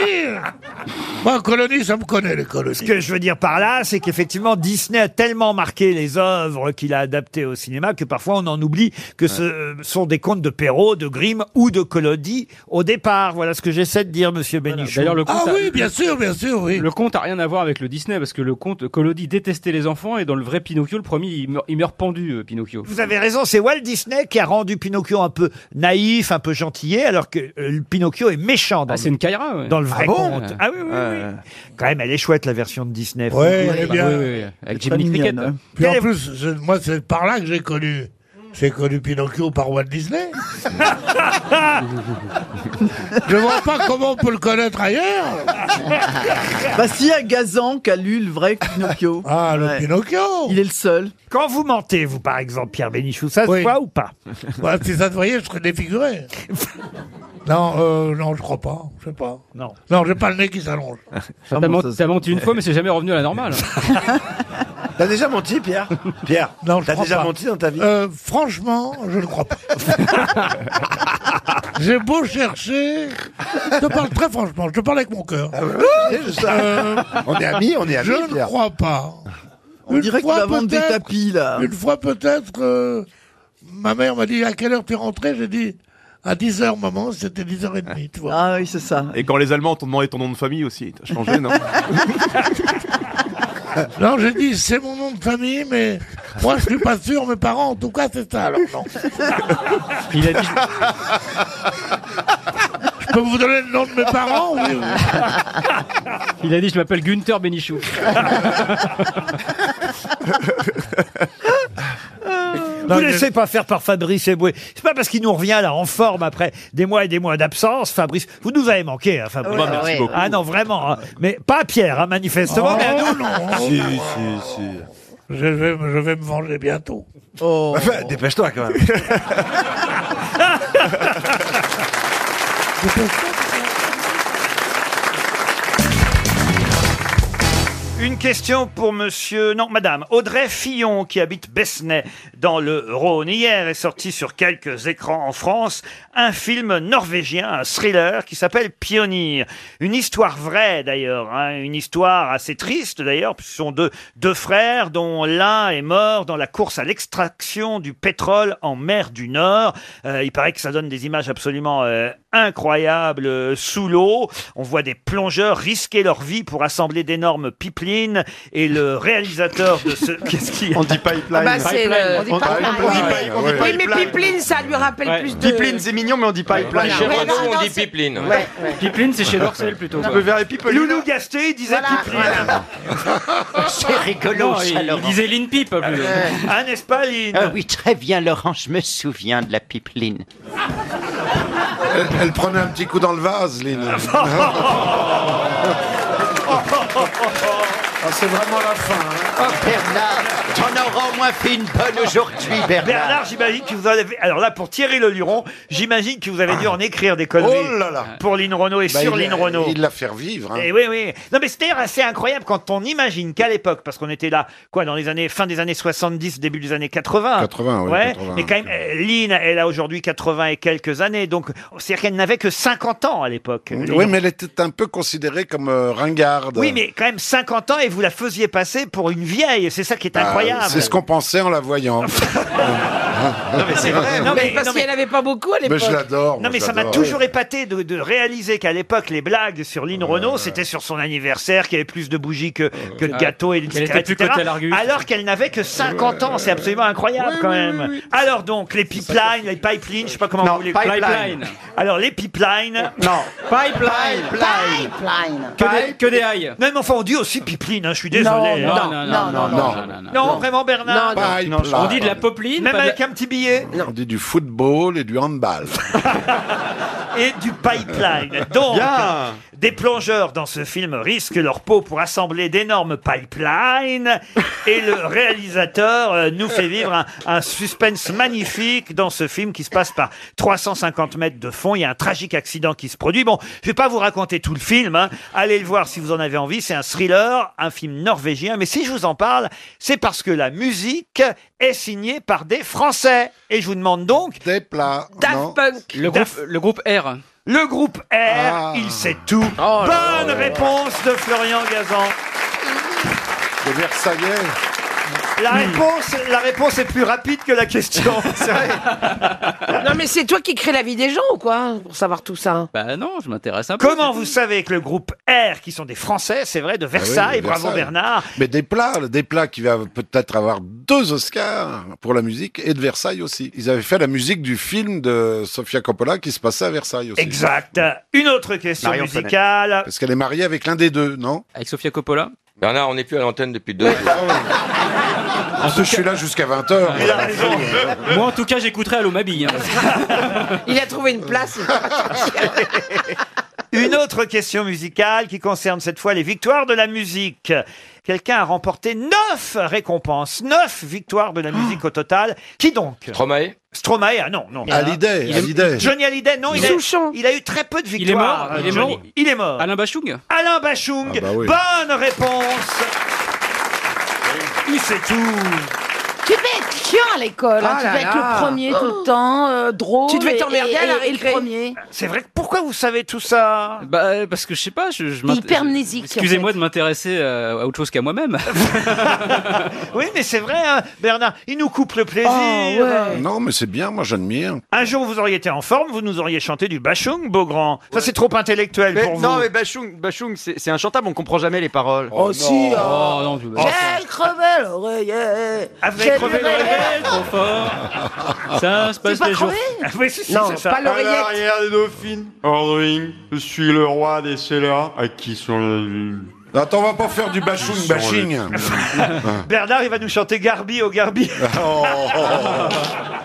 Speaker 7: Moi, Coloni, ça me connaît, les colonies.
Speaker 1: Ce que je veux dire par là, c'est qu'effectivement, Disney a tellement marqué les œuvres qu'il a adaptées au cinéma que parfois on en oublie que ce euh, sont des contes de Perrault, de Grimm ou de Collodi au départ. Voilà ce que j'essaie de dire, monsieur Bénichou.
Speaker 18: D'ailleurs, le conte. a-
Speaker 7: sûr, Ah bien sûr, oui.
Speaker 18: Le conte a rien à voir avec le Disney parce que le conte Collodi détestait les enfants et dans le vrai Pinocchio, le premier, il meurt, il meurt pendu, euh, Pinocchio.
Speaker 1: Vous avez raison, c'est Walt Disney qui a rendu Pinocchio un peu naïf, un peu gentillet, alors que euh, le Pinocchio est méchant dans,
Speaker 18: Ah,
Speaker 1: le,
Speaker 18: c'est une caïra, ouais.
Speaker 1: dans le vrai
Speaker 18: Ah bon
Speaker 1: conte. Ah oui, oui, oui. Quand même, elle est chouette, la version de Disney.
Speaker 7: Ouais,
Speaker 1: Faut
Speaker 7: elle est hein.
Speaker 1: dire.
Speaker 7: bien.
Speaker 18: Avec Jiminy Cricket.
Speaker 7: Puis en plus, je- moi, c'est par là que j'ai connu. J'ai connu Pinocchio par Walt (laughs) Disney. je vois pas comment on peut le connaître ailleurs.
Speaker 2: Bah si, à Gazan qui a lu le vrai Pinocchio.
Speaker 7: (laughs) Ah, le Pinocchio
Speaker 2: Il est le seul.
Speaker 1: Quand vous mentez, vous, par exemple, Pierre Bénichou, ça se
Speaker 7: Oui.
Speaker 1: voit ou pas
Speaker 7: Bah, si ça te voyait, je serais (laughs) défiguré. non, euh, non, je crois pas. Je sais pas.
Speaker 1: Non.
Speaker 7: Non, j'ai pas le nez qui s'allonge.
Speaker 18: T'as menti- t'as menti une fois, mais c'est jamais revenu à la normale.
Speaker 12: T'as déjà menti,
Speaker 7: (laughs)
Speaker 12: Pierre Pierre,
Speaker 7: non,
Speaker 12: t'as
Speaker 7: crois
Speaker 12: déjà
Speaker 7: pas.
Speaker 12: menti dans ta vie
Speaker 7: Euh, franchement, je ne
Speaker 12: (laughs)
Speaker 7: crois pas. J'ai beau chercher. Je te parle très franchement, je te parle avec mon cœur.
Speaker 12: Ah
Speaker 7: Euh,
Speaker 12: ouais, je sais. On est amis, on est amis,
Speaker 7: Je ne
Speaker 12: Pierre.
Speaker 7: crois pas.
Speaker 2: On dirait qu'il
Speaker 7: fois
Speaker 2: va vendre des
Speaker 7: peut-être-
Speaker 2: tapis, là.
Speaker 7: Une fois peut-être, euh, ma mère m'a dit à quelle heure tu es rentré J'ai dit à 10h, maman, c'était 10h30,
Speaker 12: (laughs)
Speaker 7: tu vois.
Speaker 2: Ah oui, c'est ça.
Speaker 12: Et quand les Allemands t'ont demandé ton nom de famille aussi, t'as changé,
Speaker 7: (laughs)
Speaker 12: non
Speaker 7: Non, j'ai dit, c'est mon nom de famille, mais moi, je suis pas sûr, mes parents, en tout cas, c'est ça, alors non.
Speaker 18: Il a dit.
Speaker 7: (laughs) Je peux vous donner le nom de mes parents oui,
Speaker 18: (laughs) Il a dit, je m'appelle Gunther Benichou.
Speaker 1: Vous laissez pas faire par Fabrice Eboué. C'est pas parce qu'il nous revient là en forme après des mois et des mois d'absence, Fabrice. Vous nous avez manqué, hein, Fabrice.
Speaker 12: Ouais, Bah, merci ouais. beaucoup.
Speaker 1: Ah non, vraiment. hein. Mais pas à Pierre, hein, manifestement.
Speaker 7: Oh,
Speaker 1: mais à nous.
Speaker 7: non. Si, si, si. Je vais, je vais me venger bientôt. Oh.
Speaker 14: Bah, Dépêche-toi quand même.
Speaker 1: Une question pour monsieur, non, madame Audrey Fillon, qui habite Besnay, dans le Rhône. Hier est sorti sur quelques écrans en France un film norvégien, un thriller qui s'appelle Pionnier. Une histoire vraie d'ailleurs, hein, une histoire assez triste d'ailleurs, puisque ce sont deux, deux frères dont l'un est mort dans la course à l'extraction du pétrole en mer du Nord. Euh, il paraît que ça donne des images absolument euh, incroyables euh, sous l'eau. On voit des plongeurs risquer leur vie pour assembler d'énormes pipelines et le réalisateur de ce... (laughs) Qu'est-ce qu'il On dit pipeline.
Speaker 13: Ah bah, c'est le- on dit pipeline.
Speaker 12: on dit
Speaker 13: Oui, mais
Speaker 12: pipeline.
Speaker 13: Pipeline, ça lui rappelle
Speaker 12: Ouais.
Speaker 13: plus de.
Speaker 12: Pipeline, c'est mignon, mais on dit pipeline.
Speaker 13: Voilà.
Speaker 12: Chez
Speaker 13: Ouais,
Speaker 12: Renault,
Speaker 13: non,
Speaker 12: on
Speaker 13: non,
Speaker 12: dit
Speaker 13: c'est-
Speaker 12: pipeline.
Speaker 13: Ouais, ouais.
Speaker 18: Pipeline, c'est chez Dorcel plutôt.
Speaker 12: On peut
Speaker 18: (laughs)
Speaker 12: verrer pipeline.
Speaker 1: Loulou Gasté, il disait pipeline.
Speaker 5: C'est rigolo,
Speaker 18: Non, il-
Speaker 5: ça, Laurent.
Speaker 18: il disait Lean Pipe. plus.
Speaker 1: Ah, n'est-ce pas, Lynn
Speaker 5: Ah oui, très bien, Laurent, je me souviens de la pipeline.
Speaker 9: Elle, elle prenait un petit coup dans le vase, Lynn. Ah, c'est vraiment la fin. hein.
Speaker 5: Oh, Bernard, t'en auras au moins fait une bonne aujourd'hui, Bernard.
Speaker 1: Bernard, j'imagine que vous en avez. Alors là, pour Thierry Le Luron, j'imagine que vous avez dû en écrire des conneries
Speaker 9: Oh là là.
Speaker 1: pour Lynn Renault et
Speaker 9: Bah,
Speaker 1: sur
Speaker 9: il-
Speaker 1: Lynn Renault.
Speaker 9: Il l'a faire vivre. hein.
Speaker 1: Et oui, oui. Non, mais c'est d'ailleurs assez incroyable quand on imagine qu'à l'époque, parce qu'on était là, quoi, dans les années, fin des années 70, début des années 80.
Speaker 9: 80, oui,
Speaker 1: Ouais.
Speaker 9: 80.
Speaker 1: Mais quand même, euh, Lynn, elle a aujourd'hui 80 et quelques années. Donc, c'est-à-dire qu'elle n'avait que 50 ans à l'époque.
Speaker 9: Oui, mais elle était un peu considérée comme euh, ringarde.
Speaker 1: Oui, mais quand même 50 ans et vous la faisiez passer pour une vieille. C'est ça qui est
Speaker 9: Bah,
Speaker 1: incroyable.
Speaker 9: C'est ce qu'on pensait en la
Speaker 1: (laughs)
Speaker 9: voyant. non,
Speaker 1: mais c'est vrai. Non,
Speaker 6: Non,
Speaker 1: mais-
Speaker 6: mais parce
Speaker 1: non, mais-
Speaker 6: qu'elle n'avait pas beaucoup à
Speaker 9: Mais
Speaker 6: l'époque.
Speaker 9: je l'adore. moi,
Speaker 1: Non, mais ça m'a
Speaker 9: j'adore.
Speaker 1: toujours épaté de, de réaliser qu'à l'époque, les blagues sur Lynn Renault, c'était sur son anniversaire, qu'il y avait plus de bougies que, que de
Speaker 18: Ouais.
Speaker 1: gâteaux et de
Speaker 18: Qu'elle Ah, était
Speaker 1: cigarettes,
Speaker 18: plus
Speaker 1: etc.
Speaker 18: côté Largus.
Speaker 1: Alors qu'elle n'avait que 50 ans. C'est absolument incroyable, quand même. Alors donc, les pipelines, les pipelines, je sais pas comment
Speaker 5: Non,
Speaker 1: vous voulez.
Speaker 5: pipeline.
Speaker 1: Alors, les pipelines.
Speaker 5: Non.
Speaker 18: Pipeline.
Speaker 5: Pipeline.
Speaker 18: Que des, que des hailles.
Speaker 1: Non, mais enfin, on dit aussi pipeline, hein, je suis désolé.
Speaker 18: Non,
Speaker 1: hein.
Speaker 18: non, non, non, non, non, non, non, non.
Speaker 1: Non, vraiment, Bernard
Speaker 9: Non, non. Pipeline.
Speaker 18: On dit de la popeline.
Speaker 1: Même
Speaker 18: pas de la-
Speaker 1: avec un petit billet
Speaker 9: On dit du football et du handball.
Speaker 1: et du pipeline. Donc,
Speaker 9: Bien.
Speaker 1: des plongeurs dans ce film risquent leur peau pour assembler d'énormes pipelines. Et le réalisateur euh, nous fait vivre un, un suspense magnifique dans ce film qui se passe par 350 mètres de fond. Il y a un tragique accident qui se produit. Bon, je vais pas vous raconter tout le film. hein. Allez le voir si vous en avez envie. C'est un thriller, un film norvégien. Mais si je vous en parle, c'est parce que la musique est signée par des Français. Et je vous demande donc
Speaker 9: Des plats. non.
Speaker 6: Daft Punk.
Speaker 18: Le groupe, le groupe R.
Speaker 1: le groupe R,
Speaker 9: Ah.
Speaker 1: il sait tout.
Speaker 9: Oh
Speaker 1: Bonne réponse de Florian Gazan.
Speaker 9: De Versailles.
Speaker 1: La
Speaker 9: Hmm.
Speaker 1: réponse, la réponse est plus rapide que la
Speaker 9: (laughs)
Speaker 1: question. C'est vrai.
Speaker 6: Non, mais c'est toi qui crée la vie des gens ou quoi Pour savoir tout ça.
Speaker 10: hein
Speaker 18: Bah non, je m'intéresse un peu.
Speaker 1: Comment vous savez que le groupe R, qui sont des Français, c'est vrai, de (laughs) Versailles,
Speaker 9: Ah oui,
Speaker 1: bravo
Speaker 9: Versailles.
Speaker 1: Bernard,
Speaker 9: Mais des plats, des plats qui va peut-être avoir deux Oscars pour la musique et de Versailles aussi. Ils avaient fait la musique du film de Sofia Coppola qui se passait à Versailles aussi. Hmm.
Speaker 1: exact. Une autre question
Speaker 9: Marie Antoinette.
Speaker 1: musicale.
Speaker 9: Parce qu'elle est mariée avec l'un des deux, non
Speaker 18: Avec Sofia Coppola.
Speaker 9: Bernard, on n'est plus à l'antenne depuis deux
Speaker 1: (laughs)
Speaker 9: Je suis là jusqu'à 20h.
Speaker 18: Il a raison. Moi, en tout cas, j'écouterai Allo Mabi. Hein.
Speaker 6: Il a trouvé une place.
Speaker 1: Une autre question musicale qui concerne cette fois les victoires de la musique. Quelqu'un a remporté neuf récompenses, neuf victoires
Speaker 9: Ah.
Speaker 1: de la musique au total. Qui donc Stromae Stromae, ah non, non.
Speaker 9: Hallyday,
Speaker 1: Il est-
Speaker 9: Hallyday.
Speaker 1: Johnny Hallyday, non, il, a- il a eu très peu de
Speaker 18: Il est mort.
Speaker 1: victoires.
Speaker 18: Il est
Speaker 1: Johnny.
Speaker 18: mort.
Speaker 1: Il est mort.
Speaker 18: Alain Bachung.
Speaker 1: Alain Bachung,
Speaker 9: Ah bah oui.
Speaker 1: bonne réponse. Il sait tout.
Speaker 25: Tu vas être chiant à
Speaker 10: l'école. hein.
Speaker 1: Ah
Speaker 10: tu
Speaker 1: là
Speaker 10: devais être
Speaker 1: là.
Speaker 10: le premier tout le temps, euh, drôle. Tu devais et- t'emmerder à la et- et- et récré. le premier.
Speaker 1: C'est vrai que pourquoi vous savez tout ça
Speaker 18: Bah, euh, parce que je sais pas, je, je m'int-
Speaker 10: Hypermnésique.
Speaker 18: Excusez-moi de m'intéresser euh, à autre chose qu'à
Speaker 1: (laughs)
Speaker 18: moi-même.
Speaker 1: Oui, mais c'est vrai, hein, Bernard, il nous coupe le plaisir.
Speaker 9: Non, mais c'est bien, moi j'admire.
Speaker 1: Un jour, vous auriez été en forme, vous nous auriez chanté du Bachung, Beaugrand. Ça, c'est trop intellectuel
Speaker 11: Mais-
Speaker 1: pour vous.
Speaker 11: non, mais Bachung, Bachung c'est c'est inchantable, on comprend jamais les paroles.
Speaker 1: Oh, Oh, si, non. ah.
Speaker 18: non,
Speaker 10: J'ai crevé l'oreiller.
Speaker 1: Ah,
Speaker 10: J'ai dû rêver.
Speaker 18: trop fort. Ça se passe
Speaker 10: pas
Speaker 18: les jours.
Speaker 10: crevé
Speaker 1: Ah oui, si, si,
Speaker 10: Non,
Speaker 1: c'est ça.
Speaker 10: pas l'oreillette.
Speaker 15: À l'arrière des dauphines. Ordwing, je suis le roi des sellers à qui sont les... Ah,
Speaker 9: Attends, on va pas faire du bashing bashing.
Speaker 1: (laughs)
Speaker 9: (laughs)
Speaker 1: Bernard, il va nous chanter Garbi au Garbi.
Speaker 9: Oh.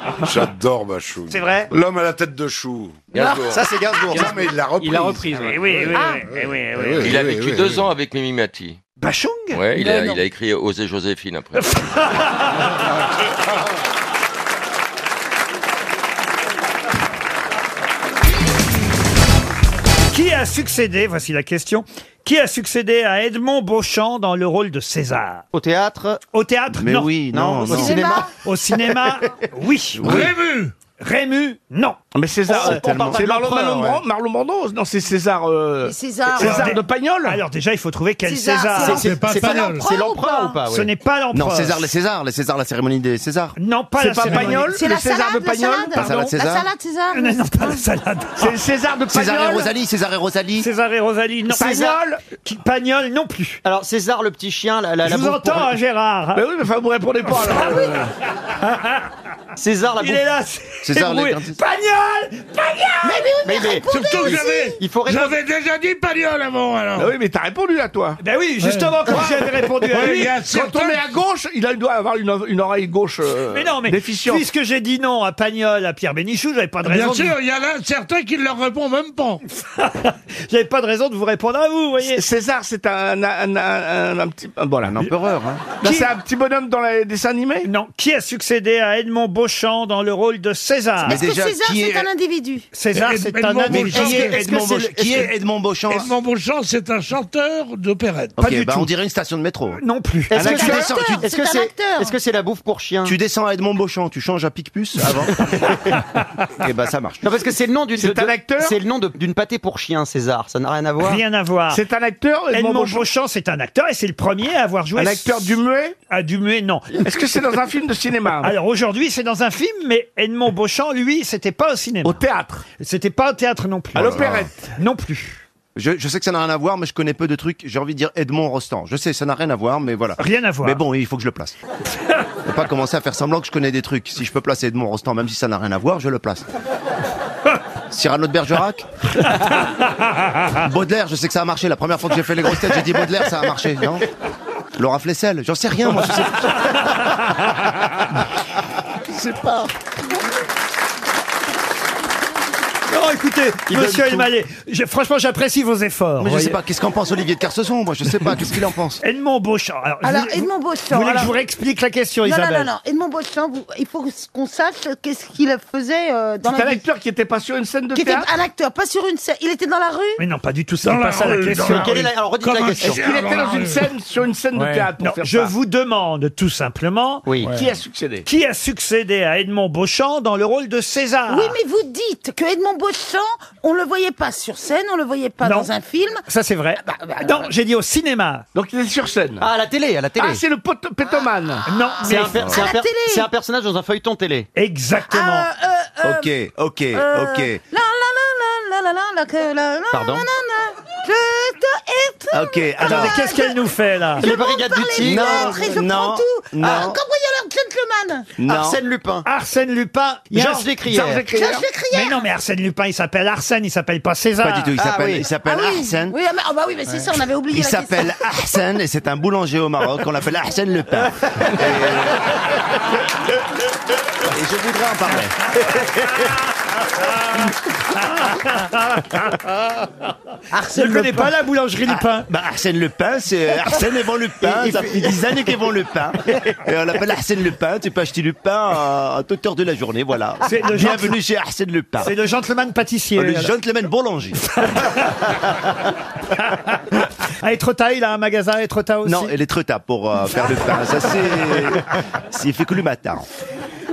Speaker 1: (laughs)
Speaker 9: J'adore Bachou.
Speaker 1: C'est vrai
Speaker 9: L'homme à la tête de chou. Gainsbourg.
Speaker 11: Ça, c'est Gainsbourg.
Speaker 9: Non, mais il l'a reprise.
Speaker 11: Il l'a reprise,
Speaker 1: Eh oui, eh oui,
Speaker 11: Ah.
Speaker 1: eh oui, eh oui,
Speaker 2: (laughs)
Speaker 1: eh oui.
Speaker 11: Il a vécu
Speaker 9: oui,
Speaker 11: deux
Speaker 9: oui.
Speaker 11: ans avec Mimi Mati.
Speaker 1: Bachung
Speaker 11: Ouais, il
Speaker 1: Mais
Speaker 11: a,
Speaker 1: Ben non.
Speaker 11: il a écrit Oser Joséphine après.
Speaker 1: Qui a succédé, voici la question, qui a succédé à Edmond Beauchamp dans le rôle de César Au théâtre Au théâtre,
Speaker 2: Mais
Speaker 1: non.
Speaker 2: oui, non, Au non. cinéma (laughs)
Speaker 1: Au cinéma, oui.
Speaker 2: Oui. Rému
Speaker 1: Rému, non.
Speaker 2: Mais César,
Speaker 1: On-
Speaker 2: euh,
Speaker 1: on
Speaker 2: tellement-
Speaker 1: parle pas
Speaker 2: c'est
Speaker 1: de
Speaker 2: Marlon,
Speaker 1: l'empereur,
Speaker 2: Marlon,
Speaker 1: ouais.
Speaker 2: Brando- Marlon Brando Non, c'est César. euh,
Speaker 1: César.
Speaker 2: César
Speaker 1: Alors,
Speaker 2: de Pagnol
Speaker 1: Alors déjà, il faut trouver quel César. César. C'est- c'est pas l'empereur
Speaker 2: C'est
Speaker 1: ou
Speaker 2: l'empereur
Speaker 1: pas Ce n'est pas Ah, l'empereur.
Speaker 2: Non, César,
Speaker 1: les
Speaker 2: les
Speaker 1: Césars,
Speaker 2: Césars, les Césars, la cérémonie des Césars.
Speaker 1: Non, pas
Speaker 2: C'est
Speaker 1: la
Speaker 2: pas
Speaker 1: cérémonie.
Speaker 2: Pagnol,
Speaker 1: C'est
Speaker 2: le
Speaker 1: la
Speaker 2: César
Speaker 1: salade,
Speaker 2: de
Speaker 1: la
Speaker 2: Pagnol.
Speaker 1: salade.
Speaker 2: Pas
Speaker 1: La salade
Speaker 10: César.
Speaker 1: Non, non, pas la salade.
Speaker 2: C'est le César de Pagnol.
Speaker 1: César et Rosalie,
Speaker 2: César et Rosalie.
Speaker 1: César et Rosalie, non.
Speaker 2: Pagnol.
Speaker 1: Qui, Pagnol non plus.
Speaker 2: Alors César, le petit chien, la,
Speaker 1: Je vous entends, hein, Gérard. (laughs)
Speaker 2: Mais Bah oui, mais enfin, vous répondez pas. Alors,
Speaker 7: Ah
Speaker 15: César la
Speaker 1: Il est là.
Speaker 15: César, les
Speaker 1: ébrouillé.
Speaker 15: quinze-
Speaker 1: Pagnol Pagnol
Speaker 15: Mais- mais-
Speaker 2: Surtout que j'avais.
Speaker 15: Il faut répondre.
Speaker 2: J'avais déjà dit Pagnol avant, alors. Bah Ben oui, mais t'as répondu à toi.
Speaker 1: Ben oui, justement, quand j'avais répondu à lui.
Speaker 2: Quand on est à gauche, il, a- il doit avoir une, une oreille gauche euh,
Speaker 1: Mais non, mais
Speaker 2: déficiente.
Speaker 1: puisque j'ai dit non à Pagnol, à Pierre Bénichou, j'avais pas de
Speaker 7: Bien
Speaker 1: raison.
Speaker 7: sûr,
Speaker 1: de...
Speaker 7: il y en a certains qui ne leur répondent même
Speaker 2: (laughs)
Speaker 7: pas.
Speaker 1: j'avais pas de raison de vous répondre à vous, vous voyez.
Speaker 2: César, c'est un, un, un, un- un petit. un- Voilà. Un empereur, hein. c'est un petit bonhomme dans les dessins animés
Speaker 1: Non. Qui a succédé à Edmond Beauchamp dans le rôle de César
Speaker 2: Est-ce que Mais déjà, César, qui
Speaker 27: C'est un individu.
Speaker 1: César,
Speaker 7: Ed-
Speaker 1: c'est
Speaker 7: Edmond
Speaker 1: un individu.
Speaker 7: Beauchamp. Est-ce que c'est le- est-ce que-
Speaker 2: Edmond Beauchamp
Speaker 7: Edmond Beauchamp, c'est un chanteur d'opérette.
Speaker 1: Ok, bah, on
Speaker 2: dirait une station de métro.
Speaker 1: Non plus.
Speaker 2: Est-ce que c'est un acteur
Speaker 15: Est-ce que
Speaker 2: C'est un
Speaker 15: c'est
Speaker 2: acteur.
Speaker 15: est-ce que c'est la bouffe pour chien
Speaker 2: Tu descends à Edmond Beauchamp, tu changes à Picpus
Speaker 26: (laughs)
Speaker 2: avant. Et bah ça marche.
Speaker 15: Non, parce que c'est le nom d'une.
Speaker 2: C'est
Speaker 15: de-
Speaker 2: un acteur
Speaker 15: C'est le nom de- d'une pâtée pour chien, César. Ça n'a rien à voir.
Speaker 1: Rien à voir.
Speaker 2: C'est un acteur, Edmond
Speaker 1: Edmond
Speaker 2: Beauchamp
Speaker 1: Beauchamp, c'est un acteur et c'est le premier à avoir joué.
Speaker 2: Un acteur du muet
Speaker 1: Ah, du muet, non.
Speaker 2: Est-ce que c'est dans un film de cinéma
Speaker 1: (laughs) Alors aujourd'hui, c'est dans un film, mais Edmond Beauchamp, lui, c'était pas au cinéma. Au
Speaker 2: théâtre
Speaker 1: C'était pas au théâtre non plus.
Speaker 2: À l'opérette
Speaker 1: Non plus.
Speaker 26: Je, je sais que ça n'a rien à voir, mais je connais peu de trucs. J'ai envie de dire Edmond Rostand. Je sais, ça n'a rien à voir, mais voilà.
Speaker 1: Rien à voir.
Speaker 26: Mais bon, il faut que je le
Speaker 1: (laughs)
Speaker 26: place. Faut pas commencer à faire semblant que je connais des trucs. Si je peux placer Edmond Rostand, même si ça n'a rien à voir, je le
Speaker 1: (laughs)
Speaker 26: place. Cyrano de Bergerac Baudelaire, je sais que ça a marché. La première fois que j'ai fait les grosses têtes, j'ai dit Baudelaire, ça a marché, non Laura Flessel, j'en sais rien, moi, je sais
Speaker 2: Je sais pas.
Speaker 1: Non, Oh, écoutez,
Speaker 26: Il
Speaker 1: monsieur
Speaker 26: donne tout.
Speaker 1: Elmaleh, je- franchement, j'apprécie vos efforts.
Speaker 26: Mais je
Speaker 1: voyez.
Speaker 26: sais pas, qu'est-ce qu'en pense Olivier de Carcesson Moi, je sais pas, qu'est-ce qu'il en pense
Speaker 1: Edmond Beauchamp. Alors,
Speaker 10: Alors,
Speaker 1: vous-
Speaker 10: Edmond Beauchamp.
Speaker 1: Vous voulez
Speaker 10: alors-
Speaker 1: que je vous réexplique la question,
Speaker 10: non,
Speaker 1: Isabelle
Speaker 10: Non, non, non. Edmond Beauchamp, vous- il faut qu'on sache qu'est-ce qu'il faisait euh, dans
Speaker 2: C'est un
Speaker 10: la vie.
Speaker 2: acteur qui était pas sur une scène de
Speaker 10: Qui était
Speaker 2: théâtre
Speaker 10: un acteur, pas sur une scène. Il était dans la rue
Speaker 1: Mais non, pas du tout, c'est
Speaker 2: Dans
Speaker 1: pas
Speaker 2: la
Speaker 1: ça la
Speaker 2: rue, dans
Speaker 1: question.
Speaker 2: la Quelle est la- alors, redites la Comme un question. chien Est-ce qu'il dans était la dans une rue. scène- sur une scène de théâtre pour
Speaker 1: Non,
Speaker 2: faire
Speaker 1: Je
Speaker 2: ça
Speaker 1: vous demande tout simplement
Speaker 2: Oui. Qui a succédé
Speaker 1: qui a succédé à Edmond Beauchamp dans le rôle de César
Speaker 10: Oui, mais vous dites que Edmond Beauchamp, on le voyait pas sur scène, on le voyait pas
Speaker 1: Non.
Speaker 10: dans un film.
Speaker 1: Ça, c'est vrai.
Speaker 2: Bah,
Speaker 1: non, j'ai dit au cinéma.
Speaker 2: Ah, Donc, il est sur scène.
Speaker 15: Ah, à la télé, à la télé.
Speaker 2: Ah, c'est le pot- pétomane. Ah,
Speaker 1: Non,
Speaker 15: C'est un, per- c'est un per-
Speaker 10: télé.
Speaker 15: c'est un personnage dans un feuilleton télé.
Speaker 1: Exactement.
Speaker 2: Ah, euh,
Speaker 26: Ok, ok,
Speaker 10: Euh,
Speaker 26: ok.
Speaker 10: La la la la la la la que la la
Speaker 26: Pardon
Speaker 10: la la. Je te hais.
Speaker 26: Ok, alors.
Speaker 1: Attendez, qu'est-ce qu'elle nous fait là
Speaker 15: Les brigades du
Speaker 10: Les
Speaker 15: tigre.
Speaker 10: lettres et je prends
Speaker 26: non,
Speaker 10: tout.
Speaker 26: non.
Speaker 10: Ah, Cambrioleur gentleman.
Speaker 26: Non.
Speaker 15: Arsène Lupin.
Speaker 1: Arsène Lupin. il y a
Speaker 15: Georges
Speaker 1: un-
Speaker 15: Lécrière. Georges Lécrière.
Speaker 10: Georges Lécrière.
Speaker 1: Mais non, mais Arsène Lupin, il s'appelle Arsène, il s'appelle pas César.
Speaker 26: Pas du tout, il s'appelle il s'appelle
Speaker 10: ah oui.
Speaker 26: Arsène.
Speaker 10: Oui, ah, mais- ah bah oui, mais c'est ça, on avait oublié
Speaker 26: Il
Speaker 10: la question. Eh
Speaker 26: s'appelle Arsène et c'est un boulanger au Maroc. On l'appelle Arsène Le Pen. Et je voudrais en parler.
Speaker 1: Arsène Je connais pas la boulangerie
Speaker 15: Ah.
Speaker 1: Lupin.
Speaker 26: Bah Arsène Le Pen, c'est euh, Arsène et Van Le Pen. Ça fait 10 années qu'ils vont Le
Speaker 1: (laughs)
Speaker 26: Pen. Et on l'appelle Arsène Le Pen. Tu peux acheter Le Pen à toute heure de la journée. Voilà.
Speaker 1: C'est le
Speaker 26: Bienvenue
Speaker 1: gentil-
Speaker 26: chez Arsène Le Pen.
Speaker 1: C'est le gentleman pâtissier.
Speaker 26: Oh, Le
Speaker 1: alors.
Speaker 26: gentleman boulanger.
Speaker 1: (laughs) À Etretat, il a un magasin à Etretat aussi. (laughs)
Speaker 26: Non, elle est trop tard pour euh, faire le pain. Ça, c'est. C'est fait que le matin.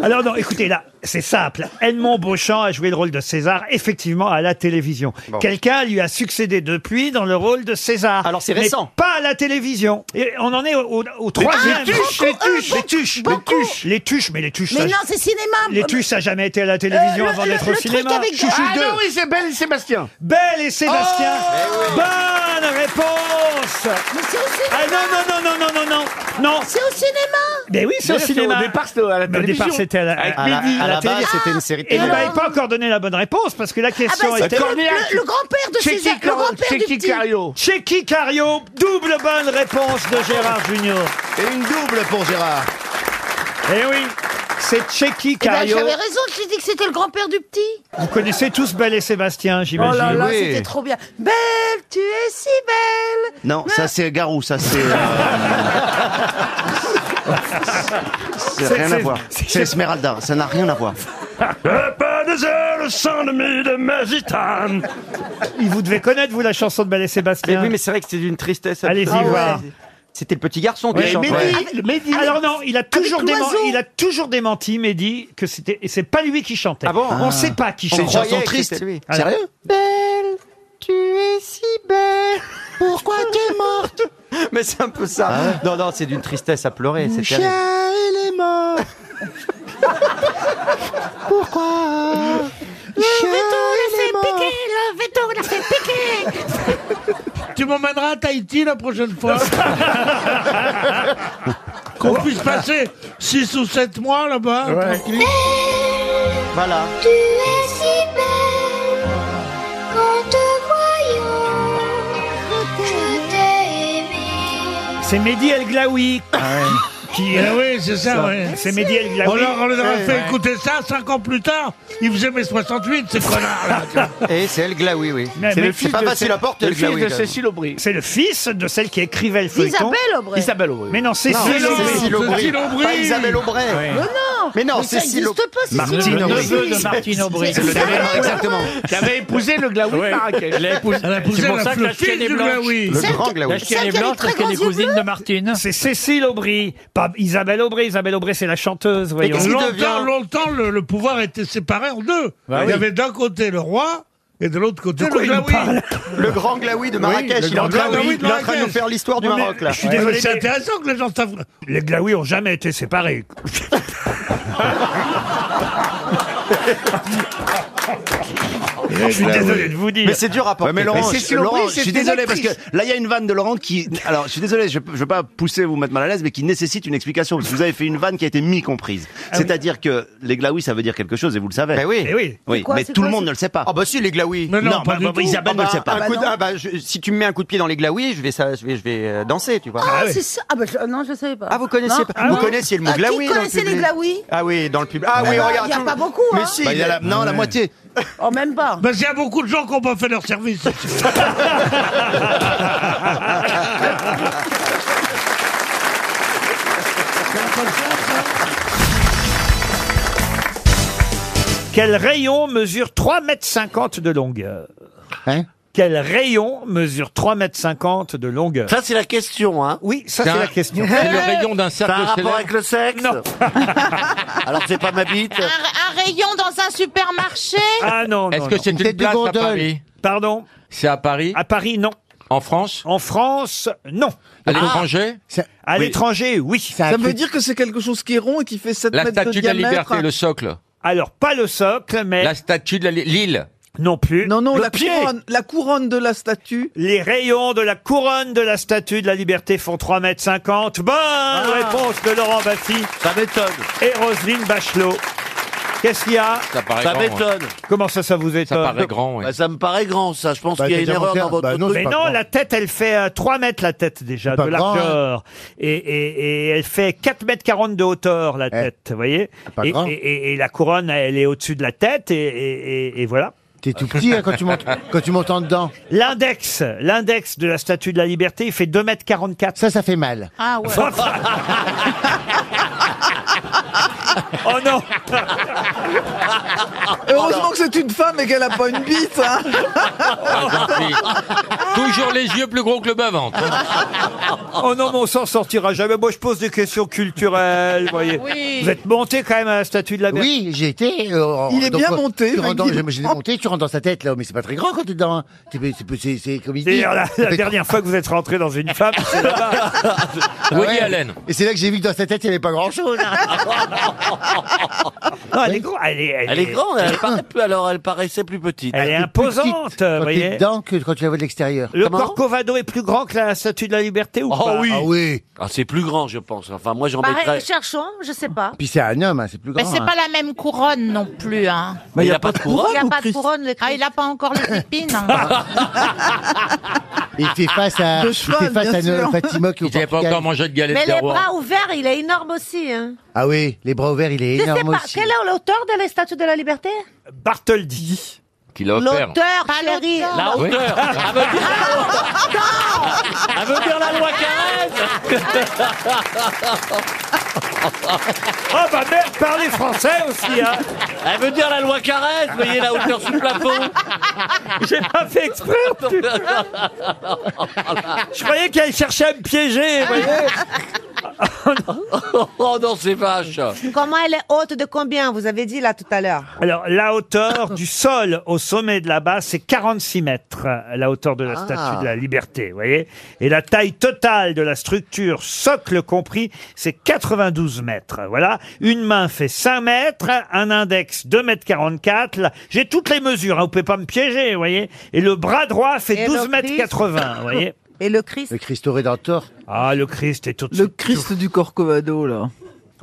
Speaker 1: Alors non, écoutez, là, c'est simple. Edmond Beauchamp a joué le rôle de César, effectivement, à la télévision. Quelqu'un lui a succédé depuis dans le rôle de César. Alors
Speaker 15: c'est récent.
Speaker 1: Pas à la télévision. Et on en est au, au- au troisième.
Speaker 11: Les tuches, les tuches, les tuches,
Speaker 1: les tuches. Les tuches, mais les tuches.
Speaker 11: Mais
Speaker 1: ça-
Speaker 11: non, c'est cinéma.
Speaker 1: Les tuches, ça n'a jamais été à la télévision
Speaker 11: Euh, le-
Speaker 1: avant
Speaker 11: le-
Speaker 1: d'être au
Speaker 11: le truc
Speaker 1: cinéma.
Speaker 11: avec- Chouchou Ah deux. non, oui,
Speaker 1: c'est Belle et Sébastien. Belle et Sébastien.
Speaker 22: Oh
Speaker 1: Bonne réponse.
Speaker 11: Mais c'est au cinéma.
Speaker 1: Ah non, non, non, non, non, non, non. Non.
Speaker 11: C'est au cinéma.
Speaker 1: Mais Ben oui, c'est au
Speaker 11: Mais
Speaker 1: cinéma.
Speaker 11: au départ, c'était à la
Speaker 1: Mais au
Speaker 11: télévision.
Speaker 1: départ, c'était à la,
Speaker 11: Avec
Speaker 1: à la-
Speaker 11: Mehdi.
Speaker 1: à la
Speaker 11: À la base,
Speaker 1: télé.
Speaker 11: c'était une série
Speaker 1: Et vous
Speaker 11: télé.
Speaker 1: m'avez pas encore donné la bonne réponse parce que la question
Speaker 11: bah, c'était
Speaker 1: était.
Speaker 11: le- Cornillac. le- le grand-père de Chez qui César, le Car- grand-père chez du qui petit. Cario
Speaker 1: Chez qui Cario Double bonne réponse de Gérard Junior. Et une double pour Gérard. Eh oui, c'est chez qui
Speaker 11: Eh ben,
Speaker 1: Cario.
Speaker 11: J'avais raison, je t'ai dit que c'était le grand-père du petit.
Speaker 1: Vous connaissez tous Belle et Sébastien,
Speaker 11: Oh
Speaker 1: j'imagine.
Speaker 11: là là, c'était trop bien. Belle, tu es si belle.
Speaker 26: Non, ça c'est Garou, ça c'est. euh, c'est
Speaker 23: C'est-
Speaker 26: rien à
Speaker 23: c'est-
Speaker 26: voir. C'est Esmeralda, ça n'a rien à
Speaker 1: (laughs)
Speaker 26: voir.
Speaker 1: Pas le sang de mes, de mes gitanes. Il vous devez connaître, vous, la chanson de Belle et Sébastien.
Speaker 15: Mais oui, mais c'est vrai que c'est d'une tristesse.
Speaker 1: Allez-y
Speaker 15: absolue. Ah
Speaker 1: voir.
Speaker 15: C'était le petit garçon qui
Speaker 1: Ouais,
Speaker 15: chantait. Ah,
Speaker 1: Mehdi, avec- Alors non, il a toujours
Speaker 15: Avec
Speaker 1: démenti,
Speaker 15: l'oiseau.
Speaker 1: il a toujours démenti, Mehdi, que c'était et c'est pas lui qui chantait. On
Speaker 15: Ah.
Speaker 1: sait pas qui
Speaker 15: On
Speaker 1: chantait.
Speaker 15: croyait que c'était lui. Sérieux
Speaker 11: Belle, tu es si belle. Pourquoi tu es morte
Speaker 15: (laughs) Mais c'est un peu ça.
Speaker 2: Ah.
Speaker 15: Non, non, c'est d'une tristesse à pleurer. C'est terrible.
Speaker 11: il est (laughs) mort. Pourquoi Le veto l'a fait piquer, le veto l'a fait piquer.
Speaker 7: (laughs) Tu m'emmèneras à Tahiti la prochaine
Speaker 2: (laughs)
Speaker 7: fois. Qu'on puisse passer 6 ou 7 mois là-bas. tranquille.
Speaker 26: Voilà.
Speaker 23: Tu es si belle qu'en te voyant, je t'ai aimé.
Speaker 1: C'est Mehdi El Glaoui. Qui,
Speaker 7: Eh Ah oui, c'est ça, ouais.
Speaker 1: C'est Mehdi El Glaoui.
Speaker 7: On leur, on leur a fait
Speaker 1: Ouais.
Speaker 7: écouter ça 5 ans plus tard. Ils faisaient mes 68, ces connards là.
Speaker 15: Et c'est El Glaoui, oui.
Speaker 1: Mais- mais-
Speaker 15: El Glaoui, quand même.
Speaker 7: Aubry.
Speaker 1: C'est le fils de celle qui écrivait le feuilleton.
Speaker 11: Isabelle Aubray. Isabelle Aubry.
Speaker 1: Mais non, c'est
Speaker 15: Non,
Speaker 1: Cécile
Speaker 15: c'est Cécile Aubry.
Speaker 1: Aubry.
Speaker 15: Cécile Aubry. Pas Isabelle Aubray.
Speaker 1: Ouais.
Speaker 11: Mais non
Speaker 15: Mais non,
Speaker 11: ça
Speaker 15: c'est si
Speaker 11: n'existe
Speaker 15: lo-
Speaker 11: pas, c'est
Speaker 15: Martine
Speaker 11: si lo-
Speaker 15: Aubry.
Speaker 11: Neveu de
Speaker 15: Martine Aubry.
Speaker 11: C'est le
Speaker 15: Isabelle
Speaker 11: neveu,
Speaker 15: Aubry.
Speaker 11: exactement.
Speaker 15: J'avais
Speaker 14: épousé le Glaoui
Speaker 15: Ouais.
Speaker 1: Ah,
Speaker 14: Marrakech.
Speaker 15: Elle a épousé-
Speaker 14: Elle a épousé
Speaker 15: C'est pour
Speaker 14: la-
Speaker 15: ça que
Speaker 14: le
Speaker 15: la
Speaker 14: fils
Speaker 15: chienne est
Speaker 14: du
Speaker 15: blanche.
Speaker 14: Glaoui.
Speaker 15: Le Celle grand qui- Glaoui.
Speaker 14: La chienne est blanche parce qu'elle est cousine de Martine.
Speaker 1: C'est Cécile Aubry, pas Isabelle Aubry. Isabelle Aubry, c'est la chanteuse, voyons.
Speaker 7: longtemps, longtemps, le, le pouvoir était séparé en deux.
Speaker 1: Bah
Speaker 7: il
Speaker 1: oui.
Speaker 7: y avait d'un côté le roi et de l'autre côté
Speaker 15: quoi
Speaker 7: le
Speaker 15: il nous
Speaker 7: glaoui. (laughs)
Speaker 15: parle Le grand glaoui de Marrakech, il est en train- il est en train de nous faire l'histoire du Maroc, là.
Speaker 1: Je suis désolé,
Speaker 7: C'est
Speaker 1: mais
Speaker 7: intéressant que les gens savent.
Speaker 1: les Glaouis ont jamais été séparés.
Speaker 26: Je suis
Speaker 1: désolé de vous dire.
Speaker 26: Mais c'est dur à porter.
Speaker 1: Ouais, mais Laurent,
Speaker 26: c'est
Speaker 1: je-
Speaker 26: si Laurent,
Speaker 1: Laurent,
Speaker 26: je suis désolé parce que là, il y a une vanne de Laurent qui. Alors, je suis désolé, je ne veux pas pousser, vous mettre mal à l'aise, mais qui nécessite une explication parce que vous avez fait une vanne qui a été mi-comprise. C'est-à-dire que les glaouis, ça veut dire quelque chose et vous le savez.
Speaker 15: Ben oui.
Speaker 1: Eh oui.
Speaker 26: Oui,
Speaker 15: C'est quoi,
Speaker 26: mais
Speaker 15: c'est
Speaker 26: tout le
Speaker 15: quoi,
Speaker 26: monde
Speaker 15: c'est-
Speaker 26: ne le sait pas.
Speaker 15: Ah bah si, les glaouis.
Speaker 26: Mais non, pas du
Speaker 15: bah,
Speaker 26: tout. Ah
Speaker 15: Isabelle
Speaker 26: bah,
Speaker 15: ne le sait pas.
Speaker 26: un
Speaker 15: Ah
Speaker 26: coup
Speaker 15: bah,
Speaker 26: de-
Speaker 15: ah bah, je- si tu me mets un coup de pied dans les glaouis, je vais, ça, je vais, je vais euh, danser, tu vois.
Speaker 11: Ah, c'est ça. Ah, bah, je- non, je ne savais pas.
Speaker 15: Ah, vous connaissiez,
Speaker 11: Non.
Speaker 15: pas-
Speaker 11: Ah,
Speaker 15: vous
Speaker 11: non.
Speaker 15: connaissiez le mot
Speaker 11: Ah,
Speaker 15: glaoui
Speaker 11: Qui
Speaker 15: dans le
Speaker 11: connaissait les
Speaker 15: public
Speaker 11: glaouis
Speaker 15: Ah oui, dans le public. Ah oui,
Speaker 11: Bah,
Speaker 15: regarde.
Speaker 11: Il n'y
Speaker 15: tout-
Speaker 11: a pas beaucoup, hein.
Speaker 15: Mais si.
Speaker 26: Bah, il y a la- non, la moitié.
Speaker 11: Oh, même pas.
Speaker 1: Bah,
Speaker 7: Parce qu'il y a beaucoup de gens qui n'ont pas fait leur service.
Speaker 15: (laughs)
Speaker 1: Quel rayon mesure 3,50 mètres de longueur Hein Quel rayon mesure 3,50 mètres de longueur
Speaker 22: Ça, c'est la question, hein
Speaker 1: Oui, ça, c'est la question.
Speaker 22: C'est le rayon d'un cercle
Speaker 1: Ça a un
Speaker 22: célèbre
Speaker 1: rapport avec
Speaker 22: le sexe
Speaker 2: (laughs)
Speaker 1: Non.
Speaker 22: Alors, c'est pas ma bite
Speaker 10: Un, un rayon dans un supermarché
Speaker 1: Ah non,
Speaker 22: Est-ce
Speaker 1: non,
Speaker 22: que
Speaker 1: non.
Speaker 22: c'est une Tête de place à gondole. Paris
Speaker 1: Pardon
Speaker 22: C'est à Paris
Speaker 1: À Paris, non.
Speaker 22: En France
Speaker 1: En France, non. Ah.
Speaker 22: À l'étranger
Speaker 1: À
Speaker 22: Oui.
Speaker 1: l'étranger, oui. Ça,
Speaker 2: Ça veut dire que c'est quelque chose qui est rond et qui fait 7
Speaker 22: La
Speaker 2: mètres de
Speaker 22: statue de la
Speaker 2: diamètre.
Speaker 22: liberté, le socle.
Speaker 1: Alors, pas le socle, mais...
Speaker 22: La statue de la li- Lille.
Speaker 1: Non plus.
Speaker 2: Non, non,
Speaker 1: Le
Speaker 2: la
Speaker 1: pied.
Speaker 2: couronne, la couronne de la statue.
Speaker 1: Les rayons de la couronne de la statue de la liberté font 3,50 mètres. Bonne réponse de Laurent Baffy.
Speaker 22: Ah. Ça m'étonne.
Speaker 1: Et Roselyne Bachelot. Qu'est-ce qu'il y a
Speaker 22: Ça paraît Ça grand, hein. m'étonne. ouais.
Speaker 1: Comment ça, ça vous étonne
Speaker 22: paraît grand, oui. Bah, ça me paraît grand, ça. Je pense Bah, qu'il y a une déjà, erreur dans votre bah, non, truc. c'est
Speaker 1: Mais
Speaker 22: pas
Speaker 1: non,
Speaker 22: grand.
Speaker 1: la tête, elle fait euh, 3 mètres, la tête, déjà,
Speaker 22: C'est pas
Speaker 1: de
Speaker 22: grand,
Speaker 1: largeur. Et, et, et elle fait 4 mètres 40 de hauteur,
Speaker 8: Eh.
Speaker 1: la tête, vous voyez et, et, et- et la couronne, elle est au-dessus de la tête, et, et, et- et voilà.
Speaker 8: T'es tout petit hein, quand tu montes- (laughs) quand tu m'entends dedans.
Speaker 1: L'index, l'index de la Statue de la Liberté,
Speaker 26: (laughs)
Speaker 11: Ah,
Speaker 1: il fait 2 mètres 44.
Speaker 8: Ça, ça fait mal.
Speaker 10: Ah ouais.
Speaker 1: Oh non
Speaker 2: Heureusement que c'est une femme et qu'elle a pas une bite. hein.
Speaker 3: (laughs) Toujours les yeux plus gros que le bas-ventre. hein.
Speaker 1: Oh non, mais on s'en sortira jamais. Moi, je pose des questions culturelles, vous voyez.
Speaker 8: Oui.
Speaker 1: Vous êtes monté quand même à la statue de la mer.
Speaker 8: Oui, j'ai été. euh, en-
Speaker 1: Il est bien monté,
Speaker 8: Tu rentres dans,
Speaker 1: Franck
Speaker 8: j'ai- j'ai monté, tu rentres dans sa tête, là, mais c'est pas très grand quand t'es dedans. hein. T'es- c'est- c'est- C'est c'est comme il dit.
Speaker 1: D'ailleurs, la, la dernière fois que vous êtes rentré dans une femme,
Speaker 22: (laughs)
Speaker 1: c'est là-bas.
Speaker 8: Woody Allen. Et c'est là que j'ai vu que dans sa tête, il n'y avait pas grand-chose. hein.
Speaker 1: Non, elle est grande. hein. Elle est,
Speaker 22: Elle est grande, elle paraît plus, alors elle paraissait plus petite.
Speaker 1: Elle est imposante,
Speaker 8: Quand
Speaker 1: vous
Speaker 8: t'es
Speaker 1: voyez.
Speaker 8: dedans que quand tu la vois de l'extérieur.
Speaker 1: Le
Speaker 8: Comment
Speaker 1: Corcovado est plus grand que la statue de la liberté ou
Speaker 22: Oh
Speaker 1: pas
Speaker 22: oui.
Speaker 8: Ah oui.
Speaker 22: Ah, c'est plus grand, je pense. Enfin, moi, j'en mettrais.
Speaker 10: cherchons, je sais pas.
Speaker 8: Puis c'est un homme, hein, c'est
Speaker 1: Bah,
Speaker 8: plus
Speaker 10: Mais
Speaker 8: grand.
Speaker 10: c'est
Speaker 8: hein.
Speaker 10: pas la même couronne non plus. Hein.
Speaker 8: Mais il a pas de couronne,
Speaker 10: Il a
Speaker 8: au
Speaker 10: pas de
Speaker 8: Christ.
Speaker 10: couronne, le Ah, il a pas encore les (laughs) épines.
Speaker 8: Il fait face à,
Speaker 3: De
Speaker 8: il
Speaker 3: cheval,
Speaker 8: fait face
Speaker 3: bien
Speaker 8: à
Speaker 3: sûr.
Speaker 8: no- Fatima qui est au
Speaker 3: Il n'avait pas
Speaker 8: Portugal.
Speaker 3: encore mangé de galette
Speaker 13: Mais
Speaker 3: de
Speaker 13: les
Speaker 3: roi.
Speaker 13: bras ouverts, il est énorme aussi. Hein.
Speaker 8: Ah oui, les bras ouverts, il est
Speaker 13: Je sais
Speaker 8: énorme
Speaker 13: pas,
Speaker 8: aussi.
Speaker 13: quelle est l'auteur de la Statue de la Liberté
Speaker 1: Bartholdi.
Speaker 17: Qui l'a offert.
Speaker 13: L'auteur, chérie
Speaker 17: La Oui. hauteur.
Speaker 26: Ah,
Speaker 13: Elle
Speaker 26: bah,
Speaker 13: veut dire la hauteur
Speaker 3: Elle veut dire la loi
Speaker 1: Oh, ma mère parlait français aussi, hein
Speaker 22: Elle veut dire la loi Carrez, voyez la hauteur sous le plafond.
Speaker 1: J'ai pas fait exprès putain. Je croyais qu'elle cherchait à me piéger, vous voyez
Speaker 22: Oh non, c'est vache
Speaker 13: Comment elle est haute de combien Vous avez dit là tout à l'heure.
Speaker 1: Alors, la hauteur du sol au sommet de la base, c'est 46 mètres, euh, la hauteur de la
Speaker 13: Ah.
Speaker 1: statue de la liberté, vous voyez Et la taille totale de la structure, socle compris, c'est 92 mètres, voilà. Une main fait 5 mètres, un index 2 mètres 44, là, j'ai toutes les mesures, hein, vous pouvez pas me piéger, vous voyez Et le bras droit fait
Speaker 13: Et
Speaker 1: 12
Speaker 13: le
Speaker 1: mètres
Speaker 13: Christ
Speaker 1: 80, vous voyez
Speaker 13: Et le Christ
Speaker 8: Le Christ rédempteur.
Speaker 1: Ah, le Christ est tout Le
Speaker 2: Christ du Corcovado, là.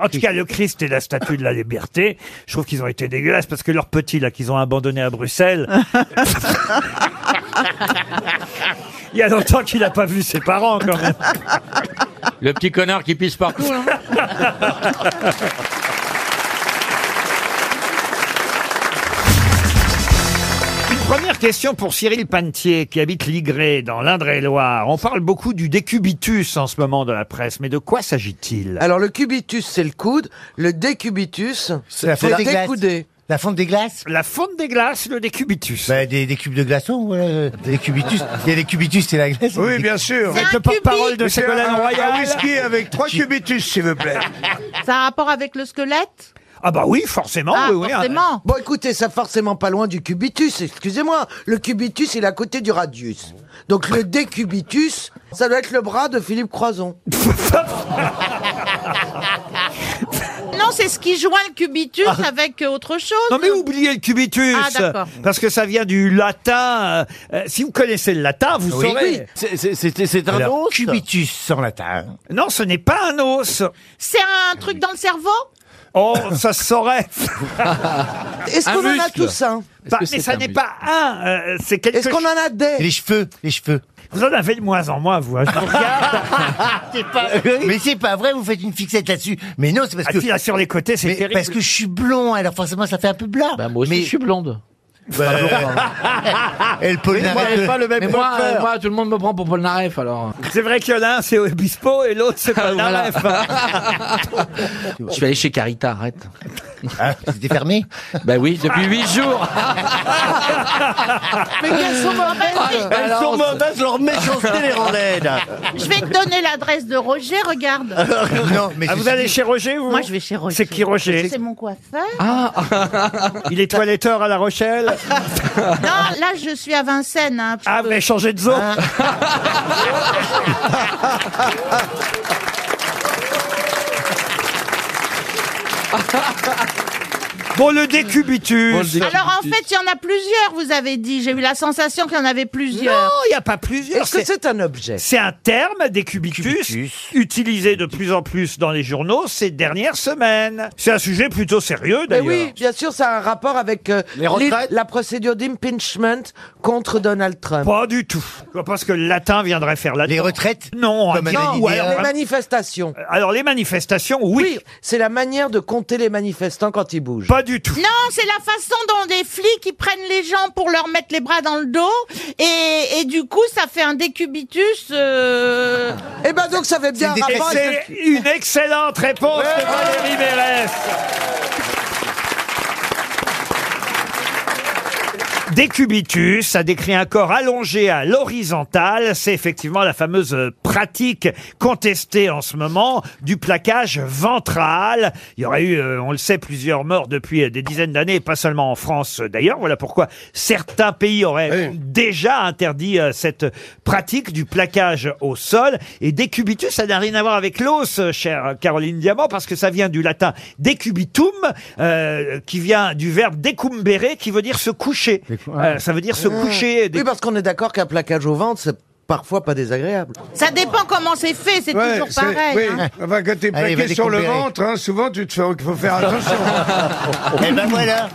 Speaker 1: En tout cas, le Christ et la statue de la liberté, je trouve qu'ils ont été dégueulasses parce que leur petit, là, qu'ils ont abandonné
Speaker 2: (laughs)
Speaker 1: à Bruxelles, il y a longtemps qu'il n'a pas vu ses parents, quand même.
Speaker 3: Le petit connard qui pisse partout. hein.
Speaker 24: (laughs)
Speaker 3: là.
Speaker 1: Une première question pour Cyril Pantier, qui habite Ligré, dans l'Indre-et-Loire. On parle beaucoup du décubitus en ce moment dans la presse, mais de quoi s'agit-il
Speaker 4: Alors le cubitus, c'est le coude. Le décubitus, c'est
Speaker 8: la fonte des glaces.
Speaker 4: découdé.
Speaker 8: La fonte des glaces
Speaker 1: La fonte des glaces, le décubitus.
Speaker 8: Bah, des, des cubes de glaçons, voilà. euh, Des cubitus. Il y a des cubitus, c'est la glace.
Speaker 21: Oui, bien sûr.
Speaker 1: Vous êtes le porte-parole de
Speaker 21: C'est
Speaker 1: Ségolène
Speaker 21: un-
Speaker 1: Royal.
Speaker 21: Un whisky avec trois cubitus, s'il vous plaît.
Speaker 10: Ça a rapport avec le squelette
Speaker 1: Ah bah oui, forcément,
Speaker 10: Ah, oui, oui, forcément. hein.
Speaker 4: Bon, écoutez, ça forcément pas loin du cubitus, excusez-moi. Le cubitus, il est à côté du radius. Donc le décubitus, ça doit être le bras de Philippe Croison.
Speaker 10: (laughs) Non, c'est ce qui joint le cubitus
Speaker 8: Ah.
Speaker 10: avec euh, autre chose.
Speaker 1: Non mais oubliez le cubitus
Speaker 10: Ah, d'accord.
Speaker 1: Parce que ça vient du latin. euh, euh, si vous connaissez le latin, vous
Speaker 8: Oui.
Speaker 1: saurez.
Speaker 8: Oui. C'est- c'est- c'est- c'est un Alors, os cubitus
Speaker 1: sans latin. Non, ce n'est pas un os.
Speaker 10: C'est un truc dans le cerveau
Speaker 1: Oh, ça se saurait.
Speaker 4: (laughs) Est-ce qu'on en a tous un
Speaker 1: Pas- Bah, Mais ça n'est pas un. euh, c'est quelque.
Speaker 4: Est-ce qu'on en a des
Speaker 1: Les cheveux, les cheveux. Vous en avez de moins en moins, vous. hein, je vous regarde. (laughs)
Speaker 8: Mais c'est pas vrai, vous faites une fixette là-dessus. Mais non, c'est parce
Speaker 1: Ah,
Speaker 8: que.
Speaker 1: si, là, sur les côtés, c'est
Speaker 8: Mais
Speaker 1: terrible.
Speaker 8: Parce que je suis blond, alors forcément, ça fait un peu blanc. Bah, moi aussi, je suis blonde.
Speaker 24: Ben.
Speaker 22: hein.
Speaker 24: (laughs)
Speaker 8: et le
Speaker 24: Mais
Speaker 8: Polnareff,
Speaker 24: moi, j'ai
Speaker 8: euh,
Speaker 24: pas le même
Speaker 8: mais moi,
Speaker 24: coiffeur.
Speaker 8: euh,
Speaker 24: moi, tout le monde me prend pour Polnareff, alors.
Speaker 1: c'est vrai que l'un c'est Obispo et l'autre c'est pas
Speaker 24: Voilà.
Speaker 1: (laughs)
Speaker 22: Je suis allé chez Carita, arrête.
Speaker 24: Ah,
Speaker 22: C'était fermé Ben oui, depuis 8
Speaker 3: (laughs)
Speaker 22: jours.
Speaker 10: (laughs) Mais qu'elles sont mauvaises
Speaker 22: Elles sont mauvaises, leur méchanceté les rend laides.
Speaker 10: Je vais te donner l'adresse de Roger, regarde.
Speaker 8: non, mais
Speaker 1: Ah, vous allez chez Roger, vous
Speaker 10: Moi, je vais chez Roger.
Speaker 1: C'est qui Roger
Speaker 10: C'est mon coiffeur.
Speaker 1: Il est toiletteur à La Rochelle.
Speaker 10: Non, là, je suis à Vincennes. hein.
Speaker 1: Ah, vous avez changé de (laughs) zone. Bon, le décubitus.
Speaker 10: Alors, en fait, il y en a plusieurs, vous avez dit. J'ai eu la sensation qu'il y en avait plusieurs.
Speaker 1: Non, il n'y a pas plusieurs.
Speaker 10: Est-ce que c'est
Speaker 4: un objet
Speaker 1: C'est un terme, décubitus, utilisé de plus en plus dans les journaux ces dernières semaines. C'est un sujet plutôt sérieux,
Speaker 4: Mais
Speaker 1: (laughs) d'ailleurs.
Speaker 4: oui, bien sûr, ça a un rapport avec euh,
Speaker 1: Les retraites
Speaker 4: la procédure d'impeachment contre Donald Trump.
Speaker 1: Pas du tout. Je vois pas ce que le latin viendrait faire là Les retraites Non.
Speaker 4: Comme
Speaker 1: non,
Speaker 4: un
Speaker 1: ou
Speaker 4: idéal.
Speaker 1: alors,
Speaker 4: Les manifestations.
Speaker 1: alors, les hein. manifestations, oui.
Speaker 4: c'est la manière de compter les manifestants quand ils bougent.
Speaker 1: Pas du tout.
Speaker 10: Non, c'est la façon dont des flics ils prennent les gens pour leur mettre les bras dans le dos et, et du coup ça fait un décubitus. Euh...
Speaker 3: Et ben donc ça fait bien
Speaker 1: Et c'est une excellente réponse de Valérie Mérès. Décubitus, ça décrit un corps allongé à l'horizontale. C'est effectivement la fameuse pratique contestée en ce moment du plaquage ventral. Il y aurait eu, euh, on le sait, plusieurs morts depuis euh, des dizaines d'années, et pas seulement en France euh, d'ailleurs. Voilà pourquoi certains pays auraient déjà interdit euh, cette pratique du plaquage au sol. Et décubitus, ça n'a rien à voir avec l'os, euh, chère Caroline Diamant, parce que ça vient du latin decubitum, euh, qui vient du verbe decumbere, qui veut dire se coucher. Euh, ça veut dire
Speaker 8: Ah.
Speaker 1: se coucher.
Speaker 3: Oui, parce qu'on est d'accord qu'un plaquage au ventre, c'est parfois pas désagréable.
Speaker 10: Ça dépend comment c'est fait, c'est
Speaker 11: Ouais,
Speaker 10: toujours
Speaker 11: c'est-
Speaker 10: pareil.
Speaker 11: oui.
Speaker 10: hein.
Speaker 11: Enfin, quand t'es
Speaker 7: Allez,
Speaker 11: plaqué
Speaker 7: va
Speaker 11: sur le
Speaker 7: découvrir.
Speaker 11: ventre, hein, souvent tu te fais, faut faire (laughs) attention.
Speaker 7: Eh ben voilà.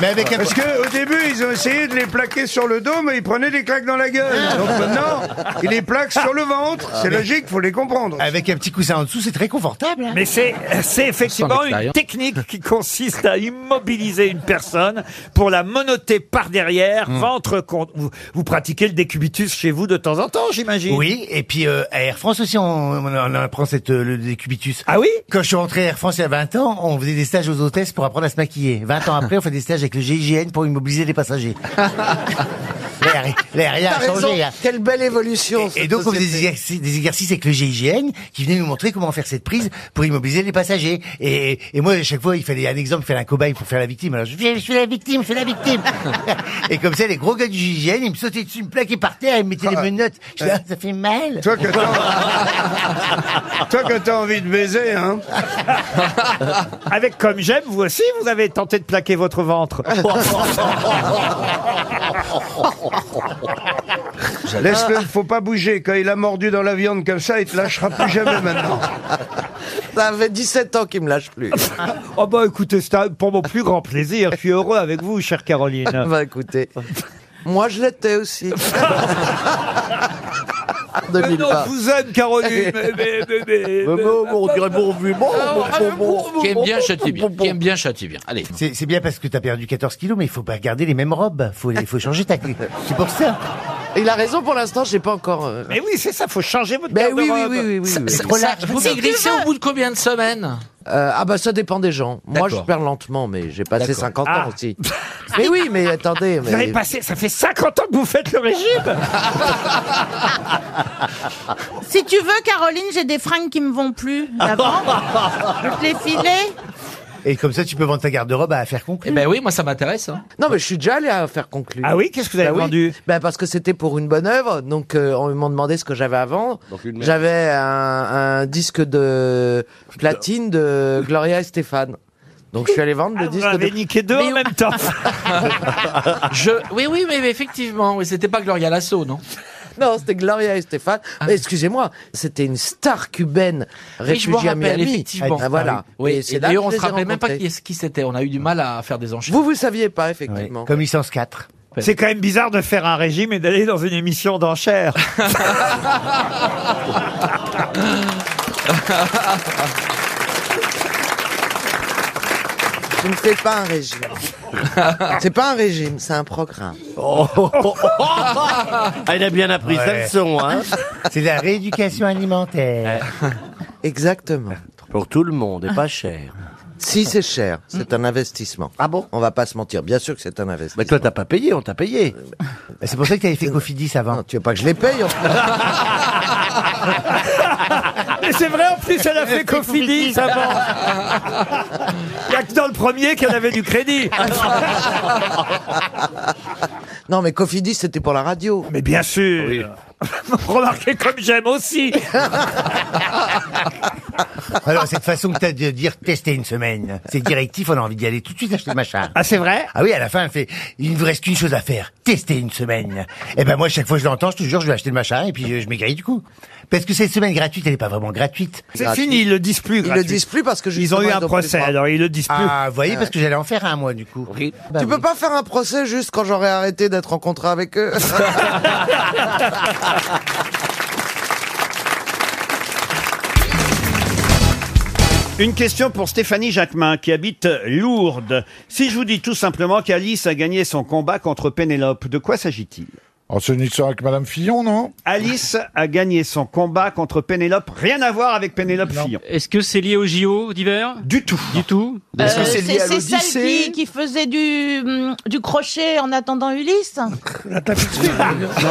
Speaker 7: Mais avec un-
Speaker 11: Parce que au début ils ont essayé de les plaquer sur le dos, mais ils prenaient des claques dans la gueule. Donc maintenant, ils les plaquent sur le ventre. C'est
Speaker 8: mais-
Speaker 11: logique, faut les comprendre.
Speaker 8: (laughs) Avec un petit coussin en dessous, c'est très confortable. hein.
Speaker 1: Mais c'est, c'est
Speaker 8: On
Speaker 1: effectivement
Speaker 8: sent
Speaker 1: une
Speaker 8: l'expérience.
Speaker 1: technique qui consiste à immobiliser une personne pour la monoter par derrière, ventre contre. Vous, vous pratiquez le décubitus chez vous de temps en temps, j'imagine.
Speaker 8: Oui, et puis euh, à Air France aussi, on, on, on apprend cette, euh, le décubitus.
Speaker 1: Ah oui
Speaker 8: Quand je suis rentré à Air France il y a 20 ans, on faisait des stages aux hôtesses pour apprendre à se maquiller. 20 ans après, on fait des stages avec le GIGN pour immobiliser les passagers. L'aéri- L'aérien
Speaker 3: T'as
Speaker 8: a
Speaker 3: raison,
Speaker 8: changé. hein.
Speaker 3: Quelle belle évolution.
Speaker 8: Et
Speaker 3: cette
Speaker 8: donc, on faisait des
Speaker 3: société.
Speaker 8: exercices, des exercices avec le GIGN qui venait nous montrer comment faire cette prise pour immobiliser les passagers. Et, et moi, à chaque fois, il fallait un exemple, il fallait un cobaye pour faire la victime. Alors, je fais, je suis la victime, je suis
Speaker 3: (laughs)
Speaker 8: la victime. et comme ça, les gros gars du GIGN, ils me sautaient dessus, ils me plaquaient par terre, ils me mettaient des menottes. Je dis, Ah, ça fait mal.
Speaker 11: Toi que
Speaker 8: (laughs)
Speaker 11: (laughs) Toi que t'as envie de baiser, hein
Speaker 1: (laughs) Avec comme j'aime, vous aussi, vous avez tenté de plaquer
Speaker 11: (laughs)
Speaker 1: votre ventre.
Speaker 11: Laisse-le, faut pas bouger. Quand il a mordu dans la viande comme ça, il te lâchera plus jamais maintenant.
Speaker 3: Ça fait 17 ans qu'il me
Speaker 1: (laughs)
Speaker 3: lâche plus.
Speaker 1: oh bah écoutez, c'est pour mon plus grand plaisir. Je suis heureux avec vous, chère Caroline.
Speaker 3: bah écoutez, moi je
Speaker 1: (laughs)
Speaker 3: l'étais aussi. De
Speaker 1: Mais
Speaker 3: mille
Speaker 1: non,
Speaker 3: pas.
Speaker 1: je vous aime,
Speaker 3: (laughs)
Speaker 1: Caroline. mais- mais- mais-
Speaker 3: Eh
Speaker 1: mais- mais-
Speaker 3: on dirait Bourbu.
Speaker 2: Qui aime bien, châtie bien. Qui aime bien, châtie bien. Allez.
Speaker 8: C'est c'est bien parce que t'as perdu 14 kilos, mais il faut pas garder les mêmes robes. Faut, il faut changer ta. C'est pour ça.
Speaker 3: Il a raison pour l'instant, j'ai pas encore. euh,
Speaker 1: Mais oui, c'est ça, faut changer votre
Speaker 3: Ben oui, oui,
Speaker 1: garde-robe.
Speaker 3: oui, oui, oui. oui.
Speaker 2: Vous maigrissez au bout de combien de semaines
Speaker 3: Euh, ah bah ça dépend des gens. Moi je
Speaker 2: D'accord.
Speaker 3: perds lentement, mais j'ai passé
Speaker 2: D'accord.
Speaker 3: 50
Speaker 1: Ah.
Speaker 3: ans
Speaker 1: (laughs)
Speaker 3: aussi. mais oui, mais attendez.
Speaker 1: Vous
Speaker 3: mais-
Speaker 1: avez passé, ça fait 50 ans que vous faites le régime.
Speaker 10: Si tu veux, Caroline, j'ai des fringues qui me vont
Speaker 1: (laughs)
Speaker 10: plus d'avant. Je vais te les filer.
Speaker 8: Et comme ça, tu peux vendre ta garde-robe à affaire conclue.
Speaker 2: Eh ben oui, moi ça m'intéresse. hein.
Speaker 3: Non, mais je suis déjà allé à faire conclure.
Speaker 1: Ah oui, qu'est-ce que vous avez
Speaker 3: Bah oui.
Speaker 1: vendu
Speaker 3: Bah parce que c'était pour une bonne œuvre, donc euh, on m'a demandé ce que j'avais avant. J'avais un, un disque de platine de Gloria et Stéphane. Donc je suis allé vendre
Speaker 1: Ah,
Speaker 3: le
Speaker 1: Vous
Speaker 3: disque de...
Speaker 1: avez niqué deux en même
Speaker 3: (laughs)
Speaker 1: temps.
Speaker 2: Je... Oui, oui, mais effectivement, oui, c'était pas Gloria Lasso, non Ah
Speaker 3: Non, c'était Gloria et Stéphane. Mais Excusez-moi, c'était une star
Speaker 2: Oui,
Speaker 3: cubaine
Speaker 2: je m'en
Speaker 3: réfugiée à
Speaker 2: rappelle,
Speaker 3: Miami.
Speaker 2: effectivement.
Speaker 3: Ah, voilà.
Speaker 2: Oui,
Speaker 3: Et
Speaker 2: et
Speaker 3: c'est là
Speaker 2: d'ailleurs,
Speaker 3: que
Speaker 2: on
Speaker 3: je
Speaker 2: se
Speaker 3: les ai
Speaker 2: rappelait même pas
Speaker 3: rencontrés.
Speaker 2: qui, qui c'était. On a eu du mal à faire des enchaînements.
Speaker 3: Vous, vous saviez pas, effectivement.
Speaker 8: Comme ils 4.
Speaker 1: C'est quand même bizarre de faire un régime et d'aller dans une émission d'enchères.
Speaker 3: Je ne fais pas
Speaker 28: (laughs)
Speaker 3: un régime. c'est pas un régime, c'est un programme.
Speaker 11: oh.
Speaker 8: Ah, il a bien appris
Speaker 3: sa leçon, hein.
Speaker 8: (laughs) C'est la rééducation alimentaire.
Speaker 3: Exactement.
Speaker 28: Pour tout le monde, et pas cher.
Speaker 3: Si c'est cher, c'est un investissement. Ah bon On va pas se mentir, bien sûr que c'est un investissement. Mais
Speaker 28: toi, t'as pas payé, on t'a payé.
Speaker 8: C'est pour ça que t'avais fait Cofidis avant.
Speaker 3: tu veux pas que je les paye
Speaker 28: (laughs)
Speaker 3: en fait.
Speaker 1: Mais c'est vrai, en plus, elle a
Speaker 8: (laughs)
Speaker 1: fait Cofidis avant. Il n'y a que dans le premier qu'elle avait du
Speaker 3: (laughs)
Speaker 1: crédit.
Speaker 3: Non, mais Cofidis, c'était pour la radio.
Speaker 1: Mais bien sûr. Remarquez comme j'aime aussi.
Speaker 8: Alors, cette façon que t'as de dire tester une semaine, c'est directif, on a envie d'y aller tout de suite acheter le machin.
Speaker 1: Ah, c'est vrai
Speaker 8: Ah oui, à la fin, elle fait, il ne vous reste qu'une chose à faire, tester une semaine. Et ben moi, chaque fois que je l'entends, je te jure, je vais acheter le machin et puis je, je m'égaye du coup. Parce que cette semaine gratuite, elle n'est pas vraiment gratuite.
Speaker 1: C'est fini, ils le disent plus.
Speaker 3: Ils le
Speaker 1: gratuit.
Speaker 3: disent plus parce que
Speaker 1: Ils ont eu un
Speaker 3: justement, ils ont
Speaker 1: procès,
Speaker 3: pris le droit.
Speaker 1: alors ils le disent plus.
Speaker 8: Ah, vous voyez, parce que j'allais en faire un, moi, du coup.
Speaker 3: tu peux pas faire un procès juste quand j'aurai arrêté d'être en contrat
Speaker 28: (laughs)
Speaker 3: avec eux.
Speaker 1: Une question pour Stéphanie Jacquemin qui habite Lourdes. Si je vous dis tout simplement qu'Alice a gagné son combat contre Pénélope, de quoi s'agit-il
Speaker 9: Oh, c'est une histoire avec Madame Fillon, non
Speaker 1: Alice a gagné son combat contre Pénélope. Rien à voir avec Pénélope Fillon.
Speaker 12: Est-ce que c'est lié au JO d'hiver
Speaker 1: Ah, Du tout.
Speaker 12: Du tout
Speaker 10: Euh, c'est c'est celle
Speaker 1: (laughs)
Speaker 10: qui, qui faisait du, hum, du crochet en attendant Ulysse
Speaker 12: Non,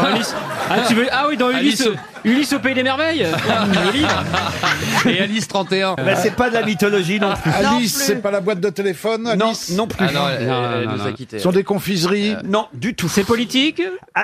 Speaker 12: Alice. Ah, tu veux... ah oui, dans Ulysse,
Speaker 1: Alice
Speaker 12: Ulysse au Pays des
Speaker 1: (laughs)
Speaker 12: Merveilles Le livre.
Speaker 1: Et Alice 31. Mais Bah, c'est pas de la mythologie non plus. Ah
Speaker 9: Alice, c'est pas la boîte de téléphone Alice
Speaker 1: Non, non
Speaker 12: Ah
Speaker 1: plus. Euh,
Speaker 9: Ce sont des
Speaker 12: Euh.
Speaker 9: confiseries
Speaker 1: Non, du tout. C'est politique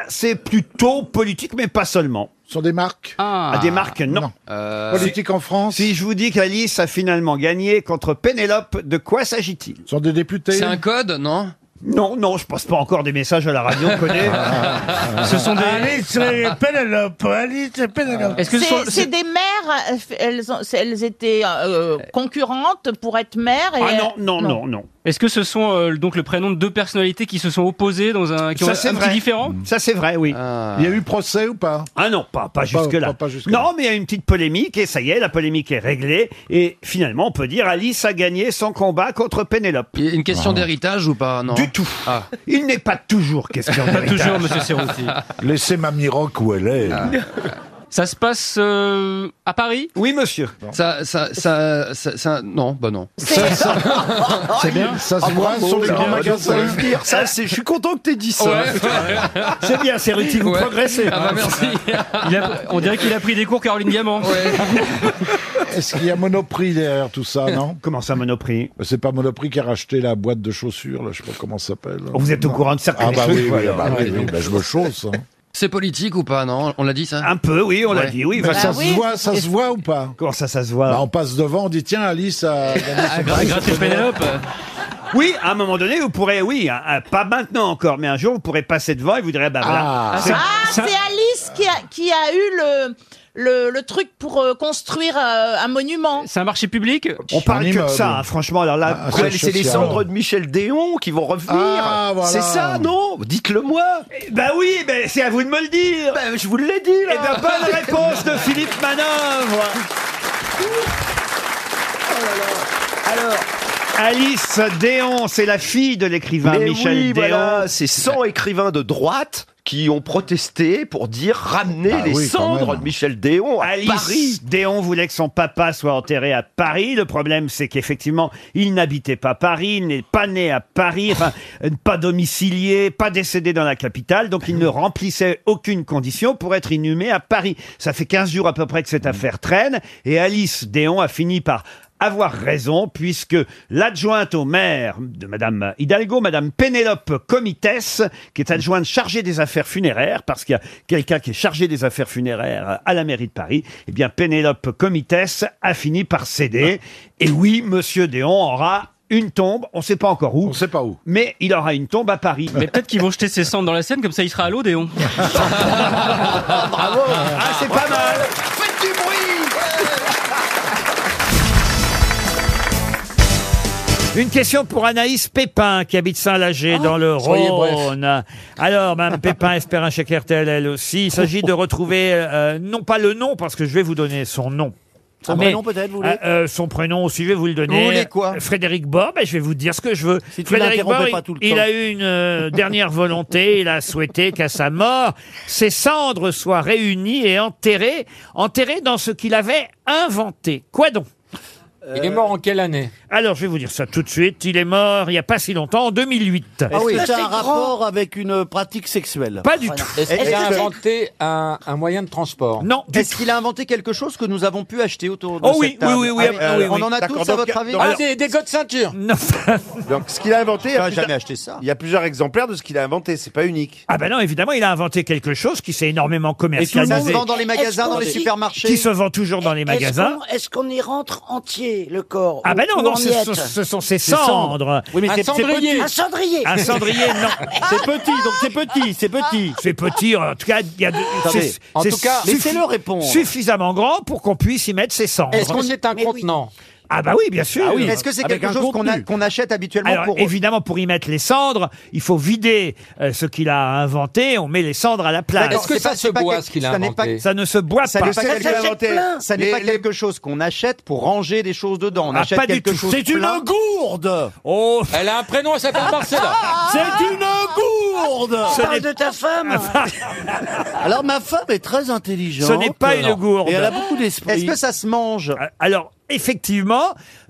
Speaker 1: C'est plutôt politique, mais pas seulement.
Speaker 9: Ce sont des marques
Speaker 1: Ah, des marques, non.
Speaker 12: Euh,
Speaker 9: Politique en France
Speaker 1: Si je vous dis qu'Alice a finalement gagné contre Pénélope, de quoi s'agit-il Ce
Speaker 9: sont des députés
Speaker 12: C'est un code, non
Speaker 1: Non, non, je passe pas encore des messages à la radio, on connaît.
Speaker 12: (laughs) Ce sont des-
Speaker 7: Alice et Pénélope, Alice et Pénélope.
Speaker 10: C'est c'est des mères, euh, f- elles, ont- c'est- elles étaient euh, concurrentes pour être mères. Et
Speaker 12: Ah non,
Speaker 1: Non, non, non.
Speaker 12: Est-ce que ce sont euh, donc le prénom de deux personnalités qui se sont opposées dans un qui ont
Speaker 1: Ça,
Speaker 12: un
Speaker 1: c'est
Speaker 12: petit
Speaker 1: vrai.
Speaker 12: différent
Speaker 1: Ça, c'est vrai, oui.
Speaker 9: Il y a eu procès ou pas
Speaker 1: Ah non, pas, pas jusque-là. non, mais il y a une petite polémique, et ça y est, la polémique est réglée. Et finalement, on peut dire Alice a gagné son combat contre Pénélope. Ah.
Speaker 12: Une question d'héritage ou pas Non. Ah.
Speaker 1: Du tout. Il n'est pas (laughs) toujours Ah.
Speaker 12: (laughs)
Speaker 1: question
Speaker 12: Pas
Speaker 1: d'héritage.
Speaker 12: toujours, monsieur Serrouti.
Speaker 9: Laissez Mamie Rock où elle est.
Speaker 12: Ça se passe euh, à Paris
Speaker 1: Oui, monsieur.
Speaker 12: Ça, ça, ça, ça, Ah, ça- non, bah non.
Speaker 9: C'est bien. Ça se voit, ce sont des grands magasins.
Speaker 2: Ça, c'est- je suis content que t'aies dit ça.
Speaker 1: C'est bien, Serruti, vous
Speaker 12: Ouais.
Speaker 1: progressez.
Speaker 12: Ah bah merci. (laughs) Il a- on dirait qu'il a pris des cours Caroline Diamant.
Speaker 9: Est-ce qu'il y a Monoprix derrière tout ça, non Bah,
Speaker 1: Comment ça, Monoprix
Speaker 9: C'est pas Monoprix qui a racheté la boîte de chaussures, là, je sais pas comment ça s'appelle.
Speaker 1: Vous êtes au courant de certaines
Speaker 9: Ah bah
Speaker 1: choses,
Speaker 9: oui, oui,
Speaker 1: voilà.
Speaker 9: bah oui,
Speaker 1: Ouais,
Speaker 9: oui,
Speaker 1: donc-
Speaker 9: bah je me chausse. hein.
Speaker 12: C'est politique ou pas Non, on l'a dit ça.
Speaker 1: Un peu, oui, on l'a
Speaker 12: Ouais.
Speaker 1: dit, oui.
Speaker 9: Mais
Speaker 1: voilà.
Speaker 2: Bah
Speaker 9: ça se voit, ça se voit ou pas
Speaker 1: Comment ça, ça se voit
Speaker 9: Bah, On passe devant, on dit tiens, Alice a gagné son prix.
Speaker 12: Gratter Ah, Pénélope.
Speaker 1: Oui, à un moment donné, vous pourrez, oui, hein, hein, pas maintenant encore, mais un jour, vous pourrez passer devant et vous direz, bah voilà.
Speaker 9: Ah.
Speaker 1: c'est-
Speaker 10: Ah, c'est Alice qui a, qui a eu le, le, le truc pour euh, construire euh, un monument.
Speaker 12: C'est un marché public
Speaker 1: On parle que de
Speaker 9: immeuble.
Speaker 1: ça, hein, franchement. Alors là,
Speaker 9: Ah,
Speaker 5: Ouais, c'est les
Speaker 9: social.
Speaker 5: cendres de Michel Déon qui vont revenir.
Speaker 9: Ah, voilà.
Speaker 5: C'est ça, non Dites-le moi.
Speaker 1: bah oui, ben c'est à vous de me le dire.
Speaker 2: Ben,
Speaker 5: Bah, je vous l'ai dit là.
Speaker 1: Eh bien, bonne réponse de Philippe Manœuvre.
Speaker 5: Alors,
Speaker 1: Alice Déon, c'est la fille de l'écrivain
Speaker 5: mais
Speaker 1: Michel
Speaker 5: oui,
Speaker 1: Déon.
Speaker 5: voilà, c'est 100 écrivains de droite qui ont protesté pour dire ramener
Speaker 1: bah
Speaker 9: Ah
Speaker 5: les
Speaker 9: oui, quand
Speaker 5: cendres
Speaker 9: même.
Speaker 5: de Michel Déon à
Speaker 1: Ah, Alice
Speaker 5: Paris.
Speaker 1: Déon voulait que son papa soit enterré à Paris. Le problème, c'est qu'effectivement, il n'habitait pas Paris, il n'est pas né à Paris, enfin, euh, pas domicilié, pas décédé dans la capitale, donc il ne remplissait aucune condition pour être inhumé à Paris. Ça fait 15 jours à peu près que cette affaire traîne, et Alice Déon a fini par avoir raison puisque l'adjointe au maire de Madame Hidalgo, Madame Pénélope Comites, qui est adjointe chargée des affaires funéraires, parce qu'il y a quelqu'un qui est chargé des affaires funéraires à la mairie de Paris, eh bien Pénélope Comites a fini par céder.
Speaker 9: Ah.
Speaker 1: Et oui, Monsieur Déon aura une tombe, on ne sait pas encore où.
Speaker 9: On sait pas où.
Speaker 1: Mais il aura une tombe à Paris.
Speaker 12: Mais peut-être qu'ils vont jeter ses cendres dans la Seine, comme ça il sera à l'eau, Déon.
Speaker 5: Bravo.
Speaker 1: Ah, c'est pas mal
Speaker 5: Faites du bruit.
Speaker 1: Une question pour Anaïs Pépin, qui habite Saint-Lager,
Speaker 5: Ah,
Speaker 1: dans le
Speaker 9: soyez bref.
Speaker 1: Rhône. Alors, Mme Pépin espère un chèque RTL, elle aussi. Il s'agit de retrouver, euh, non pas le nom, parce que je vais vous donner son nom. Ah,
Speaker 5: Son
Speaker 1: Mais,
Speaker 5: prénom, peut-être, vous voulez
Speaker 1: euh, euh, Son prénom aussi, je vais vous le donner.
Speaker 5: Vous voulez quoi
Speaker 1: Frédéric Bord, ben, je vais vous dire ce que je veux.
Speaker 5: Si tu
Speaker 1: Frédéric
Speaker 5: l'interrompais
Speaker 1: Bord,
Speaker 5: pas
Speaker 1: il-
Speaker 5: tout le
Speaker 1: il
Speaker 5: temps.
Speaker 1: a eu une euh, dernière volonté, il a souhaité qu'à sa mort, ses cendres soient réunies et enterrées, enterrées dans ce qu'il avait inventé. Quoi donc
Speaker 3: Il est mort en quelle année
Speaker 1: alors, je vais vous dire ça tout de suite. Il est mort il n'y a pas si longtemps, en 2008.
Speaker 15: Ah oui, c'est un
Speaker 5: rapport avec une pratique sexuelle.
Speaker 1: Pas du tout.
Speaker 15: Est-ce qu'il a inventé
Speaker 3: un, un moyen de transport
Speaker 1: Non. du
Speaker 15: Est-ce qu'il a inventé quelque chose que nous avons pu acheter autour de
Speaker 1: Oh
Speaker 15: cette
Speaker 1: oui,
Speaker 15: table
Speaker 1: oui, oui, oui,
Speaker 15: Ah,
Speaker 1: oui,
Speaker 15: euh,
Speaker 1: oui, oui.
Speaker 15: On en a
Speaker 1: D'accord,
Speaker 15: tous à
Speaker 1: donc,
Speaker 15: votre avis
Speaker 1: donc, Ah,
Speaker 3: des, des codes ceinture
Speaker 1: Non.
Speaker 15: Donc ce qu'il a inventé, il y a plusieurs-
Speaker 5: acheté ça.
Speaker 15: il y a plusieurs exemplaires de ce qu'il a inventé, c'est pas unique.
Speaker 1: Ah ben non, évidemment, il a inventé quelque chose qui s'est énormément
Speaker 15: Ça se
Speaker 1: commercialisé,
Speaker 15: vend dans les magasins,
Speaker 11: Est-ce
Speaker 15: dans
Speaker 11: qu'on
Speaker 15: les
Speaker 11: dit-
Speaker 15: supermarchés.
Speaker 1: qui se vend toujours dans les magasins.
Speaker 11: Est-ce qu'on y rentre entier, le corps
Speaker 1: Ah ben
Speaker 11: ou-
Speaker 1: non,
Speaker 11: ou en
Speaker 1: non, ce,
Speaker 11: miettes
Speaker 1: sont- ce sont ses
Speaker 11: Ses cendres.
Speaker 1: cendres.
Speaker 9: Oui, mais Un c'est- c'est cendrier. petit.
Speaker 11: Un cendrier
Speaker 1: Un cendrier,
Speaker 15: (laughs)
Speaker 1: non.
Speaker 9: C'est petit, donc c'est petit, c'est petit.
Speaker 1: C'est petit, en tout cas, il y a de-
Speaker 9: Attendez,
Speaker 1: c'est-
Speaker 9: en
Speaker 1: c'est
Speaker 9: tout cas,
Speaker 1: suffi-
Speaker 9: laissez-le répondre.
Speaker 1: Suffisamment grand pour qu'on puisse y mettre ses cendres.
Speaker 3: Est-ce qu'on est un contenant
Speaker 1: Ah bah oui, bien sûr.
Speaker 15: Ah oui. Est-ce que c'est
Speaker 1: Avec
Speaker 15: quelque
Speaker 1: un
Speaker 15: chose qu'on a-
Speaker 1: contenu.
Speaker 15: qu'on achète habituellement
Speaker 1: Alors,
Speaker 15: pour-
Speaker 1: évidemment, pour y mettre les cendres, il faut vider euh, ce qu'il a inventé. On met les cendres à la place.
Speaker 15: D'accord, Est-ce que c'est ça pas- se c'est pas boit, quel- ce qu'il a ça n'est pas- inventé
Speaker 1: Ça ne se boit
Speaker 15: Ça
Speaker 1: pas.
Speaker 15: n'est pas, quelque- ça n'est pas quelque chose qu'on achète pour ranger des choses dedans. On
Speaker 1: Ah,
Speaker 15: achète
Speaker 1: pas du
Speaker 15: quelque
Speaker 1: tout.
Speaker 15: chose.
Speaker 1: C'est une
Speaker 15: gourde.
Speaker 1: Oh.
Speaker 15: Elle a un prénom, elle s'appelle Marcella.
Speaker 17: C'est
Speaker 15: une gourde.
Speaker 17: Tu parles de ta femme
Speaker 15: Alors ma femme est très intelligente.
Speaker 1: Ce n'est pas une gourde.
Speaker 15: Et elle a beaucoup d'esprit.
Speaker 1: Est-ce que
Speaker 15: ça se mange
Speaker 1: Alors, effectivement,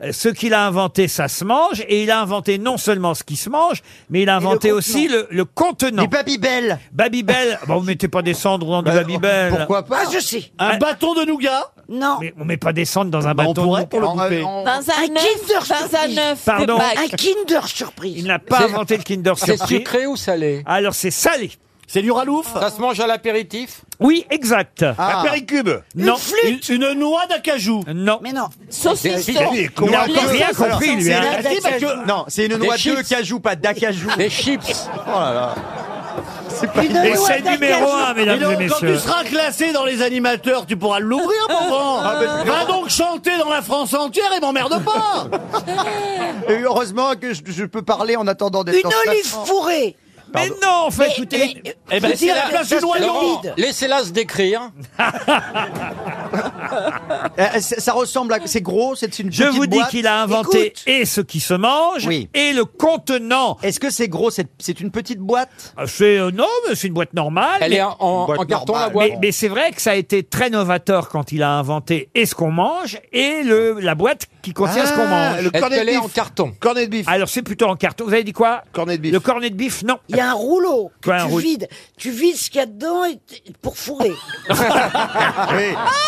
Speaker 1: euh, ce qu'il a inventé, ça se mange. Et il a inventé non seulement ce qui se mange, mais il a inventé aussi le, le contenant. Du Babybel.
Speaker 15: (laughs)
Speaker 1: Babybel. bon, vous mettez pas des cendres dans
Speaker 15: Bah,
Speaker 1: du Babybel.
Speaker 17: Ah, je sais.
Speaker 1: Un
Speaker 15: bâton de nougat Bah,
Speaker 17: Non.
Speaker 1: Mais on met pas des cendres dans un bâton. de nougat.
Speaker 17: Dans un Kinder Surprise.
Speaker 1: Pardon.
Speaker 17: Un Kinder Surprise.
Speaker 1: Il n'a pas inventé le Kinder
Speaker 17: C'est
Speaker 1: Surprise.
Speaker 17: sucré
Speaker 1: ou salé Alors c'est salé. Ah. C'est du ralouf
Speaker 11: Ça se mange à l'apéritif
Speaker 1: Oui, exact.
Speaker 11: Ah. Un péricube
Speaker 1: Non.
Speaker 11: Une flûte
Speaker 1: Une, noix d'acajou Non.
Speaker 17: Mais non.
Speaker 1: Il a encore rien compris, lui. hein.
Speaker 15: Ah, si, parce que- Non, c'est une
Speaker 1: Des
Speaker 15: noix de
Speaker 1: chips.
Speaker 15: cajou, pas d'acajou. Des chips. Oh là là. C'est
Speaker 1: Une Et noix c'est d'acajou. numéro un, mesdames
Speaker 2: Mais non,
Speaker 1: et messieurs.
Speaker 2: Quand tu seras classé dans les animateurs, tu pourras l'ouvrir, mon grand.
Speaker 15: Ah, mais-
Speaker 2: Va donc chanter dans la France entière et m'emmerde pas.
Speaker 15: Et heureusement que je, je peux parler en attendant d'être
Speaker 17: Une
Speaker 15: en
Speaker 17: olive
Speaker 15: station.
Speaker 17: fourrée.
Speaker 1: Mais non, enfin, écoutez.
Speaker 17: Eh ben, c'est la place du noyau.
Speaker 11: Laurent, Laissez-la se décrire.
Speaker 15: Euh, ça ça ressemble à. C'est gros, c'est une
Speaker 1: Je
Speaker 15: petite
Speaker 1: vous dis
Speaker 15: boîte.
Speaker 1: qu'il a inventé et ce qui se mange et le contenant.
Speaker 15: Est-ce que c'est gros C'est c'est une petite boîte
Speaker 1: Ah, C'est euh, non, mais c'est une boîte normale.
Speaker 15: Elle
Speaker 1: mais-
Speaker 15: est en- en- Une boîte en carton, normale. la boîte.
Speaker 1: Mais, mais c'est vrai que ça a été très novateur quand il a inventé et ce qu'on mange et le la boîte qui contient ce qu'on
Speaker 11: Ah,
Speaker 1: mange.
Speaker 11: le Est-ce cornet de qu'elle est bif en
Speaker 1: carton Cornet de bif. Alors c'est plutôt en carton. Vous avez dit quoi Cornet de bif. Le cornet de bif, non.
Speaker 17: Il y a un rouleau que
Speaker 1: Quoi, un
Speaker 17: tu
Speaker 1: rouleau
Speaker 17: vides. Tu vides ce qu'il y a dedans et t- pour
Speaker 15: (laughs)
Speaker 17: fourrer.
Speaker 15: Oui,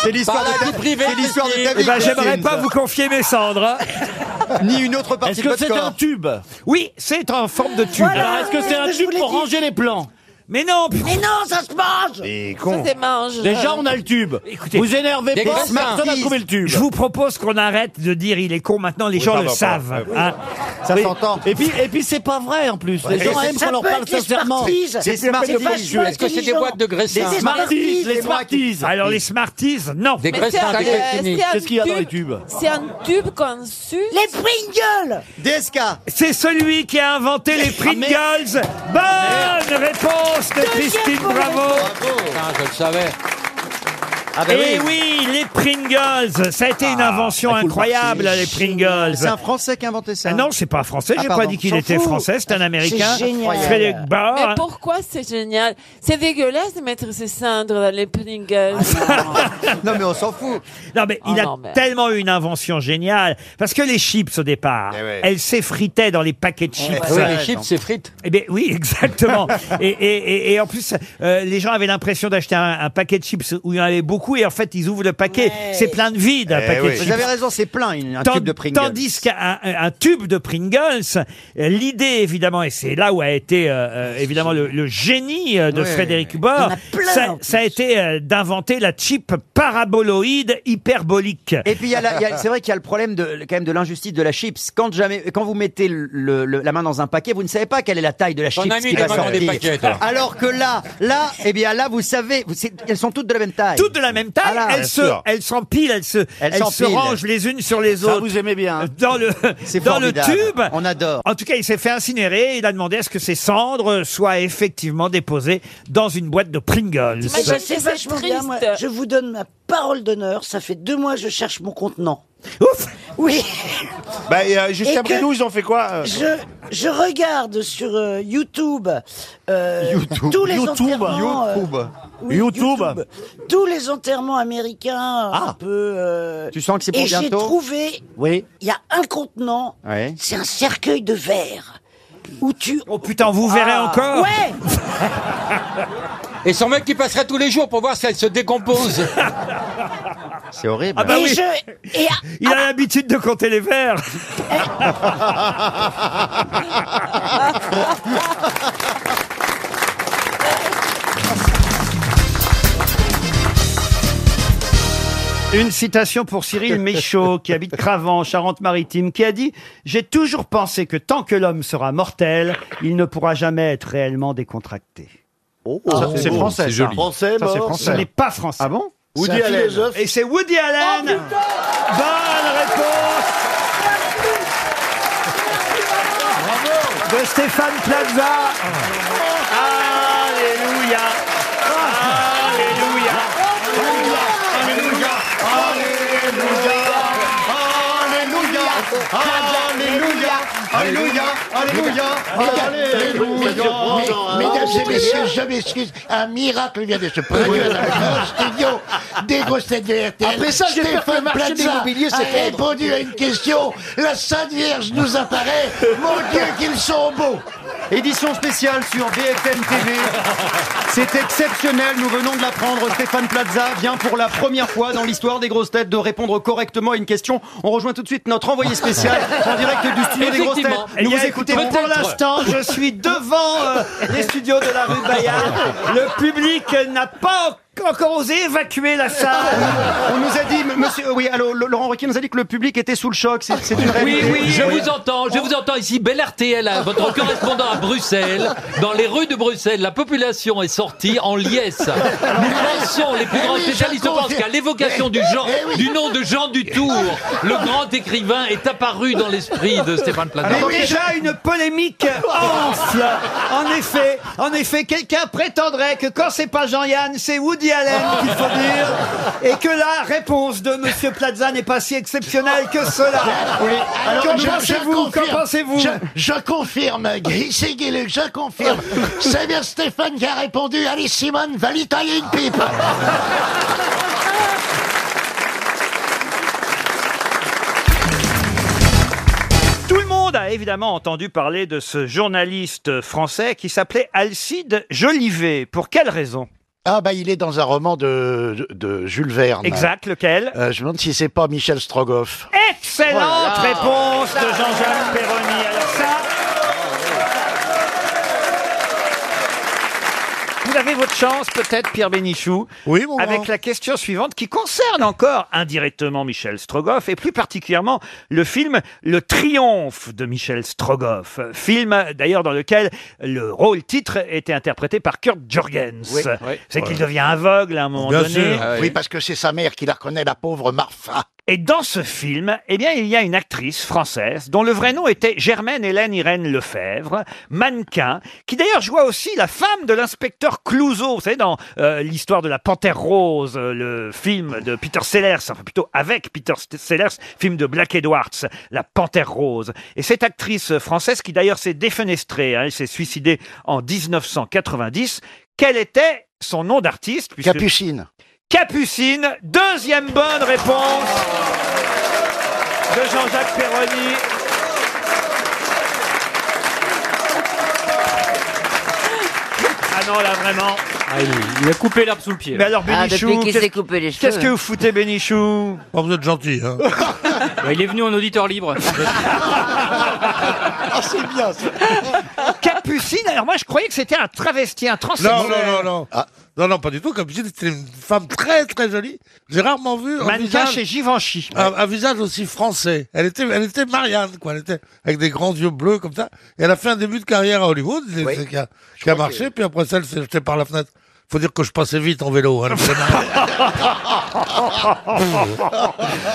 Speaker 15: c'est l'histoire de, ta- c'est l'histoire de ta vie.
Speaker 1: Eh ben, j'aimerais
Speaker 15: Christine.
Speaker 1: pas vous confier mes cendres. hein.
Speaker 15: (laughs) Ni une autre partie
Speaker 1: Est-ce
Speaker 15: de
Speaker 1: que
Speaker 15: votre
Speaker 1: c'est
Speaker 15: corps.
Speaker 1: un tube Oui, c'est en forme de tube.
Speaker 17: Voilà, Est-ce que c'est un c'est ce que tube je voulais pour dire. ranger
Speaker 1: les plans Mais non
Speaker 17: Mais non, ça se mange.
Speaker 1: con.
Speaker 17: Ça se mange.
Speaker 2: Déjà, on a le tube.
Speaker 1: Écoutez,
Speaker 2: vous énervez
Speaker 1: des
Speaker 2: pas,
Speaker 1: grosses
Speaker 2: personne n'a
Speaker 1: marquises.
Speaker 2: trouvé le tube.
Speaker 1: Je vous propose qu'on arrête de dire il est con maintenant, les
Speaker 2: Oui,
Speaker 1: gens
Speaker 2: pardon,
Speaker 1: le
Speaker 2: pardon.
Speaker 1: savent.
Speaker 2: Ouais,
Speaker 1: hein.
Speaker 2: Ça s'entend. Et puis, et puis c'est pas vrai en plus. Les
Speaker 1: Ouais.
Speaker 2: gens
Speaker 1: Et
Speaker 2: aiment
Speaker 1: ça
Speaker 2: qu'on leur
Speaker 1: peut
Speaker 2: parle
Speaker 1: être les
Speaker 2: sincèrement.
Speaker 1: Smarties.
Speaker 2: Les
Speaker 1: C'est vachement
Speaker 2: Smarties.
Speaker 1: intelligent. Est-ce que c'est des boîtes de graissins
Speaker 2: Les Smarties, les Smarties.
Speaker 1: Alors les Smarties, non. Des
Speaker 2: Mais graissins,
Speaker 29: c'est un- des euh,
Speaker 1: Qu'est-ce
Speaker 29: graissinis. c'est un
Speaker 1: qu'il y a dans
Speaker 29: tube.
Speaker 1: les tubes
Speaker 29: C'est un tube qu'on suce.
Speaker 17: Les Pringles.
Speaker 15: DSK.
Speaker 1: C'est celui qui a inventé les
Speaker 11: Ah,
Speaker 1: Pringles. Bonne réponse de Christine Bravo.
Speaker 11: Putain, je le savais. Ah
Speaker 1: Eh oui, les Pringles, ça a été une invention incroyable, les Pringles.
Speaker 15: C'est un Français qui a inventé ça.
Speaker 1: Ah non, c'est pas français. J'ai
Speaker 15: Ah, pardon.
Speaker 1: pas dit qu'il
Speaker 15: S'en
Speaker 1: était
Speaker 15: fout.
Speaker 1: français. C'est un américain.
Speaker 29: C'est génial.
Speaker 1: Frédéric Barr,
Speaker 29: Mais
Speaker 1: hein.
Speaker 29: pourquoi c'est génial C'est dégueulasse de mettre ses cendres dans les Pringles.
Speaker 17: Ah,
Speaker 29: (laughs)
Speaker 15: (laughs) non mais on s'en fout. Ah
Speaker 1: Non mais il a tellement eu une invention géniale parce que les chips au départ,
Speaker 11: Eh ouais.
Speaker 1: elles s'effritaient dans les paquets de chips.
Speaker 15: Eh
Speaker 11: oui, les chips, c'est frites.
Speaker 1: Eh ben oui,
Speaker 15: (laughs)
Speaker 1: exactement. et, et, et, et en plus, euh, les gens avaient l'impression d'acheter un, un paquet de chips où il y en avait beaucoup et en fait ils ouvrent le paquet, c'est plein de vide un
Speaker 15: Eh
Speaker 1: paquet
Speaker 15: oui.
Speaker 1: de chips.
Speaker 15: Vous avez raison, c'est plein une- un
Speaker 1: Tant-
Speaker 15: tube de Pringles.
Speaker 1: Tandis qu'un un- un tube de Pringles, euh, l'idée évidemment, et c'est là où a été euh, euh, évidemment le, le génie euh, de
Speaker 29: Ouais.
Speaker 1: Frédéric Bord,
Speaker 29: Il y en a plein,
Speaker 1: ça,
Speaker 29: en
Speaker 1: ça a été euh, d'inventer la chip paraboloïde hyperbolique.
Speaker 15: Et puis il y a la- il y a-
Speaker 1: (laughs)
Speaker 15: c'est vrai qu'il y a le problème de quand même de l'injustice de la chips. Quand jamais, quand vous mettez le- le- le- la main dans un paquet, vous ne savez pas quelle est la taille de la
Speaker 11: Ton
Speaker 15: chips
Speaker 11: ami,
Speaker 15: qui
Speaker 11: il
Speaker 15: va
Speaker 11: est pas dans
Speaker 15: sortir.
Speaker 11: des paquets, toi.
Speaker 15: Alors que là, là, eh bien là, vous savez, vous- c'est- elles sont toutes de la même taille.
Speaker 1: Toutes de la même taille,
Speaker 15: Ah là, bien
Speaker 1: elles se,
Speaker 15: sûr.
Speaker 1: elles s'empilent, elles se,
Speaker 15: Elles
Speaker 1: elles, se
Speaker 15: s'empilent.
Speaker 1: rangent les unes sur les
Speaker 15: Ça,
Speaker 1: autres. (laughs) Euh,
Speaker 15: vous aimez
Speaker 11: hein.
Speaker 15: bien.
Speaker 1: Dans le,
Speaker 15: C'est
Speaker 1: dans le
Speaker 15: formidable.
Speaker 1: tube.
Speaker 15: On adore.
Speaker 1: En tout cas, il s'est fait incinérer. et Il a demandé à ce que ses cendres soient effectivement déposées dans une boîte de Pringles.
Speaker 17: Mais ça, c'est vachement bien, moi. Je vous donne ma parole d'honneur. Ça fait deux mois que je cherche mon contenant.
Speaker 1: Ouf
Speaker 17: Oui.
Speaker 30: Bah, et, euh, Justin
Speaker 17: Et que-
Speaker 30: Bridoux, ils ont fait quoi euh
Speaker 17: Je, je regarde sur euh, YouTube, euh, tous les enterrements. euh, oui, YouTube. Tous les enterrements américains, euh,
Speaker 30: Ah.
Speaker 17: un peu. euh,
Speaker 15: Tu sens que c'est pour
Speaker 17: et
Speaker 15: bientôt
Speaker 17: J'ai trouvé.
Speaker 15: Oui.
Speaker 17: Il y a un contenant.
Speaker 15: Ouais.
Speaker 17: C'est un cercueil de verre où tu. Ah.
Speaker 1: Oh putain, vous verrez encore.
Speaker 17: Ouais.
Speaker 11: Et son mec qui passerait tous les jours pour voir si elle se décompose.
Speaker 15: C'est horrible.
Speaker 1: Ah bah
Speaker 17: et
Speaker 1: oui.
Speaker 17: je- et à-
Speaker 1: Il a l'habitude de compter les verres. Une citation pour Cyril Méchaud, qui habite Cravant, en Charente-Maritime, qui a dit « J'ai toujours pensé que tant que l'homme sera mortel, il ne pourra jamais être réellement décontracté.
Speaker 15: Ça, c'est
Speaker 1: beau,
Speaker 15: français,
Speaker 1: Oh, c'est
Speaker 15: ça.
Speaker 1: joli.
Speaker 15: Français,
Speaker 1: Ça, c'est
Speaker 15: mort.
Speaker 1: français. Ce n'est pas français. Ah bon Woody
Speaker 11: C'est un
Speaker 1: Allen. Oh,
Speaker 11: philosophe.
Speaker 1: Et c'est Woody Allen. Bonne réponse de Stéphane Plaza. Alléluia. Alléluia.
Speaker 11: Alléluia. Alléluia. Alléluia. Alléluia. Alléluia. Ah,
Speaker 8: Mesdames et messieurs, je m'excuse, un miracle vient de se produire dans le studio des grosses têtes de RTL.
Speaker 11: Après ça, j'ai peur que le
Speaker 8: Stéphane
Speaker 11: marché de
Speaker 8: Plaza
Speaker 11: l'immobilier
Speaker 8: a
Speaker 11: s'effondre.
Speaker 8: répondu à une question. La Sainte Vierge nous apparaît. Mon Dieu, qu'ils sont beaux
Speaker 15: Édition spéciale sur BFM TV. C'est exceptionnel, nous venons de l'apprendre. Stéphane Plaza vient pour la première fois dans l'histoire des grosses têtes de répondre correctement à une question. On rejoint tout de suite notre envoyé spécial en direct du studio des grosses têtes.
Speaker 1: Effectivement. Eh
Speaker 15: Nous
Speaker 1: bien,
Speaker 15: vous écoutez
Speaker 1: écoutons, pour
Speaker 15: peut-être.
Speaker 1: l'instant, je suis devant euh, les studios de la rue Bayard. Le public n'a pas en- encore osé évacuer
Speaker 2: (laughs)
Speaker 1: la salle.
Speaker 15: On nous a dit, monsieur, euh, oui, allô, Lo- Laurent Ruquier nous a dit que le public était sous le choc. C'est c'est une
Speaker 2: Oui,
Speaker 15: réalité.
Speaker 2: oui, je vous entends, je vous entends ici. Bel RTL, hein, votre correspondant à Bruxelles. Dans les rues de Bruxelles, la population est sortie en liesse. Nous pensons, les plus grands
Speaker 8: Eh oui, je
Speaker 2: spécialistes pensent
Speaker 8: confirme.
Speaker 2: qu'à l'évocation du, genre,
Speaker 8: Eh oui.
Speaker 2: du nom de Jean Dutour, le grand écrivain est apparu dans l'esprit de Stéphane Plaza.
Speaker 1: Alors Ah déjà Oh. une (laughs) polémique enfle. En effet, en effet, quelqu'un prétendrait que quand c'est pas Jean-Yann, c'est Woody (laughs) Allen qu'il faut dire, et que la réponse de Monsieur Plaza n'est pas si exceptionnelle que cela.
Speaker 8: Oui. Alors,
Speaker 1: Qu'en
Speaker 8: je- je
Speaker 1: pensez-vous Qu'en
Speaker 8: confirme.
Speaker 1: pensez-vous
Speaker 8: je, je confirme, Guy- c'est Guy-Luc, je confirme. C'est bien Stéphane qui a répondu. Allez, Simone, va lui tailler une pipe.
Speaker 1: Tout le monde a évidemment entendu parler de ce journaliste français qui s'appelait Alcide Jolivet. Pour quelle raison
Speaker 8: Ah bah il est dans un roman de, de- de Jules Verne.
Speaker 1: Exact, lequel
Speaker 8: Euh, Je me demande si c'est pas Michel Strogoff.
Speaker 1: Excellente
Speaker 8: Oh là là.
Speaker 1: réponse de Jean-Jacques Perroni. Alors ça. Vous avez votre chance, peut-être, Pierre Bénichou, avec la question suivante qui concerne encore indirectement Michel Strogoff et plus particulièrement le film Le Triomphe de Michel Strogoff. Film, d'ailleurs, dans lequel le rôle-titre était interprété par Kurt Jorgens.
Speaker 8: Oui, oui.
Speaker 1: C'est qu'il devient aveugle à un moment donné. Ah
Speaker 8: Oui, parce que c'est sa mère qui la reconnaît, la pauvre Marfa.
Speaker 1: Et dans ce film, eh bien, il y a une actrice française dont le vrai nom était Germaine Hélène Irène Lefebvre, mannequin, qui d'ailleurs joua aussi la femme de l'inspecteur Clouseau. Vous savez, dans euh, l'histoire de la Panthère Rose, euh, le film de Peter Sellers, enfin plutôt avec Peter St- Sellers, film de Black Edwards, La Panthère Rose. Et cette actrice française, qui d'ailleurs s'est défenestrée, hein, elle s'est suicidée en 1990, quel était son nom d'artiste puisque-
Speaker 8: Capucine.
Speaker 1: Capucine, deuxième bonne réponse de Jean-Jacques Perroni. Ah non, là vraiment.
Speaker 12: Ah,
Speaker 2: il a coupé l'arbre sous le pied.
Speaker 1: Mais alors, Bénichou, qu'est-ce-
Speaker 2: coupé les
Speaker 1: Qu'est-ce que vous foutez, Bénichou
Speaker 2: Oh, Vous êtes gentil. hein.
Speaker 12: (laughs) Bah,
Speaker 2: il est venu en auditeur libre.
Speaker 8: Ah, c'est bien
Speaker 1: Capucine, alors moi je croyais que c'était un travesti, un transsexuel.
Speaker 7: Non, non, non, non.
Speaker 8: Ah.
Speaker 7: Non, non, pas du tout. Comme je dis, c'était une femme très, très jolie. J'ai rarement vu un
Speaker 1: Mannequin
Speaker 7: visage,
Speaker 1: chez Givenchy.
Speaker 7: Un, un visage aussi français. Elle était, elle était Marianne, quoi. Elle était avec des grands yeux bleus comme ça. Et elle a fait un début de carrière à Hollywood, c'est- c'est qui a, qui a marché. Puis après ça, elle s'est jetée par la fenêtre. Faut dire que je passais vite en vélo.
Speaker 11: (laughs)
Speaker 7: hein, le bonhomme.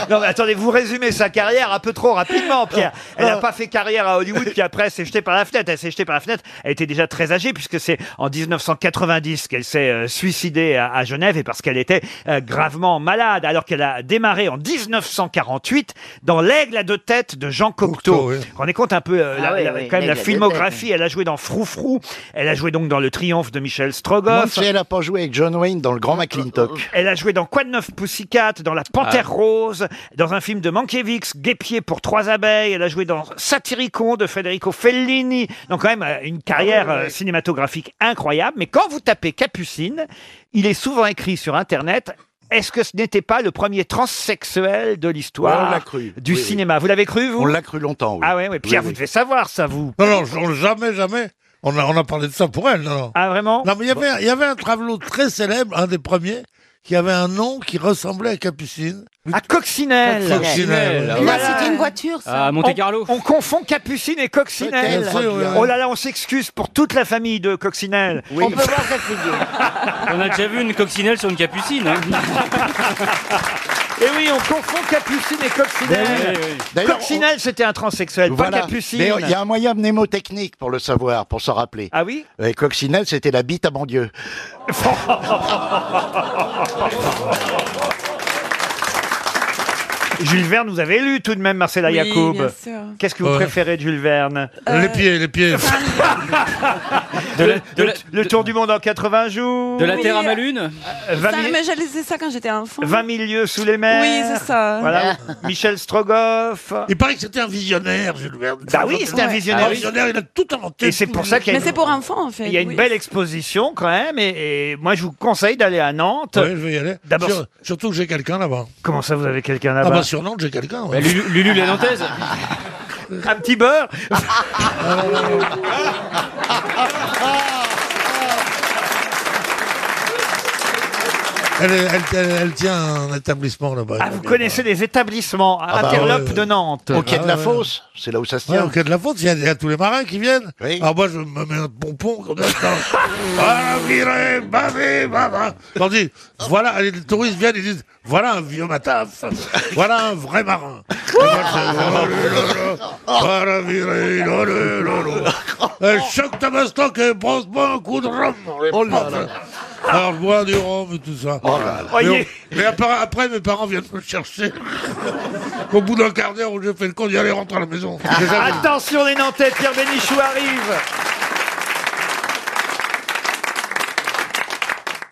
Speaker 1: Non, mais attendez, vous résumez sa carrière un peu trop rapidement, Pierre. Elle n'a pas fait carrière à Hollywood, puis après, elle s'est jetée par la fenêtre. Elle s'est jetée par la fenêtre. Elle était déjà très âgée, puisque c'est en 1990 qu'elle s'est euh, suicidée à, à Genève, et parce qu'elle était euh, gravement malade, alors qu'elle a démarré en 1948 dans L'Aigle à deux têtes de Jean Cocteau. Vous vous rendez compte un peu, euh,
Speaker 15: Ah
Speaker 1: la-
Speaker 15: oui,
Speaker 1: la-
Speaker 15: oui,
Speaker 1: quand même,
Speaker 15: L'Aigle
Speaker 1: la
Speaker 15: à deux
Speaker 1: filmographie. Elle a joué dans Froufrou. Elle a joué donc dans Le Triomphe de Michel
Speaker 8: Même
Speaker 1: Strogoff. Euh,
Speaker 8: si elle n'a pas joué avec John Wayne dans le Grand McClintock. Ah.
Speaker 1: Elle a joué dans Quoi de neuf Pussycat, dans La Panthère Rose, dans un film de Mankiewicz, Guépier pour trois abeilles. Elle a joué dans Satyricon de Federico Fellini. Donc quand même euh, une
Speaker 8: Ah
Speaker 1: carrière euh, cinématographique incroyable. Mais quand vous tapez Capucine, il est souvent écrit sur Internet. Est-ce que ce n'était pas le premier transsexuel de l'histoire
Speaker 8: Ouais, on l'a cru.
Speaker 1: du
Speaker 8: Oui, oui.
Speaker 1: cinéma Vous l'avez cru, vous
Speaker 8: On l'a cru longtemps, oui.
Speaker 1: Ah ouais, ouais. Pierre,
Speaker 8: Oui,
Speaker 1: vous
Speaker 8: oui.
Speaker 1: devez savoir ça, vous.
Speaker 7: Non, non, genre, jamais, jamais. On a, on a parlé de ça pour elle, non, non.
Speaker 1: Ah, vraiment
Speaker 7: Non, mais il y avait, il y avait un travelot très célèbre, un des premiers, qui avait un nom qui ressemblait à Capucine.
Speaker 1: À Coccinelle.
Speaker 7: Coccinelle.
Speaker 1: Là, Voilà.
Speaker 13: Ah, c'était une voiture,
Speaker 1: Ah,
Speaker 13: ça.
Speaker 1: On, on confond Capucine et Coccinelle.
Speaker 13: Peut-être. Bien sûr, ouais.
Speaker 1: Oh là là, on s'excuse pour toute la famille de Coccinelle.
Speaker 13: On peut voir cette figure.
Speaker 12: On a déjà vu une coccinelle sur une capucine. hein.
Speaker 1: Et Eh oui, on confond Capucine
Speaker 9: Ben
Speaker 1: et Coccinelle.
Speaker 9: oui, oui. D'ailleurs,
Speaker 1: Coccinelle, c'était un transsexuel, pas Capucine.
Speaker 9: Mais euh, il y a un moyen mnémotechnique pour le savoir, pour s'en rappeler.
Speaker 1: Ah oui
Speaker 9: Et Coccinelle, c'était la bite à mon Dieu.
Speaker 1: Jules Verne, vous avez lu tout de même Marcella
Speaker 7: Oui,
Speaker 1: Yacoub.
Speaker 7: bien sûr.
Speaker 1: Qu'est-ce que vous
Speaker 7: Ouais.
Speaker 1: préférez de Jules Verne
Speaker 7: Euh. Les pieds, les pieds. (laughs)
Speaker 1: Le- le, le tour du monde en 80 jours.
Speaker 12: De la Terre à ma lune
Speaker 1: Euh, 20
Speaker 13: Ça,
Speaker 1: mille-
Speaker 13: mais je lisais ça quand j'étais enfant.
Speaker 1: 20 000 lieues sous les mers.
Speaker 13: Oui, c'est ça.
Speaker 1: Voilà.
Speaker 9: Ah.
Speaker 1: Michel Strogoff.
Speaker 7: Il paraît que c'était un visionnaire, Jules Verne.
Speaker 1: Bah oui, c'était un
Speaker 7: Ouais.
Speaker 1: visionnaire.
Speaker 7: Un visionnaire, il a tout inventé.
Speaker 1: Et c'est pour ça qu'il y
Speaker 13: Mais
Speaker 1: a une-
Speaker 13: c'est pour enfants, en fait.
Speaker 1: Il y a une
Speaker 13: oui.
Speaker 1: belle exposition quand même, et, et moi je vous conseille d'aller à Nantes.
Speaker 7: Ouais, je vais y aller.
Speaker 1: D'abord,
Speaker 7: Sur- surtout que j'ai quelqu'un là-bas.
Speaker 1: Comment ça, vous avez quelqu'un
Speaker 7: Ah
Speaker 1: là-bas
Speaker 7: bah sur Nantes, j'ai quelqu'un. ouais.
Speaker 12: Lulu la Nantaise
Speaker 1: Un
Speaker 12: (laughs)
Speaker 1: petit beurre
Speaker 7: Elle, est- elle- elle- elle tient un établissement là-bas.
Speaker 1: Ah, vous connaissez des établissements à
Speaker 7: Ah bah,
Speaker 1: Interlope
Speaker 7: ouais, ouais.
Speaker 1: de Nantes.
Speaker 9: Au quai de la
Speaker 7: ouais.
Speaker 9: fosse, c'est là où ça se
Speaker 7: Ouais,
Speaker 9: tient.
Speaker 7: au quai de la Fonte, il y, a- il y a tous les marins qui viennent. Alors moi, je me mets un pompon comme ça. (laughs) Ah, virez, babé, baba. On dit, voilà, les touristes viennent, ils disent, voilà un vieux mataf, voilà un vrai marin. Et moi, je fais,
Speaker 9: Oh.
Speaker 7: Voilà, virez, lolo, lolo. Et choc tabastoc Euh, et brosse-moi un coup de rhum.
Speaker 9: Oh là là. Oh
Speaker 7: Alors, je bois du rhum et tout ça. Mais,
Speaker 9: Voyez.
Speaker 7: on- mais après, après, mes parents viennent me chercher. Au
Speaker 9: Ah,
Speaker 1: (laughs)
Speaker 7: bout d'un quart d'heure où j'ai fait le con, j'y allais rentrer à la maison. J'ai jamais-
Speaker 1: Attention les Nantais, Pierre Bénichou arrive